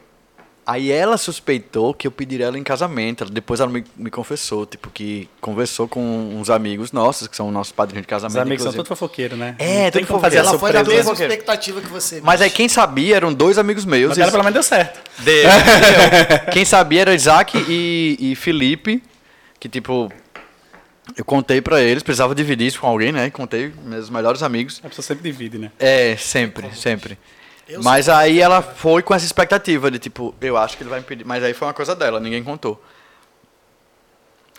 A: Aí ela suspeitou que eu pediria ela em casamento. Ela- Depois ela me, me confessou, tipo, que conversou com uns amigos nossos, que são nossos padrinhos de casamento.
C: Os amigos são
A: inclusive.
C: todos fofoqueiros, né?
A: É,
C: Não
A: tudo
C: tem como
A: fofoqueiro.
C: fazer
B: Ela
C: a
B: foi na
C: surpresa.
B: mesma
A: fofoqueiro.
B: expectativa que você.
A: Mas é aí
B: bicho.
A: quem sabia eram dois amigos meus.
C: Mas
A: eles-
C: ela pelo menos deu certo.
A: Deu, deu. Quem sabia era Isaac e, e Felipe, que tipo. Eu contei pra eles, precisava dividir isso com alguém, né? Contei, meus melhores amigos.
C: A pessoa sempre divide, né?
A: É, sempre, sempre.
B: Eu
A: Mas aí ela foi com essa expectativa de tipo, eu acho que ele vai me pedir. Mas aí foi uma coisa dela, ninguém contou.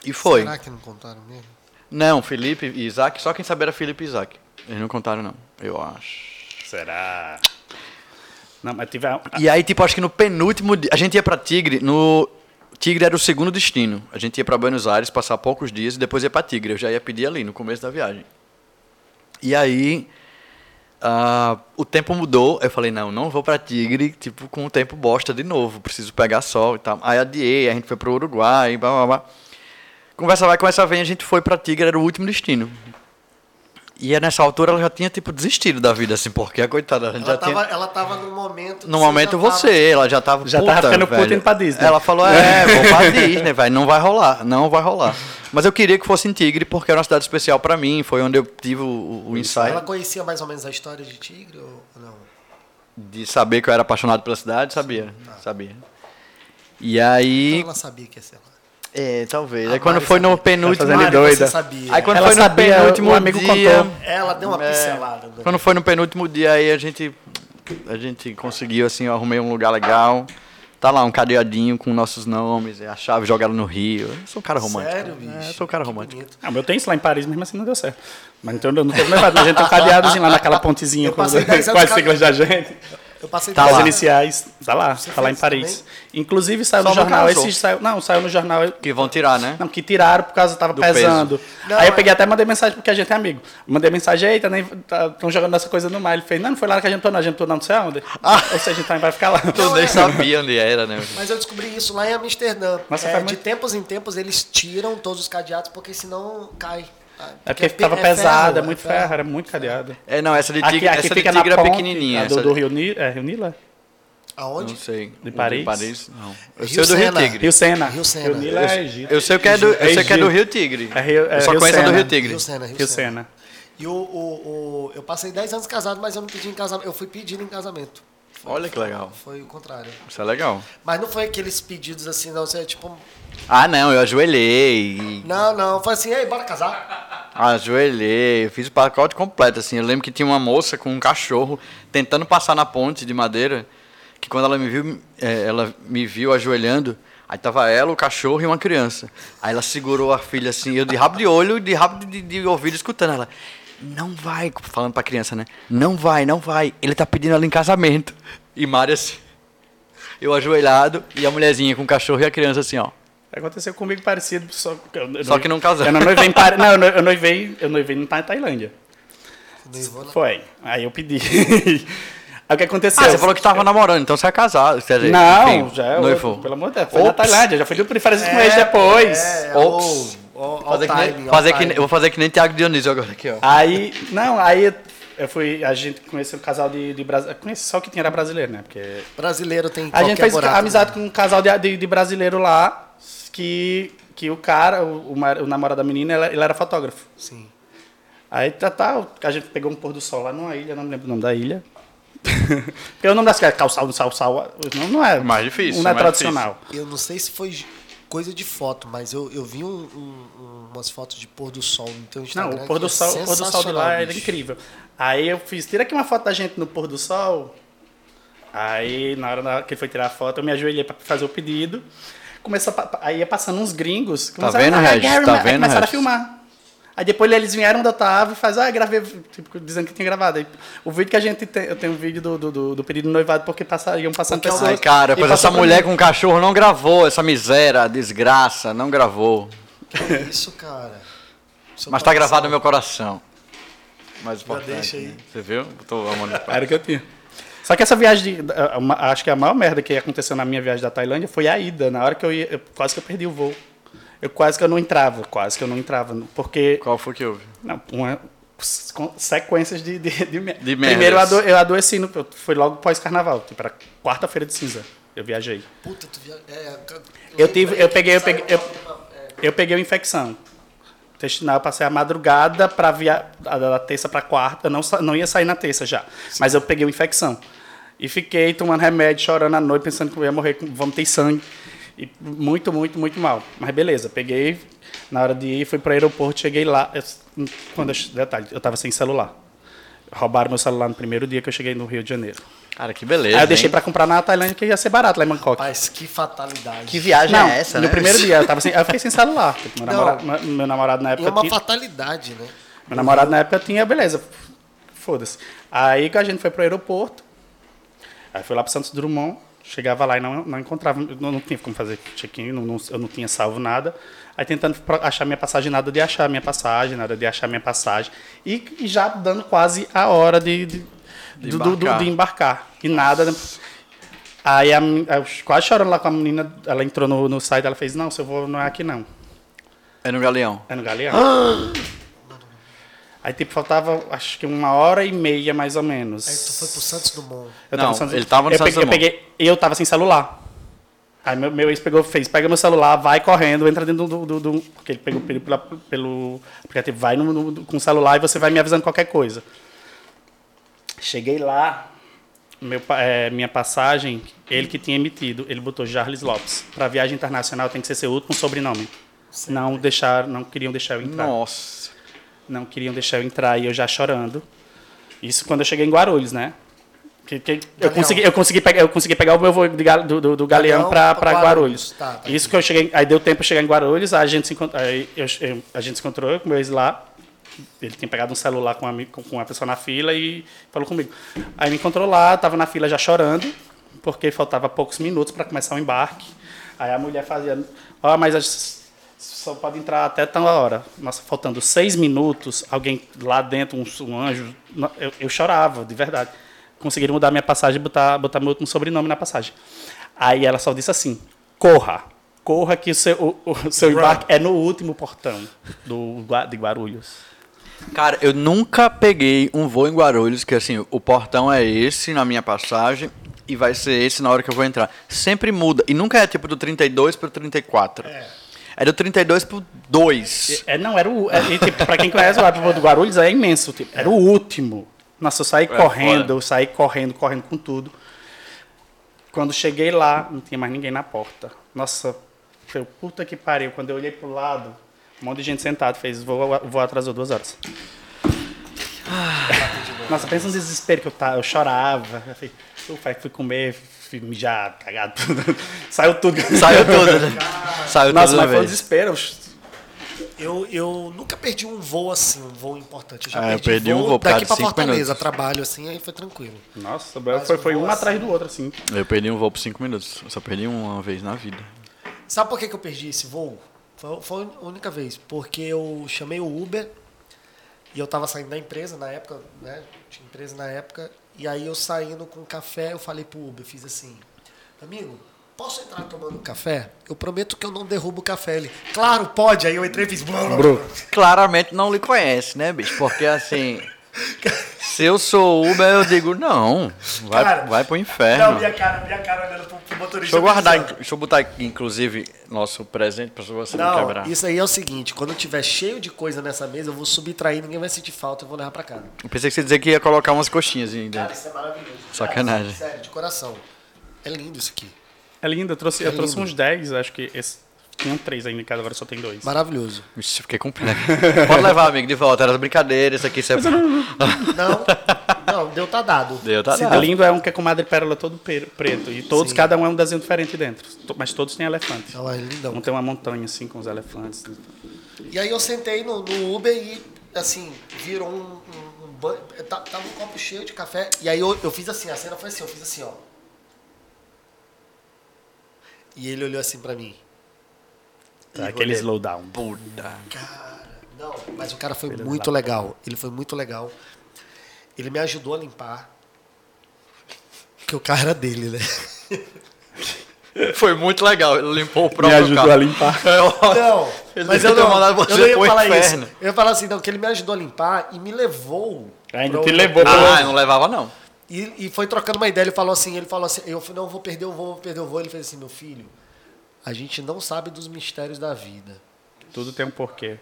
A: E foi.
B: Será que não contaram mesmo?
A: Não, Felipe e Isaac, só quem sabia era Felipe e Isaac. Eles não contaram, não, eu acho.
C: Será? Não, mas tive a...
A: E aí, tipo, acho que no penúltimo dia. A gente ia pra Tigre, no. Tigre era o segundo destino. A gente ia pra Buenos Aires, passar poucos dias e depois ia pra Tigre. Eu já ia pedir ali, no começo da viagem. E aí. ah, o tempo mudou. Eu falei, não, não vou pra Tigre, tipo, com o tempo bosta de novo. Preciso pegar sol e tal. Aí adiei, a gente foi pro Uruguai, blá blá blá. Conversa vai, conversa vem, a gente foi pra Tigre, era o último destino. E aí, nessa altura ela já tinha, tipo, desistido da vida, assim, porque a coitada.
B: Ela,
A: já
B: tava,
A: tinha...
B: ela tava no momento. que
A: No
B: você
A: momento
B: já tava-
A: você, ela já tava
C: Já
A: puta,
C: tava ficando puta
A: velho.
C: indo pra Disney.
A: Ela falou, é, vou pra Disney, velho, não vai rolar, não vai rolar. Mas eu queria que fosse em Tigre, porque era uma cidade especial pra mim, foi onde eu tive o, o insight
B: Ela conhecia mais ou menos a história de Tigre ou ou não?
A: de saber que eu era apaixonado pela cidade, sabia, sabia. E aí,
B: Então ela sabia que ia ser lá.
A: é, talvez,
B: A
A: aí quando
B: Mari
A: foi no
B: sabia.
A: penúltimo...
C: Tá fazendo
B: Mari,
C: doida.
B: Você sabia.
A: Aí quando
C: Ela
A: foi no
C: sabia,
A: penúltimo
C: o amigo
A: dia,
C: contou.
B: Ela deu uma
A: É,
B: pincelada. né?
A: Quando foi no penúltimo dia aí a gente a gente conseguiu assim, eu arrumei um lugar legal. Tá lá um cadeadinho com nossos nomes, a chave jogada no rio. Eu sou um cara romântico.
B: Sério,
A: É,
B: bicho?
A: eu sou um cara
B: Que
A: romântico.
B: bonito.
C: Ah, mas eu tenho isso lá em Paris, mesmo assim não deu certo. Mas então eu não teve levado, mas a gente tem um cadeadozinho lá naquela pontezinha
B: Eu
C: com, os-
B: passei dez anos
C: com as
B: ca-
C: siglas da gente.
B: Eu passei
A: Tá
B: dez
C: As
A: lá.
B: anos-
C: iniciais, tá lá, tá lá em
B: fez
C: Paris. Inclusive saiu
A: Só
C: no
A: não
C: jornal,
A: casou.
C: esse saiu, não, saiu no jornal,
A: Que vão tirar, né?
C: Não, que tiraram por causa que tava
A: peso.
C: pesando.
B: Não,
C: aí
B: é-
C: eu peguei até e mandei mensagem, porque a gente é amigo. Mandei mensagem, eita, nem estão jogando essa coisa no mar. Ele fez, não, não foi lá que a gente tô, não, a gente tô não, não sei aonde.
A: Ah.
C: Ou seja, a gente tá, vai ficar lá.
A: Eu
B: é
A: nem sabia onde era, né?
B: Mas eu descobri isso lá em Amsterdã.
C: Nossa,
B: É,
C: faz
B: de
C: muito-
B: tempos em tempos eles tiram todos os cadeados porque senão cai. Ah,
C: É porque
B: pe-
C: tava pesado, é
B: ferro,
C: muito
B: ferro.
C: ferro, era muito cadeado.
A: É, não, essa de
C: Aqui,
A: tigre,
C: aqui
A: essa de
C: fica
A: tigre
C: na
A: é
C: ponte,
A: pequenininha.
C: a
A: essa
C: do, do
A: de-
C: Rio Nilo, é Rio Nila?
B: Aonde?
A: Não sei. O
C: Paris?
A: Não. Eu
B: Rio
A: sei o do Rio
B: Sena.
A: Tigre.
C: Rio Sena.
B: Rio Sena.
C: Rio Nila é Egito.
A: Eu sei o que é do, eu sei o que é do
C: Egito.
A: Rio Tigre.
C: É Rio- é
A: eu só
C: Rio
A: conheço a do
C: Sena.
A: Rio Tigre.
B: Rio Sena, Rio,
C: Rio
B: Sena.
C: Sena.
B: E o, o- o- eu passei 10 anos casado, mas eu não pedi em casamento. Eu fui pedido em casamento.
A: Olha que legal.
B: Foi o contrário.
A: Isso é legal.
B: Mas não foi aqueles pedidos assim, não. Você, tipo,
A: Ah, não, eu ajoelhei. e-
B: não, não. Foi assim, ei, bora casar.
A: Ajoelhei, fiz o pacote completo, assim. Eu lembro que tinha uma moça com um cachorro tentando passar na ponte de madeira, que quando ela me viu, eh, ela me viu ajoelhando, aí tava ela, o cachorro e uma criança. Aí ela segurou a filha assim, eu de rabo de olho, de rabo de, de ouvido, escutando ela. não vai, falando pra criança, né? Não vai, não vai. Ele tá pedindo ela em casamento. E Mário assim, eu ajoelhado e a mulherzinha com o cachorro e a criança assim, ó.
C: Aconteceu comigo parecido, só que, eu, eu
A: Só que não casaram.
C: Eu não noivei em Par... Não, eu no- eu noivei, eu noivei na Tailândia.
B: Noivou na-
C: Foi. Aí eu pedi. Aí o que aconteceu?
A: Ah, você falou que tava namorando, então você é casado. Quer dizer,
C: Não,
A: enfim,
C: já é
A: noivou.
C: outro, pelo amor de Deus. Foi na
A: Ops.
C: Tailândia, já fui de preferência com
B: É,
C: eles depois.
B: É,
A: Um Ops.
B: ó, ó, ó o
A: Fazer que nem-
B: timing, ó o
A: fazer que
B: timing.
A: nem- eu vou fazer que nem Thiago Dionísio agora aqui, ó.
C: Aí, não, aí eu fui, a gente conheceu um casal de, de brasileiro, conheci só o que tinha era brasileiro, né? Porque
B: Brasileiro tem
C: a gente
B: qualquer
C: fez
A: né?
B: buraco, né?
C: amizade com um casal de, de, de brasileiro lá, que, que o cara, o, o mar- o namorado da menina, ela- ele era fotógrafo.
B: né? Sim.
C: Aí tá, tá, a gente pegou um pôr do sol lá numa ilha, não me lembro o nome da ilha. Porque o nome das casas, calçal, salsal, não, não é.
A: Mais difícil,
C: Não é
A: mais
C: tradicional.
B: Eu não sei se foi coisa de foto, mas eu, eu vi um- um- umas fotos de pôr do sol no teu
C: Não,
B: Instagram.
C: o pôr
B: que
C: do
B: é
C: sol, o pôr do sol de lá
B: sensacional,
C: era
B: bicho.
C: incrível. Aí eu fiz, tira aqui uma foto da gente no pôr do sol. Aí na hora na- que ele foi tirar a foto, eu me ajoelhei para fazer o pedido. Começou a pa- pa- aí ia passando uns gringos, começaram
A: vendo,
C: a, "Ah,
A: Regis?
C: Gary,
A: Tá
C: aí
A: vendo,
C: começaram a
A: Regis?
C: filmar. Aí depois eles vieram onde eu tava e faz, ah, gravei, tipo, dizendo que tinha gravado. Aí, o vídeo que a gente tem, eu tenho um vídeo do, do, do, do pedido de noivado, porque passa, iam passando
B: Porque é um-
C: pessoas.
A: Ai, cara,
C: e
A: pois
C: passou
A: essa
C: por
A: mulher
C: mim.
A: com o cachorro não gravou, essa miséria, desgraça, não gravou.
B: Que Isso, cara. Seu
A: Mas tá
B: coração.
A: gravado no meu coração. Mais importante.
B: deixa aí.
A: né? Você viu? Tô amando.
C: Era o que eu tinha. Só que essa viagem, de- a- a- uma- acho que a maior merda que aconteceu na minha viagem da Tailândia foi a ida. Na hora que eu ia, eu- quase que eu perdi o voo. Eu quase que eu não entrava, quase que eu não entrava. Porque,
A: Qual foi que houve?
C: não, uma, com- sequências de, de, de, mer-
A: De merdas.
C: Primeiro eu, ado, eu adoeci, no, eu fui logo pós-carnaval, tipo, era quarta-feira de cinza. Eu viajei.
B: Puta, tu via... é, eu
C: Eu
B: lembro
C: tive-
B: aí
C: eu
B: que
C: peguei- eu
B: saiu
C: peguei- eu-
B: uma- é,
C: Eu peguei uma infecção intestinal, eu passei a madrugada para via da da terça para quarta, eu não sa- não ia sair na terça já, mas eu peguei uma infecção. E fiquei tomando remédio, chorando à noite, pensando que eu ia morrer, com- vomitei sangue. E muito, muito, muito mal. Mas beleza, peguei, na hora de ir, fui para o aeroporto, cheguei lá, eu- quando eu- detalhe, eu tava sem celular. Roubaram meu celular no primeiro dia que eu cheguei no Rio de Janeiro.
A: Cara, que beleza.
C: Aí Ah, eu deixei
A: hein?
C: para comprar na Tailândia, que ia ser barato lá em Bangkok.
B: Rapaz, que fatalidade.
A: Que viagem
C: Não,
A: é essa,
C: no
A: né?
C: primeiro dia, eu, tava sem, eu fiquei sem celular. Tipo, Meu,
B: Não.
C: namorado, meu- meu namorado na
B: E
C: época
B: é uma
C: tinha,
B: fatalidade, né?
C: meu namorado na época tinha, beleza, foda-se. Aí que a gente foi pro aeroporto, aí fui lá pro Santos Drummond, chegava lá e não, não encontrava, não, não tinha como fazer check-in, não- não- eu não tinha salvo nada. Aí tentando pro- achar minha passagem, nada de achar minha passagem, nada de achar minha passagem. E, e já dando quase a hora de, de,
A: De
C: do- do- do-
A: embarcar.
C: de embarcar. E nada... né? Aí, a, men- eu quase chorando lá com a menina, ela entrou no, no site, ela fez, não, seu voo não é aqui não.
A: É no Galeão.
C: É no Galeão? Ah! Aí, tipo, faltava, acho que uma hora e meia, mais ou menos.
B: Aí tu foi pro Santos Dumont.
C: Eu
A: Não,
C: em Santos-
A: ele tava no
C: eu
A: Santos
C: peguei, eu
A: Dumont.
C: peguei- eu tava sem celular. Aí meu, meu ex pegou, fez, pega meu celular, vai correndo, entra dentro do... do, do- porque ele pegou pelo, pela- pelo aplicativo, vai no- no- com o celular e você vai me avisando qualquer coisa. Cheguei lá, meu pa- eh, minha passagem, ele que tinha emitido, ele botou Charles Lopes. Pra viagem internacional tem que ser seu último sobrenome. Não deixar, não queriam deixar eu entrar
A: Nossa.
C: não queriam deixar eu entrar e eu já chorando. Isso quando eu cheguei em Guarulhos, né? Que, que eu,
B: Galeão.
C: consegui, eu, consegui pegar, eu consegui pegar o meu voo de Ga- do, do, do
B: Galeão
C: Galeão para
B: pra
C: Guarulhos.
B: Guarulhos. Tá, tá.
C: Isso que eu cheguei. Aí deu tempo de chegar em Guarulhos, a gente se encontrou. Aí eu, eu- a gente se encontrou eu com o meu ex lá. Ele tinha pegado um celular com, um amigo- com- com uma pessoa na fila e falou comigo. Aí me encontrou lá, eu tava na fila já chorando, porque faltava poucos minutos para começar o embarque. Aí a mulher fazia, ó, mas a gente só pode entrar até tal hora. Nossa, faltando seis minutos, alguém lá dentro, um, um anjo, no- eu, eu chorava, de verdade. Conseguiram mudar minha passagem e botar, botar meu último sobrenome na passagem. Aí ela só disse assim, corra, corra que o seu, o- o seu embarque é no último portão do, Gua- de Guarulhos.
A: Cara, eu nunca peguei um voo em Guarulhos, que assim, o portão é esse na minha passagem e vai ser esse na hora que eu vou entrar. Sempre muda. E nunca é tipo do 32 pro 34. É. É do 32 pro 2.
C: É, não, era o. É, e, tipo, pra quem conhece o aeroporto do Guarulhos, é imenso. Tipo, era o último. Nossa, eu saí correndo,
A: É, fora.
C: eu saí correndo, correndo com tudo. Quando cheguei lá, não tinha mais ninguém na porta. Nossa, eu, puta que pariu. Quando eu olhei pro lado, um monte de gente sentado fez, vou, vou atrasou duas horas.
A: Ah.
C: Nossa, pensa no desespero que eu tava, eu chorava. Eu falei, ufa, aí fui comer, fui mijar, cagado, tudo. Saiu tudo.
A: Saiu tudo. né? Saiu
C: Nossa,
A: tudo da
C: mas foi um
A: vez.
C: desespero. Eu ch-
B: Eu, eu nunca perdi um voo assim, um voo importante. Eu já
A: Ah, eu
B: perdi,
A: perdi um voo por
B: daqui
A: causa
B: pra
A: de cinco
B: Fortaleza,
A: minutos.
B: trabalho assim, aí foi tranquilo.
C: Nossa, Bel,
B: Mas
C: foi, foi
B: boa,
C: um
B: assim.
C: atrás do outro, assim.
A: Eu perdi um voo por cinco minutos. Eu só perdi uma vez na vida.
B: Sabe por que, que eu perdi esse voo? Foi, foi a única vez. Porque eu chamei o Uber e eu tava saindo da empresa na época, né? Tinha empresa na época. E aí eu saindo com café, eu falei pro Uber, eu fiz assim, amigo, posso entrar tomando café? Eu prometo que eu não derrubo o café. Ele, claro, pode. Aí eu entrei e fiz.
C: Bro,
A: Claramente não lhe conhece, né, bicho? Porque assim. se eu sou Uber, eu digo, não. Vai,
B: Cara,
A: vai pro
B: Não,
A: inferno.
B: minha cara, minha cara olhando pro, pro
A: é, Deixa
B: motorista.
A: eu guardar,
B: pensando.
A: inc- deixa eu botar aqui, inclusive, nosso presente pra você não,
B: Não,
A: quebrar.
B: isso aí é o seguinte, quando eu tiver cheio de coisa nessa mesa, eu vou subtrair, ninguém vai sentir falta, eu vou levar pra casa.
A: Eu pensei que você ia dizer que ia colocar umas coxinhas aí
B: Cara,
A: dentro.
B: isso é maravilhoso.
A: Sacanagem.
B: Cara, sério, de coração. É lindo isso aqui.
C: é lindo, eu trouxe, eu
B: É
C: trouxe
B: lindo.
C: uns 10, acho que esse, tinham 3 ainda em casa, agora só tem dois.
B: Maravilhoso.
A: Ixi, fiquei com pena. Pode levar, amigo, de volta. Era brincadeira, isso aqui. Isso é...
B: Não, não, deu tá dado.
A: Deu, tá
C: Se
A: dado.
C: tá lindo é um que é com madre pérola todo per- preto. E todos, cada um é um desenho diferente dentro. To- Mas todos têm elefantes.
B: Ela é
C: Um
B: lindão.
C: tem uma montanha assim com os elefantes.
B: E aí eu sentei no, no Uber e, assim, virou um, um, um banho. tá- Tava um copo cheio de café. E aí eu, eu fiz assim, a cena foi assim, eu fiz assim, ó. E ele olhou assim pra mim.
C: Tá, aquele slowdown.
B: Cara, não, mas o cara foi muito legal. Ele foi muito legal. Ele me ajudou a limpar. Porque o carro era dele, né?
A: Foi muito legal. Ele limpou o próprio
C: ajudou
A: carro. É
C: a limpar.
A: Eu-
B: Não,
A: Ele
B: mas
A: devia
B: eu
A: ter
B: não,
A: mandado
B: eu
A: você
B: não ia
A: pro
B: falar
A: inferno.
B: isso. Eu ia falar assim, não, que ele me ajudou a limpar e me levou.
C: Ainda
B: pra
C: te
B: um-
C: levou
A: Ah,
C: pelo.
A: não levava, não.
B: E, e foi trocando uma ideia, ele falou assim, ele falou assim, eu falei, não, vou perder o voo, vou perder o voo. Ele fez assim, meu filho, a gente não sabe dos mistérios da vida.
C: Tudo tem um porquê.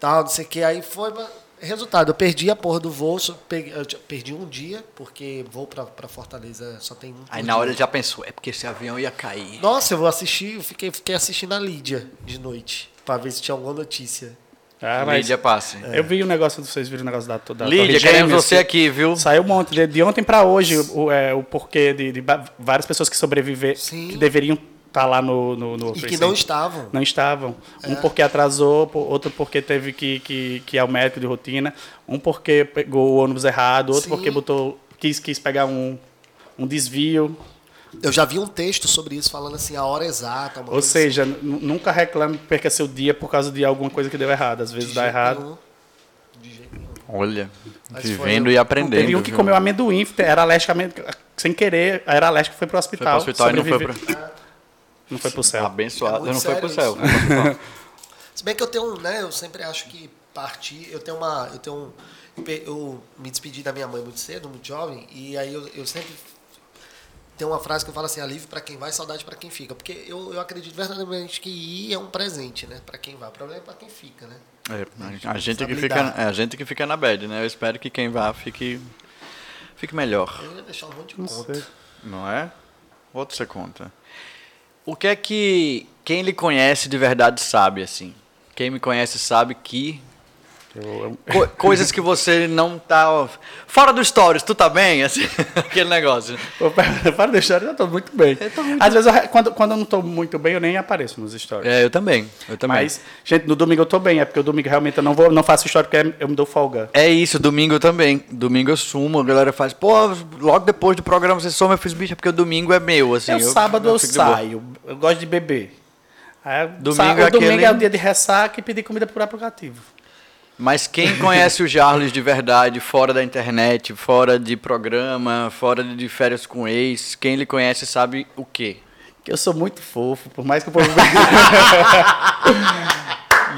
B: Tal, não sei o que, aí foi... mas- Resultado, eu perdi a porra do voo, só peguei- eu t- perdi um dia, porque voo pra, pra Fortaleza só tem um.
A: Aí
B: por
A: na
B: dia.
A: hora ele já pensou, é porque esse avião ia cair.
B: Nossa, eu vou assistir, eu fiquei, fiquei assistindo a Lídia de noite, pra ver se tinha alguma notícia.
C: Ah, mas
A: Lídia passe.
C: Eu vi o negócio, vocês viram o negócio da, da Torre
A: Lídia, queremos
C: Gêmeas,
A: você
C: que-
A: aqui, viu?
C: Saiu um monte, de, de ontem pra hoje, o, é, o porquê de, de ba- várias pessoas que sobreviveram,
B: Sim.
C: que deveriam estar lá no, no, no
B: E que
C: precinto.
B: não estavam.
C: Não estavam. Um porque atrasou, po- outro porque teve que, que, que ir ao médico de rotina, um porque pegou o ônibus errado, outro
B: Sim.
C: porque botou quis, quis pegar um, um desvio.
B: Eu já vi um texto sobre isso falando assim, a hora exata. uma
C: Ou
B: coisa
C: seja, n- nunca reclame, perca seu dia por causa de alguma coisa que deu errado. Às
B: assim,
C: vezes
B: de
C: dá
B: jeito
C: errado.
B: nenhum. De jeito nenhum.
A: Olha,
B: Mas
A: vivendo
B: foi-
A: e
C: Não,
A: aprendendo.
C: Teve um que
A: viu?
C: comeu amendoim, era alérgico, a amen- sem querer, era alérgico, foi pro
A: Foi pro
C: hospital.
A: hospital e não foi
C: sobrevive-
A: pro...
C: Não foi pro céu.
A: Abençoado.
B: É muito
A: não foi pro
B: sério
A: céu.
B: Se bem que eu tenho, um, né, eu sempre acho que partir, eu tenho uma, eu tenho um, eu pe- eu me despedi da minha mãe muito cedo, muito jovem, e aí eu, eu sempre tenho uma frase que eu falo assim, alívio pra quem vai, saudade pra quem fica, porque eu, eu acredito verdadeiramente que ir é um presente, né, Pra quem vai, o problema é pra quem fica, né?
A: É, a, gente que
B: Sabe
A: fica,
B: lidar.
A: é, a gente que fica na bad, né? Eu espero que quem vá fique, fique melhor,
B: Eu ia deixar um monte de conta.
C: sei.
A: não é? Outro você conta. O que é que quem lhe conhece de verdade sabe, assim? Quem me conhece sabe que
C: Eu-
A: Co- coisas que você não tá. ó, Fora do stories, tu tá bem? Assim, aquele negócio. né?
C: eu- Para deixar, eu já tô muito bem. Às vezes, eu re- quando, quando eu não tô muito bem, eu nem apareço nos stories.
A: É, eu também. Eu também.
C: Mas, gente, no domingo eu tô bem, é porque o domingo realmente eu não, vou, não faço história porque eu me dou folga.
A: É isso, domingo eu também. Domingo eu sumo, a galera faz, pô, logo depois do programa você soma, eu fiz bicho, é porque o domingo é meu, assim.
C: é o sábado eu,
A: fico de boa.
C: saio, eu gosto de beber. Aí,
A: Domingo
C: sa-
A: é
C: o domingo
A: aquele-
C: é o dia de ressaca e pedir comida por aplicativo.
A: Mas quem conhece o Jarles de verdade, fora da internet, fora de programa, fora de férias com ex, quem lhe conhece sabe o quê?
C: Que eu sou muito fofo, por mais que o povo.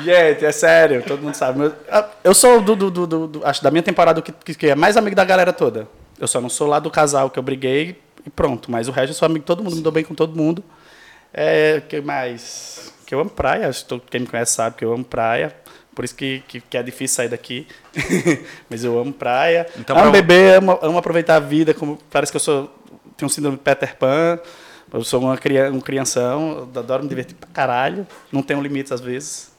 C: Gente, é sério, todo mundo sabe. Meu- ah, Eu sou do, do- do- do- do- acho da minha temporada o que, que- que é mais amigo da galera toda. Eu só não sou lá do casal que eu briguei e pronto. Mas o resto eu sou amigo de todo mundo, me dou bem com todo mundo. É, que mais? Que eu amo praia, acho que todo- quem me conhece sabe que eu amo praia. Por isso que, que, que é difícil sair daqui. Mas eu amo praia.
A: Então,
C: amo
A: pra-
C: beber, amo, amo aproveitar a vida. Como, parece que eu sou. Tenho um síndrome de Peter Pan. Eu sou uma crian, um crianção. eu Adoro me divertir pra caralho. Não tenho limites às vezes.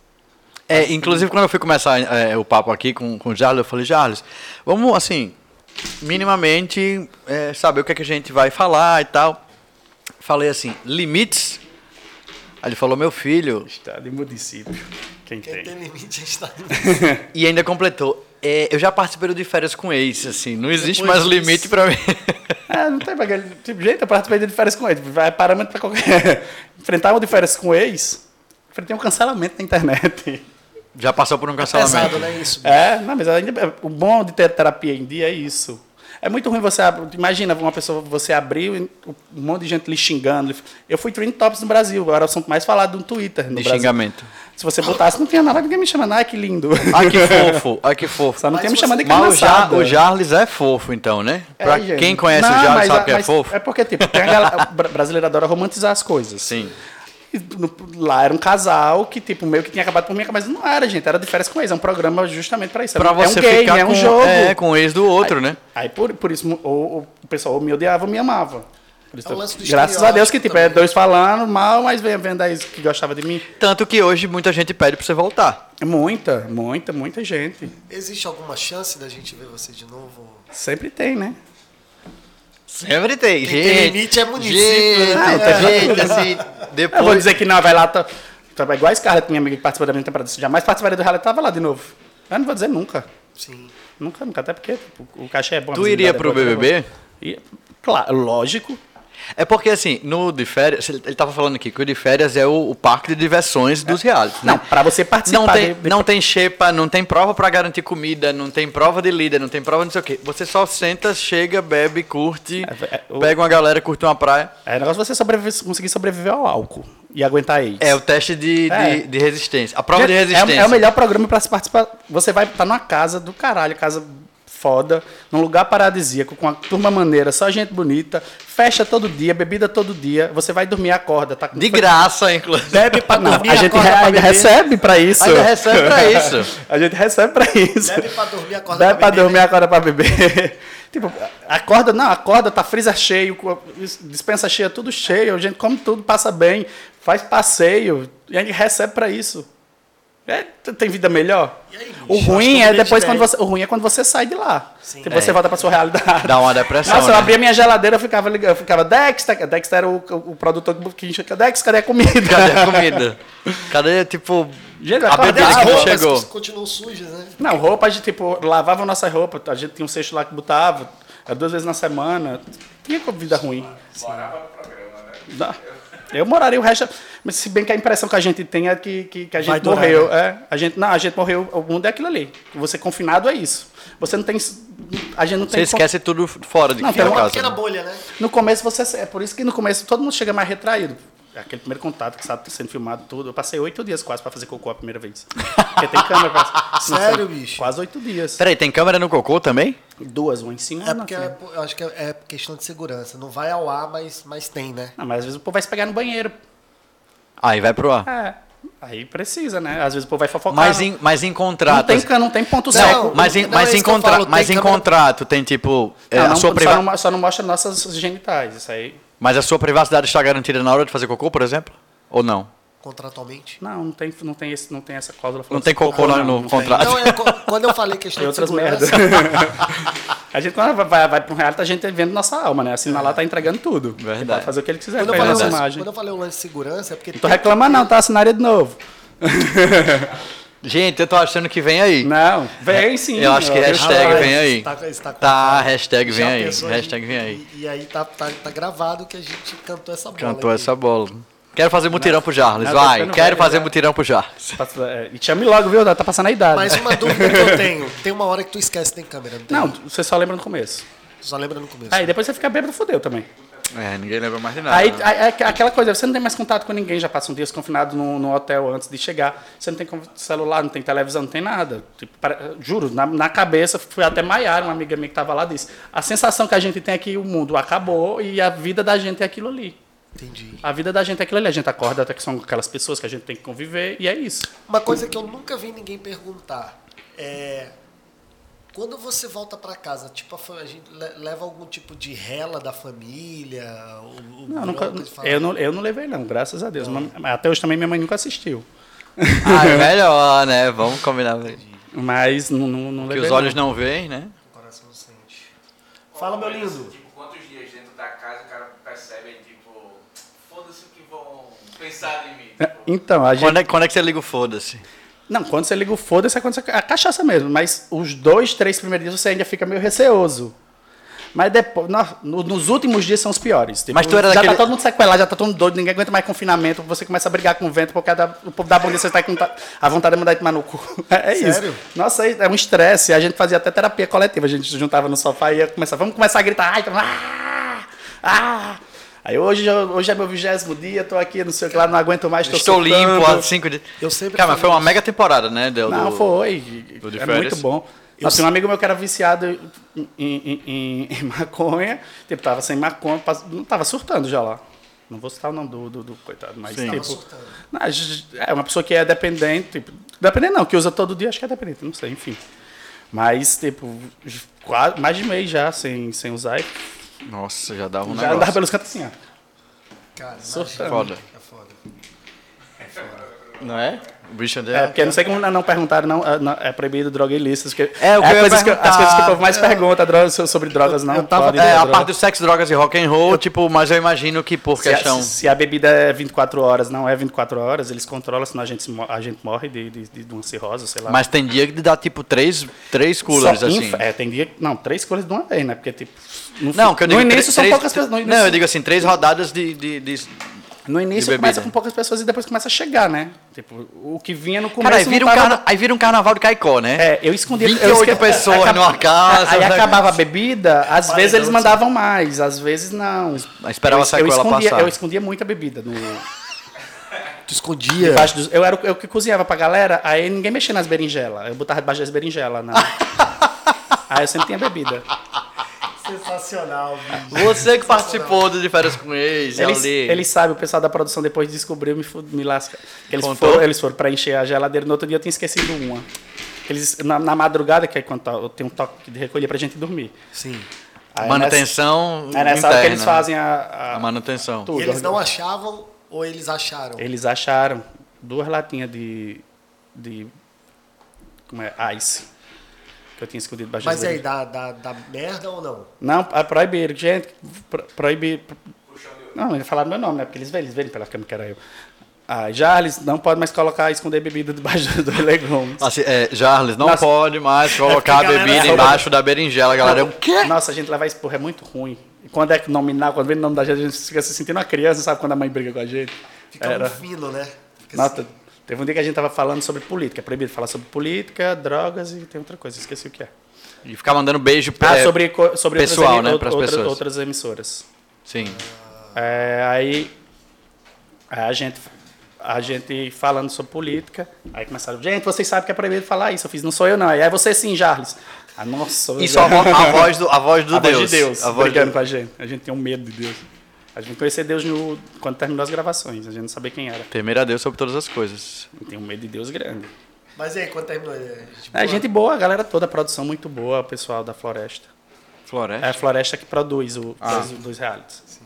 A: É, inclusive quando eu fui começar é, o papo aqui com, com o Jarles, eu falei, Jarles, vamos assim, minimamente é, saber o que, é que a gente vai falar e tal. Falei assim, limites Aí ele falou, meu filho,
C: Estado e município. Quem,
B: Quem
C: tem?
B: tem limite, a gente tá
A: e ainda completou, "É, eu já participei do de férias com ex, assim, não existe
B: Depois
A: mais limite
B: disso.
A: pra mim.
C: Ah, não tem bagulho. Tipo, gente, eu participei de férias com ex. Vai parâmetro pra qualquer. Enfrentar uma de férias com ex, enfrentei um cancelamento na internet.
A: já passou por um cancelamento.
B: pesado, né? Isso.
C: É, não, mas ainda, o bom de ter terapia em dia é isso. É muito ruim você. ab- Imagina uma pessoa, você abriu e um monte de gente lhe xingando. Eu fui trending tops no Brasil, era o assunto mais falado no Twitter. No
A: De
C: Brasil.
A: xingamento.
C: Se você botasse, não tinha nada, ninguém me chamando. Ah, que lindo.
A: Ah, que fofo, ah, que fofo.
C: Só não
B: Mas
C: tinha me
B: você-
C: chamando de
A: Mas o, Jar,
C: cansado.
A: o Jarles é fofo, então, né?
C: É,
A: pra
C: gente.
A: quem conhece
C: Não,
A: o Jarles
C: mas
A: sabe
C: a-
A: que é
C: mas
A: fofo.
C: É porque, tipo, tem a galera, o bra- brasileiro adora romantizar as coisas.
A: Sim.
C: E no- lá era um casal que, tipo, meio que tinha acabado por mim, mas não era, gente. Era de férias com eles. É um programa justamente pra isso.
A: Pra
C: é um-
A: você
C: é um game,
A: ficar
C: é um
A: com,
C: jogo.
A: é, com o ex do outro, né?
C: Aí por, por isso ou- ou o pessoal ou me odiava ou me amava. Por isso
B: É um
C: eu-
B: lance do
C: graças a Deus que, tipo, é
B: estereótipo
C: dois falando mal, mas vem vendo aí que gostava de mim. É
A: Tanto que hoje muita gente pede pra você voltar.
C: Muita, muita, muita gente.
B: Existe alguma chance da gente ver você de novo?
C: Sempre tem, né?
A: Sempre tem.
B: Quem tem limite é município,
A: Gente,
B: né?
A: gente, assim,
C: Eu vou
A: depois...
C: dizer que não, vai lá. Tá, tá igual a Scarlett, minha amiga que participou da minha temporada. Se jamais participaria do reality, tava lá de novo. Eu não vou dizer nunca.
B: Sim.
C: Nunca, nunca. Até porque tipo, o cachê é bom. a
A: Tu iria
C: visibilidade é
A: pro
C: boa, é
A: BBB?
C: boa. E- claro, lógico.
A: É porque, assim, no de férias... Ele ele tava falando aqui que o de férias é o, o parque de diversões dos reais.
C: É. Não, pra você participar.
A: Não tem,
C: de- de-
A: não tem xepa, não tem prova pra garantir comida, não tem prova de líder, não tem prova de não sei o quê. Você só senta, chega, bebe, curte,
C: É, é, o-
A: pega uma galera, curte uma praia.
C: É negócio você sobreviver, conseguir sobreviver ao álcool e aguentar isso.
A: É o teste de, de-
C: É.
A: de resistência. A prova de
C: Gente, é-
A: resistência.
C: É, o melhor programa pra se participar. Você vai estar numa casa do caralho, casa foda, num lugar paradisíaco, com uma turma maneira, só gente bonita, festa todo dia, bebida todo dia. Você vai dormir, acorda, tá com
A: De graça, inclusive.
C: Bebe pra
B: dormir,
C: a gente
B: acorda
C: re-
B: pra
C: ainda
B: beber.
C: recebe pra isso.
A: Ainda recebe pra isso.
C: a gente recebe pra isso.
B: Bebe É pra dormir, acorda né?
C: Bebe pra
B: pra beber,
C: dormir, acorda pra beber. tipo, acorda, não, acorda, tá freezer cheio, co- dispensa cheia, tudo cheio, a gente come tudo, passa bem, faz passeio, e a gente recebe pra isso. É, t- tem vida melhor?
B: E aí, bicho?
C: o
B: Acho
C: ruim
B: que eu me
C: é depois
B: diverti.
C: quando você, o ruim é quando você sai de lá.
B: Sim.
C: Tipo,
A: É.
C: você volta pra sua realidade.
A: Dá uma depressão,
C: Nossa,
A: né?
C: eu abria minha geladeira, eu ficava ligando, eu ficava Dexter, Dexter era o, o produtor que enchia, Dex, cadê a comida?
A: Cadê a comida? Cadê, tipo,
C: Gente,
A: a
C: acordava,
A: bebida que
B: As
A: não
C: roupas,
A: chegou?
B: que continuam sujas, né?
C: Não, roupa, a gente, tipo, lavava nossa roupa. A gente tinha um cesto lá que botava é, duas vezes na semana. Tinha co- vida ruim.
D: Morava no programa, né?
C: Não. Eu moraria o resto. Mas se bem que a impressão que a gente tem é que, que, que a gente
B: Vai durar,
C: morreu. É, a gente, não, a gente morreu. O mundo é aquilo ali. Você confinado é isso. Você não tem. A gente não
A: Você
C: tem. con-
A: esquece tudo fora de
C: Não,
A: de
C: tem
B: É uma
A: casa.
B: pequena
A: né?
B: bolha, né?
C: No começo você. É por isso que no começo todo mundo chega mais retraído. É Aquele primeiro contato que está sendo filmado tudo. Eu passei oito dias quase para fazer cocô a primeira vez. Porque tem câmera pra...
B: Sério, bicho?
C: Quase oito dias.
A: Peraí, tem câmera no cocô também?
C: Duas, uma em cima.
B: É
C: na
B: porque
C: frente.
B: é- eu acho que é é questão de segurança. Não vai ao ar, mas, mas tem, né?
C: Não, mas às vezes o povo vai se pegar no banheiro.
A: Aí vai pro ar.
C: É. Aí precisa, né? Às vezes o povo vai fofocar.
A: Mas
C: não-
A: em, mas em
C: não,
A: contrato. assim.
C: tem, ca- não tem ponto
A: Não,
C: seco.
A: mas em,
B: não,
A: mas
B: é
A: em,
B: isso que eu
A: contra-
B: falo, tem
A: mas em
B: câmera-
A: contrato tem tipo. é,
C: Não,
A: a
C: não-
A: só
C: só,
A: priva-
C: não, só não mostra nossas genitais. Isso aí.
A: Mas a sua privacidade está garantida na hora de fazer cocô, por exemplo? Ou não?
B: Contratualmente.
C: Não, não tem, não tem, esse, não tem essa cláusula.
A: Não
C: falando
A: tem
C: sobre
A: cocô no, no
C: não tem.
A: contrato.
B: Não, é, co- quando eu falei questão
C: Tem
B: de
C: outras merdas.
B: segurança,
C: a gente, quando vai, vai, vai pra um reality, a gente tá vendo nossa alma, né? Assinar lá, tá entregando tudo.
A: Verdade.
C: Ele Pode fazer o que ele quiser
B: quando
C: com
B: eu,
C: a
B: falei o
C: nossa
B: lance,
C: imagem.
B: quando eu falei o lance de segurança, é porque
C: Não tô reclamando, não, tá? Assinaria de novo.
A: Gente, eu tô achando que vem aí.
C: Não, vem sim.
A: É, Eu acho que
C: meu Deus.
A: hashtag
B: Rapaz,
A: vem aí.
B: tá- está com
A: Tá,
B: vontade.
A: hashtag vem
B: Já
A: aí.
B: pensou,
A: Hashtag vem aí.
B: E, e aí tá, tá, tá gravado que a gente cantou essa bola.
A: Cantou
B: aqui.
A: essa bola. Quero fazer mutirão pro Jarles,
C: Não, tô
A: vai.
C: ficando
A: Quero
C: velho,
A: fazer
C: já.
A: mutirão pro Jarles.
C: É, E chame logo, viu? Tá passando a idade.
B: Mas uma dúvida que eu tenho. Tem uma hora que tu esquece que tem câmera, não tem?
C: Não, você só lembra no começo.
B: Tu Só lembra no começo.
C: Aí depois você fica bêbado, fodeu também.
A: É, ninguém lembra mais de nada.
C: Aí,
A: né?
C: aí, é aqu- aquela coisa, você não tem mais contato com ninguém, já passa um dia desconfinado no, no hotel antes de chegar. Você não tem con- celular, não tem televisão, não tem nada. Tipo, para- juro, na, na cabeça, fui até Maiara, uma amiga minha que estava lá, disse: a sensação que a gente tem é que o mundo acabou e a vida da gente é aquilo ali.
B: Entendi.
C: A vida da gente é aquilo ali. A gente acorda até que são aquelas pessoas que a gente tem que conviver e é isso.
B: Uma coisa que eu nunca vi ninguém perguntar é. Quando você volta pra casa, tipo, a, fa- a gente le- leva algum tipo de rela da família? O, o
C: Não, nunca,
B: bronca de falar-
C: eu, não, eu não levei, não, graças a Deus. Mas Até hoje também minha mãe nunca assistiu. tá.
A: Ah, é melhor, né? Vamos combinar. Que
C: Mas não, não, não levei.
A: os olhos não veem, né?
B: O coração sente. Fala, meu lindo.
D: Tipo, quantos dias dentro da casa o cara percebe aí, tipo, foda-se o que vão. pensado em mim.
C: Então, a gente.
A: Quando é, quando é que você liga o foda-se?
C: Não, quando você liga o foda-se, é quando você... a cachaça mesmo. Mas os dois, três primeiros dias você ainda fica meio receoso. Mas depois, na- no- nos últimos dias são os piores. Tipo,
A: Mas tu era
C: já
A: daquele-
C: tá todo mundo sequelado, já tá todo mundo doido, ninguém aguenta mais confinamento. Você começa a brigar com o vento, porque da- o povo da polícia tá com ta- a vontade de mandar ele tomar no cu. É, é isso.
B: Sério?
C: Nossa, é é um estresse. A gente fazia até terapia coletiva. A gente se juntava no sofá e ia começar. Vamos começar a gritar. Ai, então, ah, ah. Aí hoje, eu- hoje é meu vigésimo dia, tô aqui, não sei o que lá, não aguento mais. tô
A: Estou
C: surtando.
A: limpo há cinco dias.
B: Eu sempre
A: Cara, mas
B: falo
A: foi uma mega temporada, né? Del,
C: Não,
A: do-
C: foi.
A: do de
C: É
A: férias.
C: muito bom. Nossa, um amigo meu que era viciado em, em- em- em maconha, tipo, tava sem maconha, pass- não tava surtando já lá. Não vou citar o nome do, do- do coitado, mas
A: Sim.
B: Tava
C: tipo...
B: surtando.
C: não, a gente- é uma pessoa que é dependente, tipo, dependente não, que usa todo dia, acho que é dependente, não sei, enfim. Mas, tipo, quase, mais de mês já sem, sem usar, e
A: Nossa, já dava um
C: já andava
A: negócio.
C: pelos cantos assim, ó.
B: Cara, imagina.
C: Surtando.
A: Foda.
B: É foda.
A: Não é? O bicho é...
C: É, porque eu não sei como não não perguntaram, não, é, não, é proibido droga ilícita. Porque
A: É, o que eu ia
C: coisas que,
A: perguntar.
C: as coisas que o povo mais pergunta droga- so- sobre drogas, não.
A: Eu tava-
C: pode,
A: é,
C: né,
A: a
C: droga.
A: parte do sexo, drogas e rock and roll, tipo, mas eu imagino que por
C: se,
A: questão.
C: a, se- se a bebida é 24 horas, não é 24 horas, eles controlam, senão a gente, se mo- a gente morre de, de, de, de uma cirrose, sei lá.
A: Mas tem dia que dá tipo três, três coolers,
C: Só
A: assim.
C: inf- É, tem dia. Não, três coolers de uma vez, né? Porque, tipo. No, fi-
A: Não, que eu digo
C: no início
A: três-
C: são
A: três-
C: poucas pessoas. No início,
A: Não, eu digo assim, três rodadas de. de, de...
C: no
A: de
C: início
A: bebida.
C: começa com poucas pessoas e depois começa a chegar, né? Tipo, o que vinha no começo.
A: Cara, aí
C: não
A: vira, um
C: tava-
A: carna- aí vira um carnaval de Caicó, né?
C: É, eu escondia.
A: 28
C: eu esque-
A: pessoas numa casa,
C: Aí
A: um negócio.
C: acabava a bebida, às vezes eles
B: assim.
C: mandavam mais, às vezes não.
A: Mas esperava
C: eu,
A: a sequela
C: eu escondia,
A: passar.
C: Eu escondia muita bebida no,
B: Tu escondia.
C: debaixo dos- eu era o- eu que cozinhava pra galera, aí ninguém mexia nas berinjelas. Eu botava debaixo das berinjelas. Na... aí eu sempre tinha bebida.
B: Sensacional, bicho.
A: Você que participou do de férias com ex,
C: Eles,
A: ali.
C: eles sabem, o pessoal da produção depois descobriu, me, fu- me lasca. Eles
A: Contou?
C: foram, eles foram pra encher a geladeira, no outro dia eu tinha esquecido uma. Eles, na, na madrugada, que é quando tá- eu tenho um toque de recolher pra gente dormir.
B: Sim.
C: Aí
A: Manutenção.
C: nessa, aí é nessa hora né? que eles fazem a- a,
A: Então, A manutenção.
C: tudo.
B: Eles não achavam ou eles acharam?
C: Eles acharam duas latinhas de. de. Como é? Ice. Que eu tinha escondido baixo
B: Mas
C: das
B: e aí,
C: orelhas.
B: dá, dá, dá merda ou não?
C: Não, é proibir, gente. pro- Proibir. Não, eles falaram meu nome, né? Porque eles veem, eles veem pela câmera que era eu. Ah, Jarles, não pode mais colocar, esconder bebida debaixo dos legumes.
A: Assim, é, Jarles, não
C: Nossa.
A: pode mais
C: É
A: colocar a
B: galera-
A: bebida embaixo da berinjela, a galera. é um-
C: Nossa, a gente levar isso, porra, é muito ruim. E quando é que nominal, quando vem o nome da gente, a gente fica se sentindo uma criança, sabe quando a mãe briga com a gente?
B: Fica um fino, né? Fica assim,
C: Nota, teve um dia que a gente tava falando sobre política. É proibido falar sobre política, drogas e tem outra coisa, esqueci o que é.
A: E ficar mandando beijo
C: Ah,
A: é,
C: sobre, co- sobre
A: pessoal,
C: outras,
A: né,
C: emi-
A: pras
C: outra-
A: pessoas.
C: outras emissoras.
A: Sim.
C: É, aí aí a gente, a gente falando sobre política, aí começaram, gente, vocês sabem que é proibido falar isso. Eu fiz, não sou eu não. Aí "É você sim, Jarles. Ah, nossa. eu
A: Isso,
C: já-
A: a, vo- a voz do, a voz do
C: a
A: Deus.
C: voz de Deus
A: A voz
C: brigando
A: do-
C: com a gente. A gente tem um medo de Deus. A gente conhecer Deus no, quando terminou as gravações. A gente não sabia quem era.
A: Temer a Deus sobre todas as coisas.
C: Tem um medo de Deus grande.
B: Mas e aí, quando terminou? é, tipo,
C: É, gente boa, a galera toda, a produção muito boa, o pessoal da Floresta. É
A: Floresta.
C: a Floresta que produz o, os, os realities.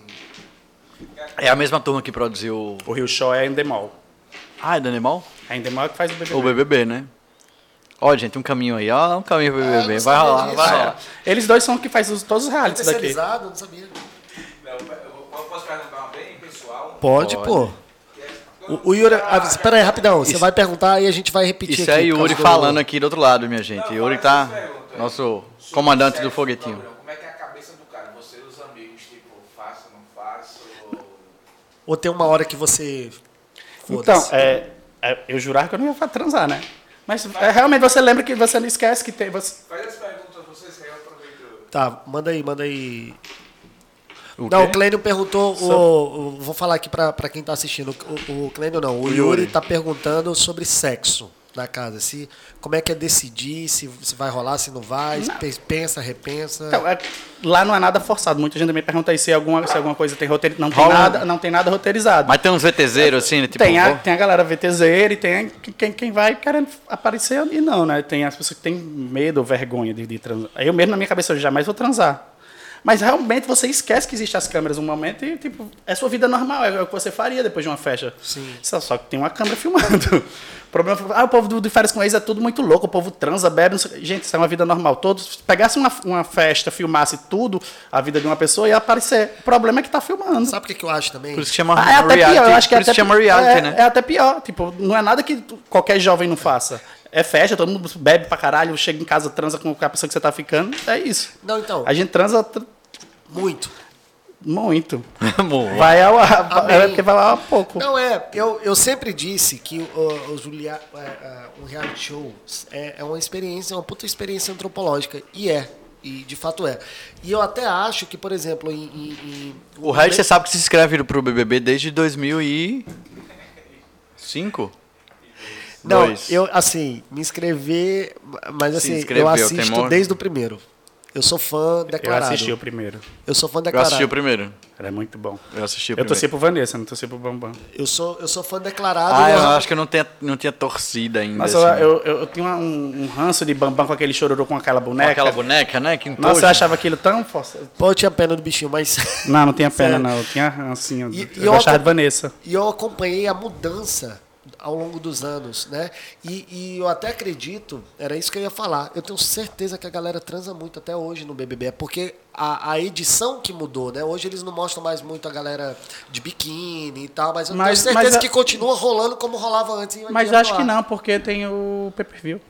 A: É a mesma turma que produziu.
C: O Rio Show é a Endemol.
A: Ah, é do animal?
C: A Endemol é que faz o BBB.
A: O BBB, né? Ó, gente, um caminho aí, ó, um caminho pro BBB.
B: não
A: vai
B: sabia
A: rolar,
B: disso.
A: vai
C: É.
A: rolar.
C: Eles dois são os que fazem os- todos os
B: é
C: realities daqui.
B: terceirizado, eu não sabia.
D: Não, eu vou- eu posso perguntar uma bem pessoal?
B: Pode, pô. O, o Yuri. Ah, espera aí, rapidão. Você vai perguntar e a gente vai repetir
A: Isso
B: aqui.
A: é
B: por causa
A: Yuri
B: do-
A: falando aqui do outro lado, minha gente.
D: Não,
A: Yuri
D: faz
A: tá.
D: essa pergunta aí.
A: Nosso
B: é
D: Sobre
A: comandante
D: sexo
A: do
D: no
A: foguetinho.
D: programa, Como é que é a cabeça do cara? Você e os amigos, tipo, faço, não faço? ou-
B: Ou tem uma hora que você.
C: Então,
B: Foda-se.
C: é, é, eu jurava que eu não ia fa- transar, né? Mas é, realmente você lembra que você não esquece que tem. Você...
D: Faz as perguntas vocês que aí eu aproveito.
B: Tá, manda aí, manda aí.
A: O
B: não, o
A: quê?
B: Clênio perguntou. O, o- vou falar aqui pra, pra quem tá assistindo. O, o Clênio não. O, Yuri. tá perguntando sobre sexo na casa. Se, como é que é decidir, se, se vai rolar, se não vai, se pe- pensa, repensa.
C: Então, é, lá não é nada forçado. Muita gente me pergunta aí se alguma, se alguma coisa tem roteiro. Não tem,
A: Rola um-
C: nada, não tem nada roteirizado.
A: Mas tem uns VTZeiros assim, né? Tipo,
C: tem, é. a,
A: vou-
C: tem a galera VTZera e tem quem, quem vai querendo aparecer e não, né? Tem as pessoas que têm medo ou vergonha de, de transar. Eu mesmo, na minha cabeça, eu jamais vou transar. Mas realmente você esquece que existem as câmeras um momento e, tipo, é sua vida normal, é o que você faria depois de uma festa.
B: Sim.
C: Só, só que tem uma câmera filmando. O problema foi, ah, o povo do, de férias com ex é tudo muito louco, o povo transa, bebe, não sei- gente, isso é uma vida normal. Todos se pegasse uma, uma festa, filmasse tudo, a vida de uma pessoa ia aparecer. O problema é que tá filmando.
B: Sabe o que, que eu acho também?
A: Por isso que chama
C: Ah, é até
A: reality.
C: pior, eu acho que é
A: por isso
C: até
A: chama
C: pi-
A: reality,
C: é,
A: né?
C: é até pior. Tipo, não é nada que tu- qualquer jovem não faça. É festa, todo mundo bebe pra caralho, chega em casa, transa com a pessoa que você tá ficando. É isso.
B: Não, então,
C: A gente transa tr-
B: muito.
C: muito.
A: Amor.
C: Vai ao.
B: Amém.
C: É porque vai lá pouco.
B: Não, é, eu, eu sempre disse que o, o Julia, é, é, um reality show é, é uma experiência, é uma puta experiência antropológica. E é. E de fato é. E eu até acho que, por exemplo, em. em- em-
A: O é Red, você sabe que se inscreve pro BBB desde 2005?
B: Não,
A: Dois.
B: eu, assim, me inscrever, mas
A: Se
B: assim,
A: inscreveu,
B: eu
A: tem
B: assisto
A: mó-
B: desde o primeiro. Eu sou fã
C: Eu
B: declarado.
C: assisti o primeiro.
B: Eu sou fã
A: Eu
B: declarado.
A: assisti o primeiro.
C: Era muito bom.
A: Eu assisti o
C: Eu
A: primeiro.
C: torci pro Vanessa, não torci pro Bambam.
B: Eu sou, eu sou fã declarado.
A: Ah,
B: e
A: eu
B: eu-
A: acho que eu não tinha, não tinha torcida ainda.
C: Nossa,
A: assim.
C: eu, eu, eu tinha uma- um, um ranço de Bambam com aquele chororô com aquela
A: Com
C: boneca.
A: aquela boneca, né? Que
C: Nossa,
A: entoja.
C: eu achava aquilo tão forçado.
B: Pô, eu tinha pena do bichinho, mas.
C: Não, não tinha pena, não. Eu tinha assim, eu,
B: E- e
C: eu
B: outra-
C: gostava de Vanessa.
B: e eu acompanhei a mudança ao longo dos anos, né? E, e eu até acredito, era isso que eu ia falar. Eu tenho certeza que a galera transa muito até hoje no BBB, é porque a, a edição que mudou, né? Hoje eles não mostram mais muito a galera de biquíni e tal, mas eu
C: Mas-
B: tenho certeza
C: mas a-
B: que continua rolando como rolava antes. e
C: Mas
B: ia
C: acho que
B: rolar.
C: não, porque tem o pay-per-view.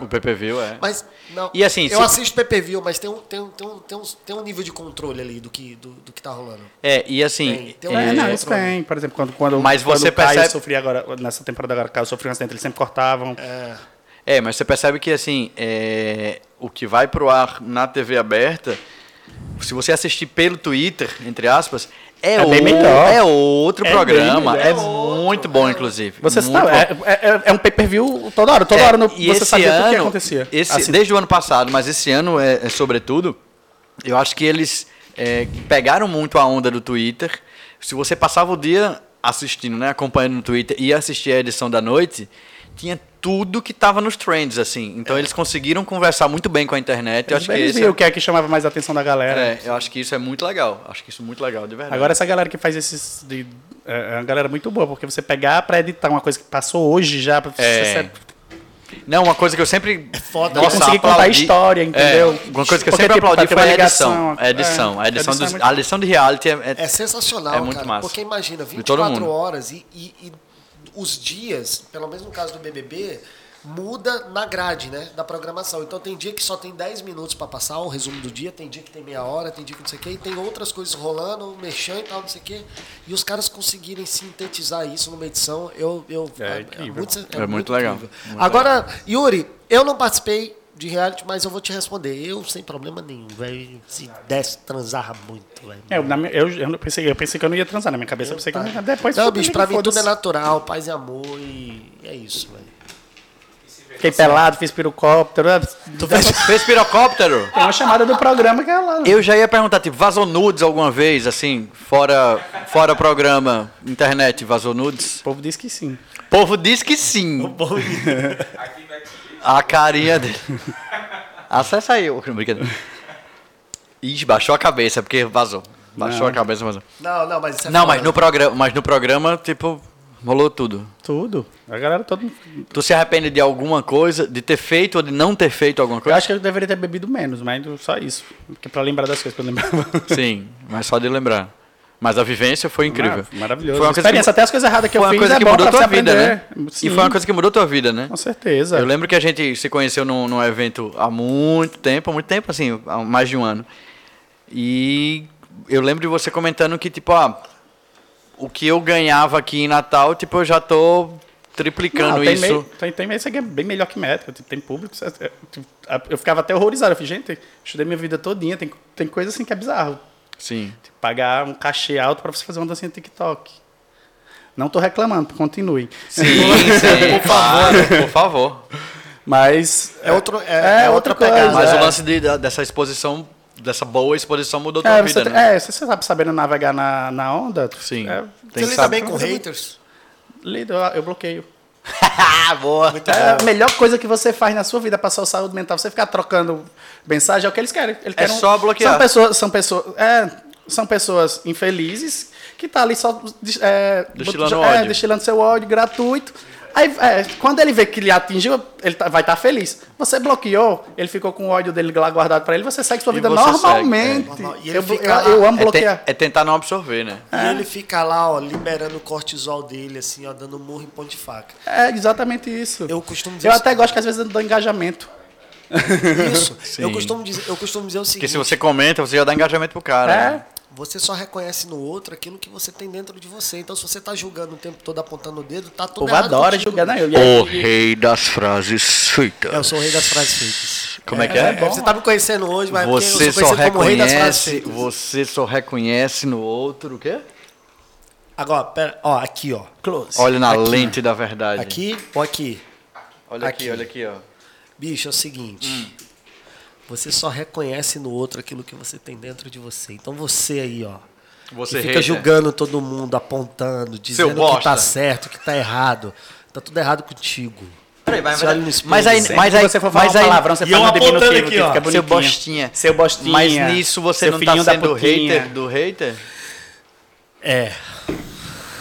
A: O PPV, é.
B: Mas não.
A: E assim,
B: eu
A: se-
B: assisto PPV, mas tem um, tem, um, tem, um, tem, um, tem um nível de controle ali do que, do, do que tá rolando.
A: É, e assim.
B: Tem- tem um-
A: é,
C: É, não,
B: outro
C: isso tem. Por exemplo, quando, quando,
A: Mas
C: quando
A: você
C: o Caio
A: percebe-
C: sofria agora, nessa temporada agora, o Caio sofreu um acidente, eles sempre cortavam.
A: é, mas você percebe que assim, é, o que vai pro ar na TV aberta, se você assistir pelo Twitter, entre aspas, é,
C: É bem
A: ou-
C: melhor.
A: é outro
C: É
A: programa.
C: bem
A: É,
C: melhor.
A: muito bom, inclusive.
C: Você
A: muito
C: sabe,
A: bom.
C: é, é- é um pay-per-view toda hora, toda
A: É,
C: hora no,
A: e
C: você
A: esse
C: sabia o que
A: ano,
C: acontecia.
A: esse-
C: Assim,
A: desde o ano passado, mas esse ano é, é sobretudo, eu acho que eles é, pegaram muito a onda do Twitter. Se você passava o dia assistindo, né, acompanhando no Twitter e assistia a edição da noite, tinha tudo que estava nos trends, assim. Então eles conseguiram conversar muito bem com a internet. Eu acho que
C: eles
A: esse
C: viam o
A: é,
C: que é que chamava mais a atenção da galera.
A: é, eu acho que isso é muito legal. Acho que isso é muito legal, de verdade.
C: Agora essa galera que faz esses... De, é é uma galera muito boa, porque você pegar pra editar uma coisa que passou hoje já, pra
A: É.
C: você sabe-
A: Não, uma coisa que eu sempre.
B: foda,
C: e
A: né?
C: conseguir contar a história, entendeu?
A: É, uma coisa que eu
C: Porque,
A: sempre
C: tipo,
A: aplaudi
C: tá
A: foi a
C: tendo uma
A: edição.
C: ligação,
A: A edição. a,
C: é.
A: edição
C: A edição
A: dos-
C: é muito-
A: a lição de reality é. é-
B: É sensacional,
A: É muito
B: cara.
A: massa.
B: Porque imagina,
A: De todo
B: 24
A: mundo.
B: horas e, e- e os dias, pelo menos no caso do BBB, muda na grade, né, da programação. Então tem dia que só tem 10 minutos pra passar o resumo do dia, tem dia que tem meia hora, tem dia que não sei o quê, e tem outras coisas rolando, mexendo e tal, não sei o quê. E os caras conseguirem sintetizar isso numa edição, eu eu
C: É incrível.
A: É muito legal. Muito
B: Agora, Yuri, eu não participei de reality, mas eu vou te responder. Eu sem problema nenhum, velho. Se desse, transar muito, velho.
C: É, eu, na minha- eu, eu não pensei, eu pensei que eu não ia transar na minha cabeça, eu pensei que eu não ia, É, depois
B: Tá. Não,
C: foda-se,
B: bicho, pra mim tudo é
C: foda-se.
B: natural, paz e amor e é isso, velho.
C: Fiquei pelado, fiz pirocóptero. né?
A: Fez pirocóptero?
C: Tem uma chamada do programa que é lá.
A: Eu já ia perguntar, tipo, vazou nudes alguma vez, assim, fora, fora programa, internet, vazou nudes?
C: O povo disse que sim.
A: O povo diz que sim.
D: Aqui vai te
A: A carinha dele. Acessa aí, ô, brincadeira. Ih, baixou a cabeça, porque vazou. Baixou
C: Não.
A: a cabeça, vazou.
B: Não, não, mas isso é
A: Não,
B: foda.
A: mas no, programa, mas no programa, tipo, rolou tudo.
C: Tudo. A galera todo mundo.
A: Tu se arrepende de alguma coisa, de ter feito ou de não ter feito alguma
C: Eu
A: coisa?
C: acho que eu deveria ter bebido menos, mas só isso. Porque pra lembrar das coisas que eu lembrava.
A: Sim, mas só de lembrar. Mas a vivência foi incrível.
C: Ah, maravilhoso.
A: Foi uma coisa
C: Experiência,
A: que,
C: até as coisas erradas que
A: foi
C: eu
A: uma
C: fiz
A: coisa
C: é
A: que
C: bom
A: mudou
C: pra
A: tua
C: você
A: vida, né?
C: aprender. Sim, é.
A: E foi uma coisa que mudou tua vida, né?
C: Com certeza.
A: Eu lembro que a gente se conheceu num, num evento há muito tempo, há muito tempo, assim, há mais de um ano. E eu lembro de você comentando que, tipo, ah, o que eu ganhava aqui em Natal, tipo, eu já tô triplicando
C: Não, Ah, tem
A: isso.
C: Meio, tem, tem meio que é bem melhor que métrica, tipo, tem público. certo? É, tipo, a- Eu ficava até horrorizado. Eu falei, gente, eu estudei minha vida todinha, tem, tem coisa assim que é bizarro.
A: Sim.
C: Tipo, Pagar um cachê alto pra você fazer uma dancinha no TikTok. Não tô reclamando, continue.
A: Sim, sim. por favor, por favor.
C: Mas.
B: É outro- é- é outra
C: coisa.
B: pegada.
A: Mas
C: é.
A: o lance de- da- dessa exposição, dessa boa exposição mudou tua
C: É,
A: vida,
C: você,
A: né?
C: é, se você sabe sabendo navegar na, na onda.
A: Sim.
C: É,
A: Tem
B: Você
A: que
B: lida
A: saber.
B: bem com haters?
C: lido, eu, eu bloqueio.
A: Ah, Boa.
C: É a melhor coisa que você faz na sua vida para sua saúde mental. Você ficar trocando mensagem é o que eles querem. Eles
A: É
C: querem um-
A: só bloquear.
C: São pessoas, são pessoas, é, são pessoas infelizes que tá ali só des- é,
A: Destilando
C: bot- é,
A: ódio.
C: destilando seu ódio gratuito. Aí, é, quando ele vê que ele atingiu, ele tá- vai estar feliz. Você bloqueou, ele ficou com o ódio dele lá guardado para ele, você segue sua
A: E
C: vida
A: você segue,
C: normalmente.
B: é. Normal. E ele
C: Eu,
B: fica
C: eu-
B: lá-
C: eu amo
A: É,
C: bloquear.
A: te- é tentar não absorver, né?
B: E
C: É.
B: ele fica lá, ó, liberando o cortisol dele, assim, ó, dando murro em ponto de faca.
C: É exatamente isso.
B: Eu costumo dizer
C: Eu até gosto que às vezes eu dou engajamento.
B: isso. eu,
A: Sim.
B: costumo dizer, eu costumo dizer o
A: Porque
B: seguinte,
A: se você comenta, você já dá engajamento pro cara.
C: É.
A: né?
B: você só reconhece no outro aquilo que você tem dentro de você. Então, se você tá julgando o tempo todo, apontando o dedo, tá
C: O
B: tudo
C: povo
B: errado
C: adora
B: contigo,
C: julgar, né?
B: bicho.
C: Eu, e aí-
A: rei das frases feitas.
B: Eu sou o rei das frases feitas.
A: Como é que
C: É
A: é?
C: bom.
B: Você tá me conhecendo hoje, mas porque
A: Você
B: eu sou
A: só
B: conhecido como o rei das frases
A: reconhece,
B: feitas.
A: você só reconhece no outro o quê?
B: Agora, pera, ó, aqui, ó. Close.
A: Olha na
B: Aqui.
A: lente da verdade.
B: Aqui ou aqui?
A: Olha aqui,
B: aqui.
A: olha aqui, ó.
B: Bicho, é o seguinte.
A: Hum.
B: Você só reconhece no outro aquilo que você tem dentro de você. Então você aí, ó.
A: Você
B: que fica
A: hater.
B: julgando todo mundo, apontando, dizendo que
A: bosta.
B: tá certo, que tá errado. Tá tudo errado contigo.
A: Peraí, vai,
B: Você é
A: vai-
B: olha no espelho,
A: mas aí,
B: sempre
A: mas
C: que
A: aí,
C: você for falar
A: mas
C: um
A: aí,
C: palavrão, você
A: e
C: fala
A: eu
C: um
A: apontando
C: diminutivo que fica
A: Seu
C: bonitinho.
A: bostinha.
C: Seu bostinha.
A: Mas nisso você
C: Seu
A: não tá
C: filhinho da
A: sendo
C: putinha.
A: hater do hater?
B: É.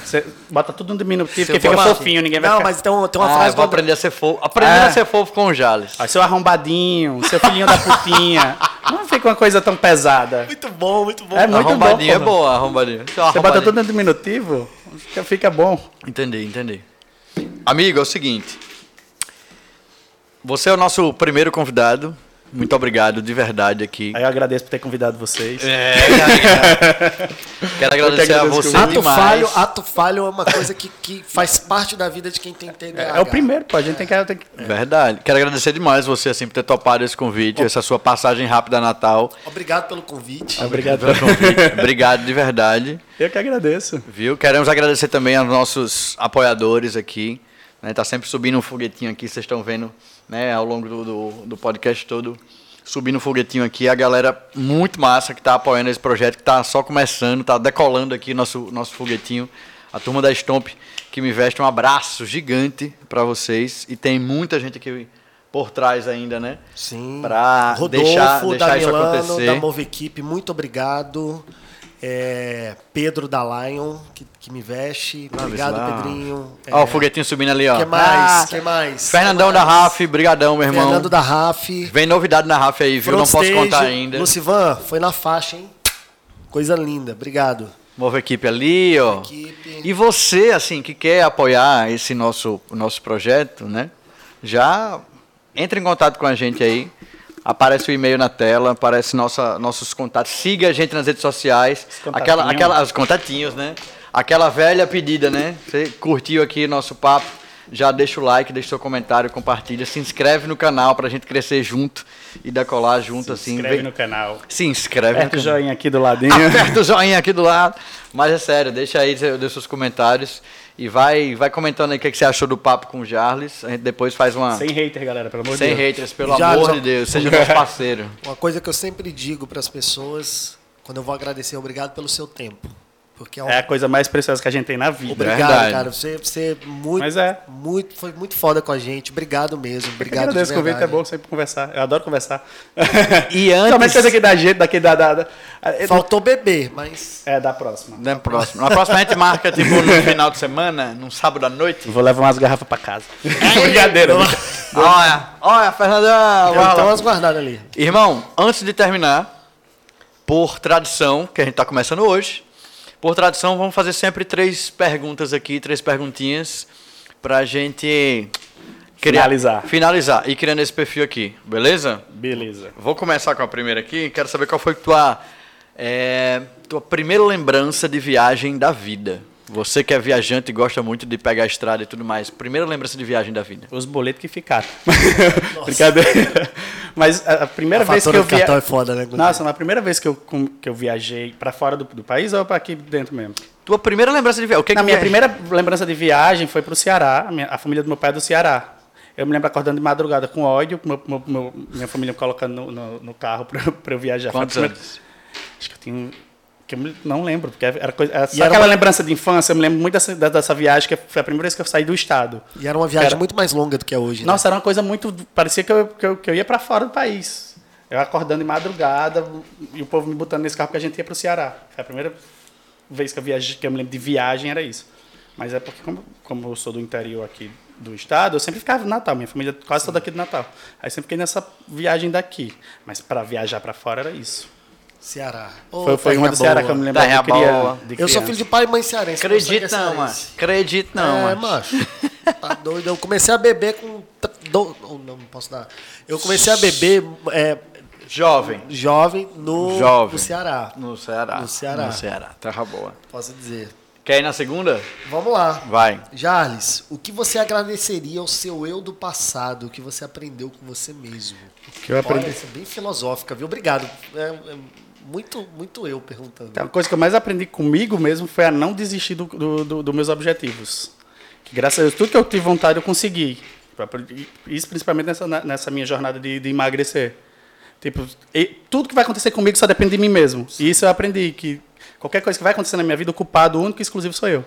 C: Você bota tudo no diminutivo,
A: Seu
C: porque fica
A: bobagem.
C: fofinho, ninguém vai
B: Não,
C: ficar...
B: mas tem, um- tem uma
A: ah,
B: frase
A: eu vou
B: do André-
A: aprender a ser fofo. Aprender
C: É.
A: a ser fofo com o Jales.
C: Ó, Ah, seu arrombadinho, seu filhinho da putinha. Não fica uma coisa tão pesada.
B: Muito bom, muito bom.
C: É muito bom,
A: arrombadinha é
C: porra.
A: boa, arrombadinha. Isso é uma
C: Você bota
A: arrombadinha.
C: tudo no diminutivo, fica, fica bom.
A: Entendi, entendi. Amigo, é o seguinte. Você é o nosso primeiro convidado. Muito obrigado, de verdade, aqui.
C: Aí eu agradeço por ter convidado vocês.
A: É. Quero agradecer a
C: agradeço
A: você
C: pelo
B: Ato
A: demais.
B: falho, ato falho é uma coisa que, que faz parte da vida de quem tem TDAH.
C: É, o primeiro, pô. A gente tem que... Tem que...
A: Verdade. Quero agradecer demais você, assim, por ter topado esse convite, essa sua passagem rápida a Natal.
B: Obrigado pelo
A: É
B: convite.
C: Obrigado.
A: Pelo convite. Obrigado, de verdade.
C: Eu que agradeço.
A: Viu? Queremos agradecer também aos nossos apoiadores aqui. Né? Tá sempre subindo um foguetinho aqui, vocês estão vendo né? ao longo do, do, do podcast todo. Subindo um foguetinho aqui, a galera muito massa que tá apoiando esse projeto, que tá só começando, tá decolando aqui nosso, nosso foguetinho. A turma da Stomp que me veste um abraço gigante para vocês. E tem muita gente aqui por trás ainda, né?
B: Sim.
A: Pra
B: Rodolfo,
A: deixar-
B: da
A: deixar isso
B: Milano,
A: acontecer.
B: da Move Equipe, muito obrigado. É, Pedro da Lion, que, que me veste. Obrigado,
A: Vamos lá.
B: Pedrinho. É,
A: Ó, o foguetinho subindo ali, ó.
B: que mais?
A: Ah,
B: que mais?
A: Fernandão
B: Que
A: da
B: mais?
A: RAF, brigadão, meu irmão.
B: Fernando da RAF.
A: Vem novidade na RAF aí, viu?
B: Front
A: Não posso
B: Stage.
A: contar ainda.
B: Lucivan, foi na faixa, hein? Coisa linda, obrigado.
A: Move a equipe ali, ó.
B: Equipe.
A: E você, assim, que quer apoiar esse nosso, o nosso projeto, né? Já entre em contato com a gente aí. Aparece o e-mail na tela, aparece nossa, nossos contatos. Siga a gente nas redes sociais. Aquela,
C: contatinhos.
A: aquela, os contatinhos, né? Aquela velha pedida, né? Você curtiu aqui nosso papo, já deixa o like, deixa o seu comentário, compartilha, se inscreve no canal pra gente crescer junto e decolar junto,
C: Se
A: assim.
C: inscreve
A: Vem-
C: no canal.
A: Se inscreve no
C: Aperta o
A: canal.
C: joinha aqui do ladinho.
A: Aperta o joinha aqui do lado. Mas é sério, deixa aí seu- deixa seus comentários e vai, vai comentando aí o que, que você achou do papo com o Jarles. A gente depois faz uma.
C: Sem hater, galera, pelo amor de
A: Sem
C: Deus.
A: haters, pelo
B: Jarles,
A: amor de
B: ó.
A: Deus, seja nosso parceiro.
B: Uma coisa que eu sempre digo para as pessoas, quando eu vou agradecer, obrigado pelo seu tempo. Porque é um
C: É a coisa mais preciosa que a gente tem na vida.
A: Obrigado,
B: Obrigado,
A: Verdade.
B: cara. Você, você é muito,
C: Mas é.
B: muito, foi muito foda com a gente. Obrigado mesmo.
C: Eu
B: Obrigado de
C: agradeço, o convite
B: verdade.
C: é bom sempre conversar. Eu adoro conversar.
A: E
C: Somente coisa
A: antes.
C: aqui da gente, daqui da. da, da é,
B: Faltou beber, mas
C: é, da próxima.
A: Na próxima. Na próxima a gente marca, tipo, no final de semana, num sábado à noite.
C: Vou levar umas garrafas pra casa. Brincadeira.
B: Não.
C: brincadeira.
A: Olha, olha, Fernandão,
B: eu
A: olha
B: tava
A: lá.
B: umas guardadas ali.
A: Irmão, antes de terminar, por tradição, que a gente está começando hoje, por tradição, vamos fazer sempre três perguntas aqui, três perguntinhas, para a gente criar-
C: Finalizar.
A: Finalizar e criando esse perfil aqui, beleza?
C: Beleza.
A: Vou começar com a primeira aqui. Quero saber qual foi tua, é, tua primeira lembrança de viagem da vida. Você que é viajante e gosta muito de pegar a estrada e tudo mais. Primeira lembrança de viagem da vida.
C: Os boletos que ficaram. Brincadeira. Mas a, a primeira
B: A
C: vez que
B: fatura
C: eu
B: do cartão é
C: viajei.
B: foda, né?
C: Nossa, na primeira vez que eu, com- que eu viajei pra fora do, do país ou pra aqui dentro mesmo?
A: Tua primeira lembrança de viagem. O que
C: Na
A: que
C: minha
A: é?
C: primeira lembrança de viagem foi pro Ceará. A, minha- a família do meu pai é do Ceará. Eu me lembro acordando de madrugada com ódio, meu- meu- meu- minha família me colocando no, no- no carro pra, pra eu viajar. Foi a
A: Quantos
C: primeira-
A: anos?
C: Acho que eu tenho que eu não lembro, porque era coisa, era só
B: era
C: aquela
B: uma-
C: lembrança de infância, eu me lembro muito dessa, da- dessa viagem, que foi a primeira vez que eu saí do estado.
B: E era uma viagem
C: Era-
B: muito mais longa do que é hoje. né?
C: Nossa, era uma coisa muito. Parecia que eu, que eu, que eu ia para fora do país. Eu acordando de madrugada e o povo me botando nesse carro porque a gente ia pro Ceará. Foi a primeira vez que eu, viajei, que eu me lembro de viagem, era isso. Mas é porque, como, como eu sou do interior aqui do estado, eu sempre ficava no Natal. Minha família é quase toda aqui do Natal. Aí sempre fiquei nessa viagem daqui. Mas para viajar para fora era isso.
B: Ceará. Ô,
C: foi foi
B: terrinha
C: uma do Ceará
B: boa.
C: que eu me lembro
A: Terra
C: de, cria-
A: boa.
C: de
B: Eu sou
C: criança.
B: filho de pai e mãe cearense. meu sangue é
A: Acredito não, mano.
B: cearense.
A: Acredito não,
B: é,
A: mano.
B: macho. Tá doido. Eu comecei a beber com. tr- do- oh, Não, não posso dar. Eu comecei a beber é,
A: Jovem.
B: jovem no,
A: Jovem.
B: no Ceará.
A: No Ceará.
B: No Ceará.
A: No Ceará. Terra boa.
B: Posso dizer.
A: Quer ir na segunda?
B: Vamos lá.
A: Vai.
B: Jarles, o que você agradeceria ao seu eu do passado, o que você aprendeu com você mesmo?
C: que eu aprendi.
B: Olha, isso é bem filosófica, viu? Obrigado. É, é muito, muito eu perguntando.
C: Então, a coisa que eu mais aprendi comigo mesmo foi a não desistir do- do- do- dos meus objetivos. Que graças a Deus, tudo que eu tive vontade eu consegui. Pra- pra- Isso principalmente nessa, na- nessa minha jornada de, de emagrecer. Tipo, e tudo que vai acontecer comigo só depende de mim mesmo. E isso eu aprendi, que qualquer coisa que vai acontecer na minha vida, o culpado único e exclusivo sou eu.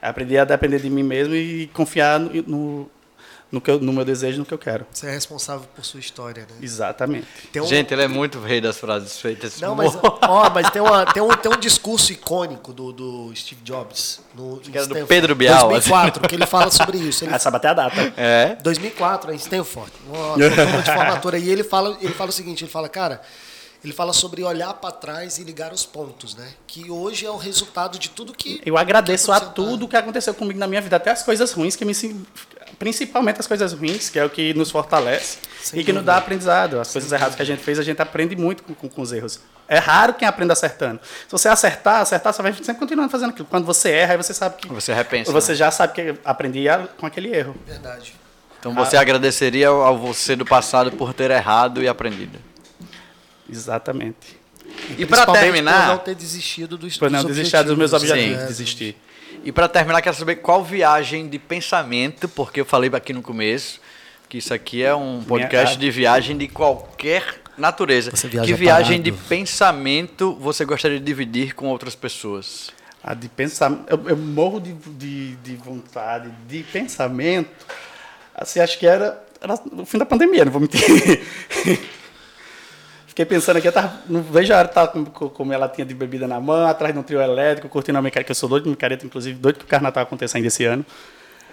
C: Eu Aprendi a depender de mim mesmo e confiar no, no, no que eu- no meu desejo, no que eu quero.
B: Você é responsável por sua história, né?
C: Exatamente.
B: Tem um-
A: Gente, ele é muito rei das frases feitas.
B: Não, mas, ó, mas tem, uma, tem, um, tem um discurso icônico do, do Steve Jobs. No,
A: que era do
B: Stanford,
A: Pedro Bial, assim.
B: 2004, que ele fala sobre isso. Ele,
C: Ah, sabe até a data.
A: É.
B: 2004, em Stanford. Uma turma de formatura. E ele fala, ele fala o seguinte, ele fala, cara... Ele fala sobre olhar para trás e ligar os pontos, né? Que hoje é o resultado de tudo que
C: Eu agradeço a
B: Você tá-
C: tudo que aconteceu comigo na minha vida, até as coisas ruins que me ensin- principalmente as coisas ruins, que é o que nos fortalece
B: Sem
C: e que nos
B: dúvida.
C: dá aprendizado. As coisas erradas que a gente fez, a gente aprende muito com, com- com os erros. É raro quem aprenda acertando. Se você acertar, acertar, você vai sempre continuando fazendo aquilo. Quando você erra, aí você sabe que
A: Você repensa.
C: você
A: né?
C: já sabe que aprendi a- com aquele erro.
B: Verdade.
A: Então você agradeceria ao ao você do passado por ter errado e aprendido.
C: Exatamente.
A: E pra
B: Principalmente
A: terminar-
B: Por não ter desistido dos,
C: Para não
B: dos né?
C: desistir é dos meus
A: objetivos.
C: objetivos,
A: Sim.
C: desistir.
A: E pra terminar, quero saber qual viagem de pensamento, porque eu falei aqui no começo que isso aqui é um podcast
C: a-
A: de viagem de qualquer natureza.
B: Você viaja
A: que viagem de
B: parado.
A: pensamento você gostaria de dividir com outras pessoas?
C: A de pensamento. Eu, eu morro de, de, de vontade, de pensamento. Assim, acho que era, era o fim da pandemia, não vou mentir. Fiquei pensando aqui, eu tava, não vejo a hora de estar com, com, com minha latinha de bebida na mão, atrás de um trio elétrico, curtindo a micareta, que eu sou doido de micareta, inclusive, doido que o Carnaval aconteça ainda esse ano.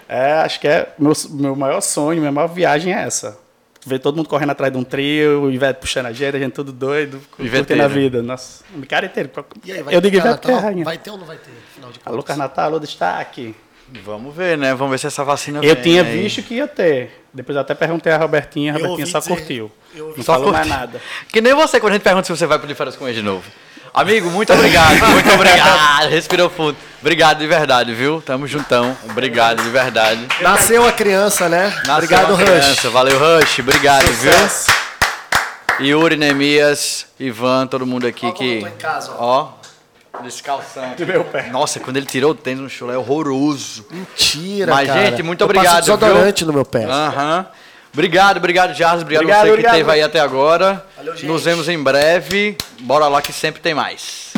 C: É, acho que é meu, meu maior sonho, minha maior viagem é essa. Ver todo mundo correndo atrás de um trio, o Ivete puxando a gente, a gente todo doido, curtindo
A: Iveteiro.
C: a vida. Nossa, micareteiro.
B: E aí, vai
C: Eu
B: ter
C: digo Ivete porque é a
B: Natal?
C: rainha.
B: Vai ter ou não vai ter? Afinal de
C: Alô,
B: contas.
C: Carnatal, alô, destaque.
A: Vamos ver, né? Vamos ver se essa vacina
C: Eu
A: vem
C: tinha
A: aí.
C: visto que ia ter. Depois eu até perguntei a Robertinha, a
B: Eu
C: Robertinha
B: ouvi
C: só
B: dizer.
C: curtiu.
B: Eu ouvi.
C: Não
A: Só
C: falou mais
A: curti-
C: nada.
A: Que nem você quando a gente pergunta se você vai pro férias com ele de novo. Amigo, muito obrigado, muito obrigado. Respirou fundo. Obrigado de verdade, viu? Tamo juntão. Obrigado de verdade.
B: Nasceu a criança, né?
A: Nasceu
B: Obrigado,
A: uma
B: Rush.
A: criança. Valeu, Rush. Obrigado,
C: Sucesso.
A: viu? Yuri, Neemias, Ivan, todo mundo aqui
B: Ó, como
A: que.
B: eu tô em casa,
A: ó. Descalçando.
C: De meu pé.
A: Nossa, quando ele tirou o tênis no chulé, é horroroso.
B: Mentira,
A: Mas,
B: cara.
A: gente, muito
B: Eu
A: obrigado,
B: Passo desodorante
A: viu?
B: no meu pé.
A: Aham. Obrigado, obrigado, Jardim. Obrigado,
C: Obrigado,
A: você que
C: obrigado.
A: esteve aí até agora.
B: Valeu, gente.
A: Nos vemos em breve. Bora lá que sempre tem mais.